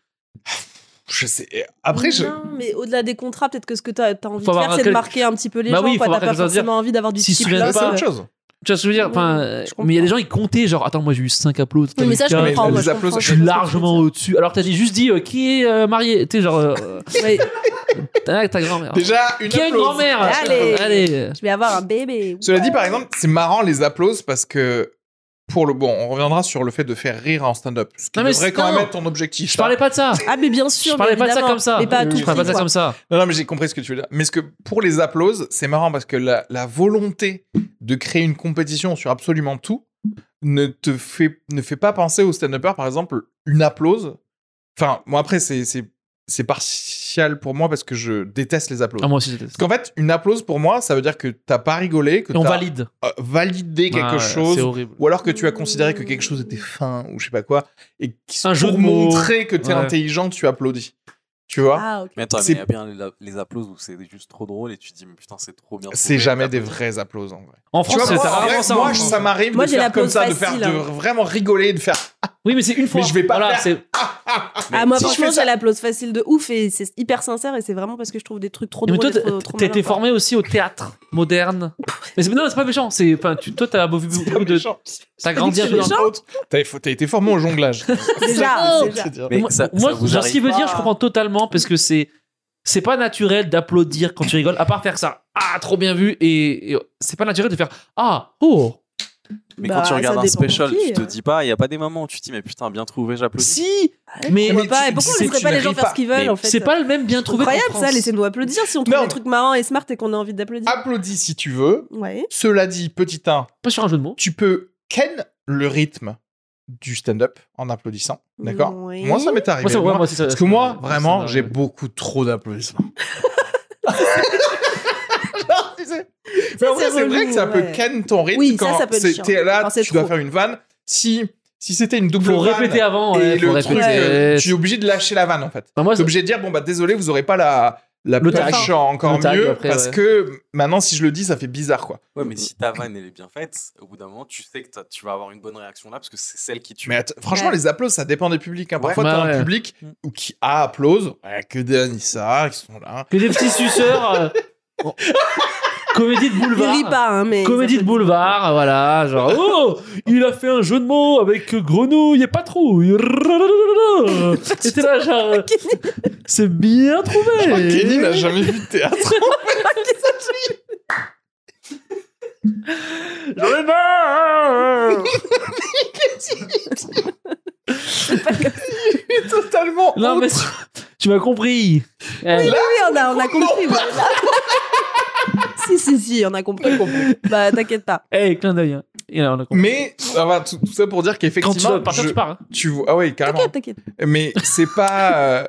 [SPEAKER 4] Je sais. Après, je.
[SPEAKER 1] Non, mais au-delà des contrats, peut-être que ce que t'as as envie
[SPEAKER 2] Faut
[SPEAKER 1] de faire,
[SPEAKER 2] avoir
[SPEAKER 1] c'est de
[SPEAKER 2] quel-
[SPEAKER 1] marquer un petit peu les
[SPEAKER 2] Bah
[SPEAKER 1] gens.
[SPEAKER 2] oui, faut
[SPEAKER 1] quoi.
[SPEAKER 2] avoir
[SPEAKER 1] T'as pas
[SPEAKER 2] quelque chose à dire.
[SPEAKER 1] forcément envie d'avoir du
[SPEAKER 2] S'ils se
[SPEAKER 1] cheap
[SPEAKER 2] souviennent
[SPEAKER 1] love.
[SPEAKER 4] Là, c'est
[SPEAKER 2] pas,
[SPEAKER 4] autre chose.
[SPEAKER 2] Tu vois ce que je veux dire
[SPEAKER 1] Ouais,
[SPEAKER 2] enfin,
[SPEAKER 1] je
[SPEAKER 2] euh,
[SPEAKER 1] comprends.
[SPEAKER 2] Mais il y a des gens qui comptaient, genre, attends, moi j'ai eu 5 applaudissements.
[SPEAKER 1] Oui, mais ça, je
[SPEAKER 2] t'as eu
[SPEAKER 1] comprends.
[SPEAKER 2] quatre.
[SPEAKER 1] moi,
[SPEAKER 4] les
[SPEAKER 1] je
[SPEAKER 4] applaudissements,
[SPEAKER 1] comprends.
[SPEAKER 2] Je suis largement au-dessus. Alors, t'as dit juste dit euh, qui est euh, marié Tu sais, genre. euh,
[SPEAKER 1] Ouais,
[SPEAKER 2] tac, ta grand-mère.
[SPEAKER 4] Déjà, une
[SPEAKER 2] Qui a une
[SPEAKER 4] applause.
[SPEAKER 2] grand-mère
[SPEAKER 1] Allez.
[SPEAKER 2] Allez.
[SPEAKER 1] Je vais avoir un bébé.
[SPEAKER 4] Cela dit, par exemple, c'est marrant les applauses parce que. Pour le bon, on reviendra sur le fait de faire rire en stand-up. Ce qui
[SPEAKER 2] Non, mais
[SPEAKER 4] devrait
[SPEAKER 2] c'est-
[SPEAKER 4] quand
[SPEAKER 2] non.
[SPEAKER 4] même être ton objectif.
[SPEAKER 2] Je
[SPEAKER 4] ça.
[SPEAKER 2] parlais pas de ça.
[SPEAKER 1] Ah, mais bien sûr.
[SPEAKER 2] Je parlais
[SPEAKER 1] mais
[SPEAKER 2] pas de ça
[SPEAKER 1] évidemment.
[SPEAKER 2] comme ça.
[SPEAKER 1] Mais pas à tout
[SPEAKER 2] Je parlais pas
[SPEAKER 1] prix,
[SPEAKER 2] de ça
[SPEAKER 1] quoi.
[SPEAKER 2] comme ça.
[SPEAKER 4] Non, non, mais j'ai compris ce que tu veux dire. Mais ce que pour les applauses, c'est marrant parce que la, la volonté de créer une compétition sur absolument tout ne te fait, ne fait pas penser au stand-upper, par exemple, une applause. Enfin, moi, après, c'est, c'est, c'est partial pour moi parce que je déteste les applauses.
[SPEAKER 2] Ah, moi aussi, c'était
[SPEAKER 4] Parce qu'en fait, une applause pour moi, ça veut dire que t'as pas rigolé, que
[SPEAKER 2] Et on
[SPEAKER 4] t'as
[SPEAKER 2] valide.
[SPEAKER 4] euh, validé quelque
[SPEAKER 2] Ah, C'est
[SPEAKER 4] chose,
[SPEAKER 2] horrible.
[SPEAKER 4] ou alors que tu as considéré que quelque chose était fin ou je sais pas quoi, et qui-
[SPEAKER 2] Un
[SPEAKER 4] pour
[SPEAKER 2] jeu de mots.
[SPEAKER 4] montrer que t'es
[SPEAKER 2] Ouais.
[SPEAKER 4] intelligent, tu applaudis. Tu vois
[SPEAKER 1] Ah, ok.
[SPEAKER 3] Mais attends, mais
[SPEAKER 4] C'est-
[SPEAKER 3] il y a bien les, les applauses où c'est juste trop drôle et tu te dis, mais putain, c'est trop bien.
[SPEAKER 4] C'est
[SPEAKER 3] trouvé, Ah,
[SPEAKER 4] jamais des
[SPEAKER 3] t'applaudis.
[SPEAKER 4] vrais applauses en vrai.
[SPEAKER 2] En
[SPEAKER 4] Tu
[SPEAKER 2] France,
[SPEAKER 4] vois,
[SPEAKER 2] c'est
[SPEAKER 4] moi,
[SPEAKER 2] ça.
[SPEAKER 4] en vrai,
[SPEAKER 2] rarement ça, hein. en
[SPEAKER 4] moi,
[SPEAKER 2] France.
[SPEAKER 4] ça m'arrive
[SPEAKER 1] Moi,
[SPEAKER 4] de
[SPEAKER 1] j'ai
[SPEAKER 4] faire comme
[SPEAKER 1] l'applause
[SPEAKER 4] ça, de faire
[SPEAKER 1] facile,
[SPEAKER 4] de
[SPEAKER 1] hein.
[SPEAKER 4] vraiment rigoler, de faire.
[SPEAKER 2] Oui, mais c'est une fois.
[SPEAKER 4] je vais pas
[SPEAKER 2] Voilà,
[SPEAKER 4] faire.
[SPEAKER 2] c'est-
[SPEAKER 3] Mais
[SPEAKER 1] Ah, moi,
[SPEAKER 4] si je
[SPEAKER 1] franchement,
[SPEAKER 4] fais ça-
[SPEAKER 1] j'ai l'applause facile de ouf et c'est hyper sincère et c'est vraiment parce que je trouve des trucs trop
[SPEAKER 2] Mais
[SPEAKER 1] drôles.
[SPEAKER 2] toi,
[SPEAKER 1] et trop- euh, trop
[SPEAKER 2] t'as été
[SPEAKER 1] malins, quoi.
[SPEAKER 2] formé aussi au théâtre moderne. Mais c'est- non, c'est pas méchant. C'est, enfin, tu, toi, t'as beaucoup beaucoup de,
[SPEAKER 4] méchant.
[SPEAKER 2] t'as grandi un peu dans
[SPEAKER 1] méchant.
[SPEAKER 4] T'as t'as été formé au jonglage.
[SPEAKER 1] Déjà,
[SPEAKER 4] C'est-
[SPEAKER 1] déjà.
[SPEAKER 4] c'est dire.
[SPEAKER 3] Mais
[SPEAKER 2] moi,
[SPEAKER 3] ça-
[SPEAKER 2] moi,
[SPEAKER 3] ça vous
[SPEAKER 2] genre,
[SPEAKER 3] arrive
[SPEAKER 2] ce qu'il veut
[SPEAKER 3] pas
[SPEAKER 2] dire, je comprends totalement parce que c'est c'est pas naturel d'applaudir quand tu rigoles, à part faire ça. Ah, trop bien vu et, et c'est pas naturel de faire ah oh.
[SPEAKER 3] Mais
[SPEAKER 1] Bah,
[SPEAKER 3] quand tu
[SPEAKER 1] ça
[SPEAKER 3] regardes un
[SPEAKER 1] dépend pour
[SPEAKER 3] special,
[SPEAKER 1] qui,
[SPEAKER 3] tu te
[SPEAKER 1] euh.
[SPEAKER 3] dis pas, il y a pas des moments où tu te dis, mais putain, bien trouvé, j'applaudis.
[SPEAKER 2] Si,
[SPEAKER 1] On
[SPEAKER 2] mais
[SPEAKER 1] voit
[SPEAKER 4] tu-
[SPEAKER 1] pas. Et pourquoi on
[SPEAKER 4] c'est-
[SPEAKER 1] laisserait
[SPEAKER 4] tu
[SPEAKER 1] pas
[SPEAKER 4] ne
[SPEAKER 1] les gens
[SPEAKER 4] ris
[SPEAKER 1] faire
[SPEAKER 4] pas.
[SPEAKER 1] ce qu'ils veulent
[SPEAKER 3] Mais
[SPEAKER 1] Ah en fait
[SPEAKER 2] c'est pas le même bien trouvé. qu'en
[SPEAKER 1] Incroyable ça,
[SPEAKER 2] France.
[SPEAKER 1] laissez-nous applaudir si on trouve
[SPEAKER 4] Non.
[SPEAKER 1] des trucs marrants et smart et qu'on a envie d'applaudir.
[SPEAKER 4] Applaudis si tu veux.
[SPEAKER 1] Ouais.
[SPEAKER 4] Cela dit, petit 1,
[SPEAKER 2] Pas sur un jeu de mots.
[SPEAKER 4] tu peux ken le rythme du stand-up en applaudissant. D'accord
[SPEAKER 1] Oui.
[SPEAKER 4] Moi, ça m'est arrivé.
[SPEAKER 2] Moi, ça- ouais,
[SPEAKER 4] Moi,
[SPEAKER 2] moi, c'est ça-
[SPEAKER 4] parce que moi,
[SPEAKER 2] ça-
[SPEAKER 4] vraiment,
[SPEAKER 2] ça-
[SPEAKER 4] j'ai beaucoup trop d'applaudissements. Genre, tu sais. Mais en vrai,
[SPEAKER 1] c'est
[SPEAKER 4] c'est vrai
[SPEAKER 1] relou,
[SPEAKER 4] que ça
[SPEAKER 1] ouais.
[SPEAKER 4] peut canne ton rythme
[SPEAKER 1] Oui, ça,
[SPEAKER 4] quand
[SPEAKER 1] ça peut être
[SPEAKER 4] c'est-
[SPEAKER 1] chiant.
[SPEAKER 4] t'es là,
[SPEAKER 1] Quand c'est
[SPEAKER 4] tu dois
[SPEAKER 1] trop.
[SPEAKER 4] faire une vanne. Si, si c'était une double
[SPEAKER 2] Faut
[SPEAKER 4] vanne
[SPEAKER 2] répéter avant.
[SPEAKER 4] et
[SPEAKER 2] ouais, faut
[SPEAKER 4] le truc,
[SPEAKER 2] répéter.
[SPEAKER 4] euh, tu es obligé de lâcher la vanne en fait.
[SPEAKER 2] Enfin, moi,
[SPEAKER 4] T'es obligé de dire bon bah désolé, vous aurez pas la la
[SPEAKER 2] Le tag.
[SPEAKER 4] punch encore
[SPEAKER 2] Le tag,
[SPEAKER 4] mieux
[SPEAKER 2] après,
[SPEAKER 4] parce
[SPEAKER 2] ouais.
[SPEAKER 4] que maintenant si je le dis, ça fait bizarre quoi.
[SPEAKER 3] Ouais, mais si ta vanne elle est bien faite, au bout d'un moment, tu sais que t'as- tu vas avoir une bonne réaction là parce que c'est celle qui tue.
[SPEAKER 4] Mais att- franchement,
[SPEAKER 1] Ouais. Mm.
[SPEAKER 4] les applauses, ça dépend des publics. Hein.
[SPEAKER 3] Ouais.
[SPEAKER 4] Parfois, t'as
[SPEAKER 2] Ouais,
[SPEAKER 4] un
[SPEAKER 2] ouais.
[SPEAKER 4] public ou qui a applause, ouais, que des Anissa qui sont là.
[SPEAKER 2] Que des petits suceurs. euh, bon. Comédie de
[SPEAKER 1] Il
[SPEAKER 2] boulevard.
[SPEAKER 1] rit pas, hein, mais.
[SPEAKER 2] Comédie de boulevard, voilà, genre oh, il a fait un jeu de mots avec grenouille et patrouille. Et t'es là genre euh, c'est bien
[SPEAKER 4] Je crois que Kenny n'a
[SPEAKER 2] trouvé.
[SPEAKER 4] jamais vu de théâtre.
[SPEAKER 2] J'en ai marre.
[SPEAKER 4] Il est totalement.
[SPEAKER 2] Non mais tu m'as compris. Eh,
[SPEAKER 1] Oui, oui, on a, on a compris. ouais, là. si, si, si, on a compris. Bah, t'inquiète pas.
[SPEAKER 2] eh, clin d'œil. hein. Et là, on a compris.
[SPEAKER 4] Mais ça va, tout, tout ça pour dire
[SPEAKER 2] Quand tu
[SPEAKER 4] qu'effectivement,
[SPEAKER 2] vas partir,
[SPEAKER 4] je-
[SPEAKER 2] tu pars. hein.
[SPEAKER 4] tu vois, ah oui, carrément.
[SPEAKER 1] T'inquiète, t'inquiète.
[SPEAKER 4] Mais c'est pas. euh,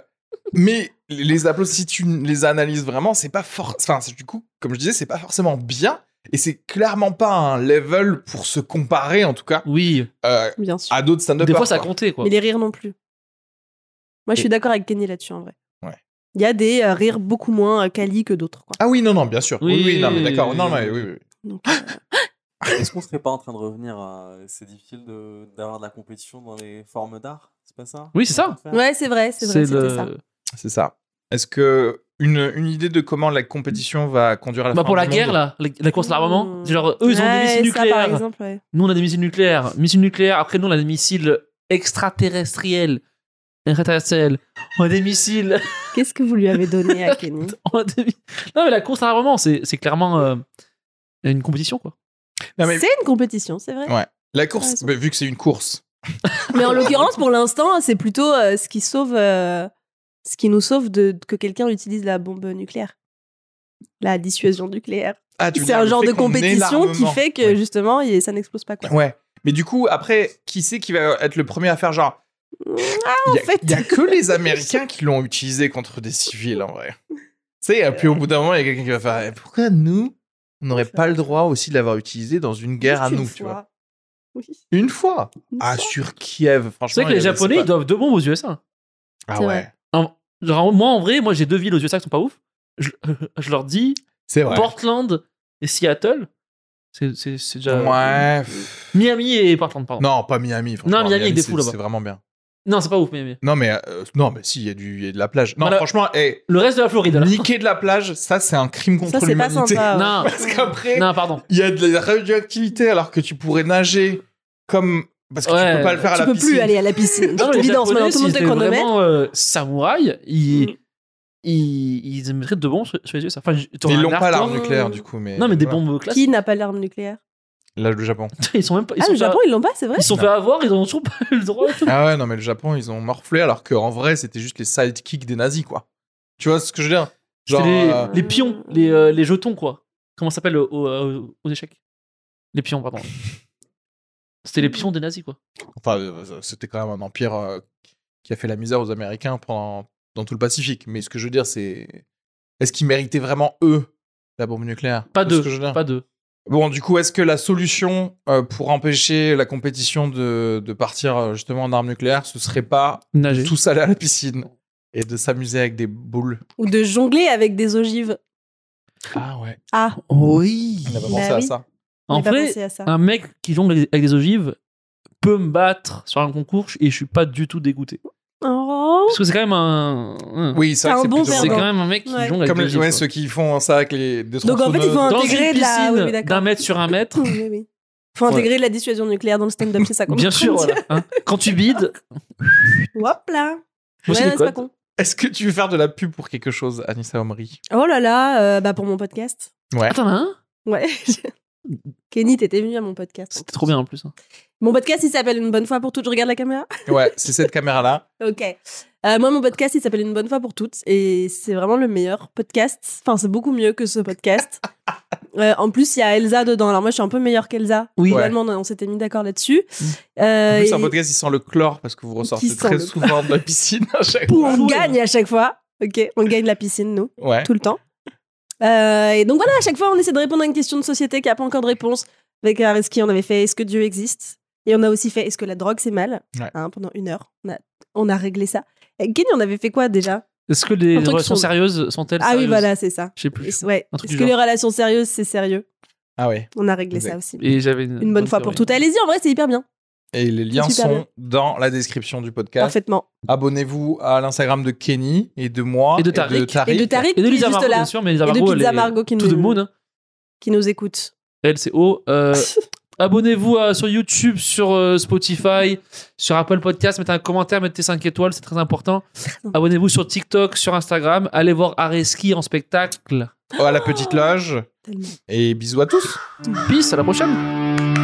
[SPEAKER 4] Mais les applauses, si tu les analyses vraiment, c'est pas fort. Enfin, c'est- du coup, comme je disais, c'est pas forcément bien. Et c'est clairement pas un level pour se comparer, en tout cas,
[SPEAKER 2] Oui.
[SPEAKER 4] euh,
[SPEAKER 1] Bien sûr.
[SPEAKER 4] à d'autres stand-up.
[SPEAKER 2] Des fois, ça a compté quoi.
[SPEAKER 1] Mais les rires non plus. Moi, je suis d'accord avec Kenny là-dessus, en vrai.
[SPEAKER 4] Ouais.
[SPEAKER 1] Il y a des euh, rires beaucoup moins euh, quali que d'autres, quoi.
[SPEAKER 4] Ah oui, non, non, bien sûr. Oui, oui,
[SPEAKER 2] Oui,
[SPEAKER 4] non, mais d'accord.
[SPEAKER 2] oui,
[SPEAKER 4] Non,
[SPEAKER 2] oui,
[SPEAKER 4] mais
[SPEAKER 2] oui.
[SPEAKER 4] oui, oui, oui.
[SPEAKER 1] Donc, euh,
[SPEAKER 3] Est-ce qu'on serait pas en train de revenir à c'est difficile de- d'avoir de la compétition dans les formes d'art C'est pas ça
[SPEAKER 2] Oui, c'est ça.
[SPEAKER 4] Ah.
[SPEAKER 1] ouais, c'est vrai, c'est vrai, c'était
[SPEAKER 2] le-
[SPEAKER 1] ça.
[SPEAKER 4] C'est ça. Est-ce que une, une idée de comment la compétition va conduire à la
[SPEAKER 2] Bah
[SPEAKER 4] fin
[SPEAKER 2] pour
[SPEAKER 4] du
[SPEAKER 2] la
[SPEAKER 4] monde
[SPEAKER 2] guerre là, la, la course à l'armement,
[SPEAKER 1] Mmh.
[SPEAKER 2] c'est genre eux Oh, ils ont
[SPEAKER 1] Ouais,
[SPEAKER 2] des missiles
[SPEAKER 1] ça, par
[SPEAKER 2] nucléaires,
[SPEAKER 1] exemple, ouais.
[SPEAKER 2] nous on a des missiles nucléaires, missiles nucléaires, après nous on a des missiles extraterrestriels, extraterrestriels, on a des missiles,
[SPEAKER 1] Qu'est-ce que vous lui avez donné à Kenny
[SPEAKER 2] on a des mi- Non mais la course à l'armement c'est c'est clairement euh, une compétition quoi.
[SPEAKER 4] Non, mais
[SPEAKER 1] C'est une compétition, c'est vrai.
[SPEAKER 4] Ouais. la course,
[SPEAKER 1] raison.
[SPEAKER 4] bah, vu que c'est une course.
[SPEAKER 1] Mais en l'occurrence, pour l'instant, c'est plutôt euh, ce qui sauve, euh, ce qui nous sauve de que quelqu'un utilise la bombe nucléaire, la dissuasion nucléaire.
[SPEAKER 4] Ah, tu veux
[SPEAKER 1] C'est
[SPEAKER 4] dire
[SPEAKER 1] un
[SPEAKER 4] le
[SPEAKER 1] genre
[SPEAKER 4] fait
[SPEAKER 1] de
[SPEAKER 4] qu'on ait
[SPEAKER 1] compétition qui
[SPEAKER 4] l'armement.
[SPEAKER 1] fait que
[SPEAKER 4] Ouais.
[SPEAKER 1] justement, il- ça n'explose pas quoi.
[SPEAKER 4] Ouais. Mais du coup, après, qui c'est qui va être le premier à faire genre
[SPEAKER 1] Mmh,
[SPEAKER 4] Il y a-
[SPEAKER 1] Ah, fait.
[SPEAKER 4] il y a, que les Américains qui l'ont utilisé contre des civils, en vrai. Tu sais, et puis au bout d'un moment, il y a quelqu'un qui va faire Eh, Pourquoi nous, on n'aurait pas le droit aussi de l'avoir utilisé dans une guerre à
[SPEAKER 1] Une
[SPEAKER 4] nous,
[SPEAKER 1] fois.
[SPEAKER 4] tu vois
[SPEAKER 1] Oui.
[SPEAKER 4] Une fois
[SPEAKER 1] Une
[SPEAKER 4] Ah,
[SPEAKER 1] fois.
[SPEAKER 4] sur Kiev, franchement.
[SPEAKER 2] Tu sais que
[SPEAKER 4] il y
[SPEAKER 2] les
[SPEAKER 4] avait-
[SPEAKER 2] Japonais
[SPEAKER 4] c'est
[SPEAKER 2] ils doivent deux bombes aux USA.
[SPEAKER 4] pas- Ah
[SPEAKER 1] C'est
[SPEAKER 4] ouais,
[SPEAKER 1] vrai.
[SPEAKER 2] En- Genre moi en vrai, moi j'ai deux villes aux USA qui sont pas ouf, je, je leur dis
[SPEAKER 4] c'est vrai.
[SPEAKER 2] Portland et Seattle, c'est c'est- c'est déjà...
[SPEAKER 4] Ouais. pff.
[SPEAKER 2] Miami et Portland pardon.
[SPEAKER 4] Non, pas Miami. franchement.
[SPEAKER 2] euh, Non, Miami, il y a des
[SPEAKER 4] c'est-
[SPEAKER 2] fous là-bas.
[SPEAKER 4] C'est vraiment bien.
[SPEAKER 2] Non, c'est pas ouf Miami.
[SPEAKER 4] Non, mais euh, non, mais si, il y, a du- il y a de la plage. Non,
[SPEAKER 2] Voilà.
[SPEAKER 4] franchement, eh,
[SPEAKER 2] Le reste de la Floride alors.
[SPEAKER 4] niquer de la plage, ça, c'est un crime
[SPEAKER 1] Ça
[SPEAKER 4] contre
[SPEAKER 1] c'est pas
[SPEAKER 4] l'humanité.
[SPEAKER 1] sympa. ouais.
[SPEAKER 2] Non.
[SPEAKER 4] Parce qu'après,
[SPEAKER 2] Non pardon.
[SPEAKER 4] il y a de la radioactivité alors que tu pourrais nager comme. Parce que
[SPEAKER 2] Ouais.
[SPEAKER 4] tu peux pas le faire à
[SPEAKER 1] Tu
[SPEAKER 4] la
[SPEAKER 1] peux
[SPEAKER 4] piscine.
[SPEAKER 1] plus aller à la piscine.
[SPEAKER 2] Non,
[SPEAKER 1] Toute
[SPEAKER 2] les
[SPEAKER 1] évidence,
[SPEAKER 2] Japonais,
[SPEAKER 1] maintenant tout le monde
[SPEAKER 2] s'ils
[SPEAKER 1] est
[SPEAKER 2] étaient
[SPEAKER 1] chronomètre.
[SPEAKER 2] vraiment euh, samouraï, ils,
[SPEAKER 1] Mm.
[SPEAKER 2] ils, ils mettraient de bombes sur, sur les yeux. Ça. Enfin, je-
[SPEAKER 4] Mais
[SPEAKER 2] t'aurais
[SPEAKER 4] ils
[SPEAKER 2] un
[SPEAKER 4] l'ont pas
[SPEAKER 2] arc,
[SPEAKER 4] l'arme
[SPEAKER 1] toi.
[SPEAKER 4] nucléaire du coup, mais.
[SPEAKER 2] Non, mais des
[SPEAKER 4] voilà.
[SPEAKER 2] bombes classiques.
[SPEAKER 1] Qui n'a pas l'arme nucléaire
[SPEAKER 4] Là, le Japon.
[SPEAKER 2] Ils sont même pas. Ils
[SPEAKER 1] Ah,
[SPEAKER 2] sont
[SPEAKER 1] le
[SPEAKER 2] fait-
[SPEAKER 1] Japon, ils l'ont pas, c'est vrai
[SPEAKER 2] Ils sont
[SPEAKER 4] Non.
[SPEAKER 2] fait avoir, ils n'ont toujours pas eu le droit.
[SPEAKER 4] Ah ouais, non, mais le Japon, ils ont morflé alors qu'en vrai, c'était juste les sidekicks des nazis, quoi. Tu vois ce que je veux dire
[SPEAKER 2] C'était
[SPEAKER 4] Genre,
[SPEAKER 2] les,
[SPEAKER 4] euh,
[SPEAKER 2] les pions, les, euh, les jetons, quoi. Comment ça s'appelle au- au- euh, aux échecs Les pions, pardon. C'était
[SPEAKER 1] Mm.
[SPEAKER 2] les pions des nazis, quoi.
[SPEAKER 4] Enfin, euh, c'était quand même un empire euh, qui a fait la misère aux Américains pendant, dans tout le Pacifique. Mais ce que je veux dire, c'est. Est-ce qu'ils méritaient vraiment, eux, la bombe nucléaire
[SPEAKER 2] Pas
[SPEAKER 4] Tu vois
[SPEAKER 2] deux.
[SPEAKER 4] ce que je veux dire
[SPEAKER 2] Pas deux.
[SPEAKER 4] Bon, du coup, est-ce que la solution euh, pour empêcher la compétition de, de partir euh, justement en armes nucléaires, ce serait pas
[SPEAKER 2] Nager.
[SPEAKER 4] tous aller à la piscine et de s'amuser avec des boules
[SPEAKER 1] Ou de jongler avec des ogives.
[SPEAKER 4] Ah ouais.
[SPEAKER 1] Ah,
[SPEAKER 2] Oui.
[SPEAKER 4] On n'a pas
[SPEAKER 1] Bah
[SPEAKER 4] pensé à
[SPEAKER 1] oui.
[SPEAKER 4] ça.
[SPEAKER 2] Oh. En
[SPEAKER 1] j'ai pas
[SPEAKER 2] vrai,
[SPEAKER 1] pensé à ça.
[SPEAKER 2] un mec qui jongle avec avec des ogives peut me battre sur un concours et je suis pas du tout dégoûté.
[SPEAKER 1] Oh.
[SPEAKER 2] Parce que c'est quand même un. un-
[SPEAKER 4] Oui, c'est
[SPEAKER 1] T'as
[SPEAKER 4] vrai
[SPEAKER 1] un
[SPEAKER 4] que c'est
[SPEAKER 1] bon
[SPEAKER 4] plutôt-
[SPEAKER 2] C'est
[SPEAKER 1] perdant.
[SPEAKER 2] quand même un mec qui
[SPEAKER 1] Ouais.
[SPEAKER 2] jongle avec
[SPEAKER 4] Comme
[SPEAKER 2] des
[SPEAKER 4] les,
[SPEAKER 2] ogives.
[SPEAKER 4] ouais,
[SPEAKER 2] quoi.
[SPEAKER 4] ceux qui font ça avec les deux
[SPEAKER 1] Donc, en fait, il faut
[SPEAKER 4] tronçonneuses.
[SPEAKER 2] dans une
[SPEAKER 1] intégrer de la-
[SPEAKER 2] piscine
[SPEAKER 1] oui, oui, d'accord.
[SPEAKER 2] d'un mètre sur un mètre.
[SPEAKER 1] Oui, oui. Faut intégrer de la dissuasion nucléaire dans le stand-up, c'est ça qu'on
[SPEAKER 2] Bien
[SPEAKER 1] est en train
[SPEAKER 2] sûr,
[SPEAKER 1] de dire.
[SPEAKER 2] voilà, hein. quand tu bides,
[SPEAKER 1] Hop là.
[SPEAKER 2] Moi, c'est
[SPEAKER 1] Ouais, c'est
[SPEAKER 2] des
[SPEAKER 1] pas
[SPEAKER 2] codes.
[SPEAKER 1] con.
[SPEAKER 4] Est-ce que tu veux faire de la pub pour quelque chose, Anissa Omri
[SPEAKER 1] Oh là là, euh, bah pour mon podcast.
[SPEAKER 2] attends, hein
[SPEAKER 1] Ouais. Kenny, t'étais venu à mon podcast.
[SPEAKER 2] C'était trop bien en plus. hein.
[SPEAKER 1] Mon podcast, il s'appelle Une bonne fois pour toutes. Je regarde la caméra.
[SPEAKER 4] Ouais, c'est cette caméra-là.
[SPEAKER 1] Ok. Euh, moi, mon podcast, il s'appelle Une bonne fois pour toutes et c'est vraiment le meilleur podcast. Enfin, c'est beaucoup mieux que ce podcast. Euh, en plus, il y a Elsa dedans. Alors moi, je suis un peu meilleure qu'Elsa.
[SPEAKER 2] Oui.
[SPEAKER 4] Ouais. Mm.
[SPEAKER 1] Finalement, on on s'était mis d'accord là-dessus.
[SPEAKER 4] En
[SPEAKER 1] Euh,
[SPEAKER 4] plus, un
[SPEAKER 1] et-
[SPEAKER 4] podcast, il sent le chlore parce que vous ressortez
[SPEAKER 1] sent
[SPEAKER 4] très
[SPEAKER 1] le
[SPEAKER 4] souvent de la piscine à chaque
[SPEAKER 1] Pou,
[SPEAKER 4] fois.
[SPEAKER 1] on gagne à chaque fois. Ok, on gagne la piscine, nous,
[SPEAKER 4] Ouais.
[SPEAKER 1] tout le temps. Euh, et donc voilà, à chaque fois, on essaie de répondre à une question de société qui n'a pas encore de réponse. Avec Ariski, on avait fait Est-ce que Dieu existe Et on a aussi fait Est-ce que la drogue c'est mal
[SPEAKER 4] Ouais.
[SPEAKER 1] Hein, Pendant une heure, on a, on a réglé ça. Et Kenny, on avait fait quoi déjà
[SPEAKER 2] Est-ce que les
[SPEAKER 1] Un truc
[SPEAKER 2] relations
[SPEAKER 1] sur-
[SPEAKER 2] sérieuses sont-elles
[SPEAKER 1] Ah oui,
[SPEAKER 2] sérieuses
[SPEAKER 1] voilà, c'est ça.
[SPEAKER 2] Je sais plus.
[SPEAKER 1] Est-ce- Ouais.
[SPEAKER 2] Un truc
[SPEAKER 1] Est-ce que
[SPEAKER 2] du
[SPEAKER 1] les
[SPEAKER 2] genre.
[SPEAKER 1] relations sérieuses c'est sérieux
[SPEAKER 4] Ah ouais.
[SPEAKER 1] On a réglé
[SPEAKER 4] Exact.
[SPEAKER 1] ça aussi.
[SPEAKER 2] Et j'avais une,
[SPEAKER 1] Une bonne fois pour
[SPEAKER 2] théorie.
[SPEAKER 1] toutes. Allez-y, en vrai, c'est hyper bien.
[SPEAKER 4] Et les liens
[SPEAKER 1] super
[SPEAKER 4] sont
[SPEAKER 1] bien.
[SPEAKER 4] dans la description du podcast.
[SPEAKER 1] Parfaitement.
[SPEAKER 4] Abonnez-vous à l'Instagram de Kenny et de moi
[SPEAKER 2] Et de Tariq.
[SPEAKER 1] Et de Tariq,
[SPEAKER 2] Et
[SPEAKER 1] qui
[SPEAKER 2] de
[SPEAKER 1] est
[SPEAKER 2] Lisa
[SPEAKER 1] juste
[SPEAKER 2] Margot,
[SPEAKER 1] là,
[SPEAKER 2] bien sûr, mais Lisa
[SPEAKER 1] Et de
[SPEAKER 2] Margot, elle
[SPEAKER 1] Pizza
[SPEAKER 2] est
[SPEAKER 1] Margot qui
[SPEAKER 2] tout de
[SPEAKER 1] nous-
[SPEAKER 2] moon. hein.
[SPEAKER 1] qui nous écoute.
[SPEAKER 2] Elle, c'est haut. Euh, Abonnez-vous euh, sur YouTube, sur euh, Spotify, sur Apple Podcast. Mettez un commentaire, mettez 5 étoiles, c'est très important. Abonnez-vous sur TikTok, sur Instagram. Allez voir Areski en spectacle.
[SPEAKER 4] à la petite loge.
[SPEAKER 1] Oh, Tellement.
[SPEAKER 4] Et bisous à tous.
[SPEAKER 2] Peace, à la prochaine.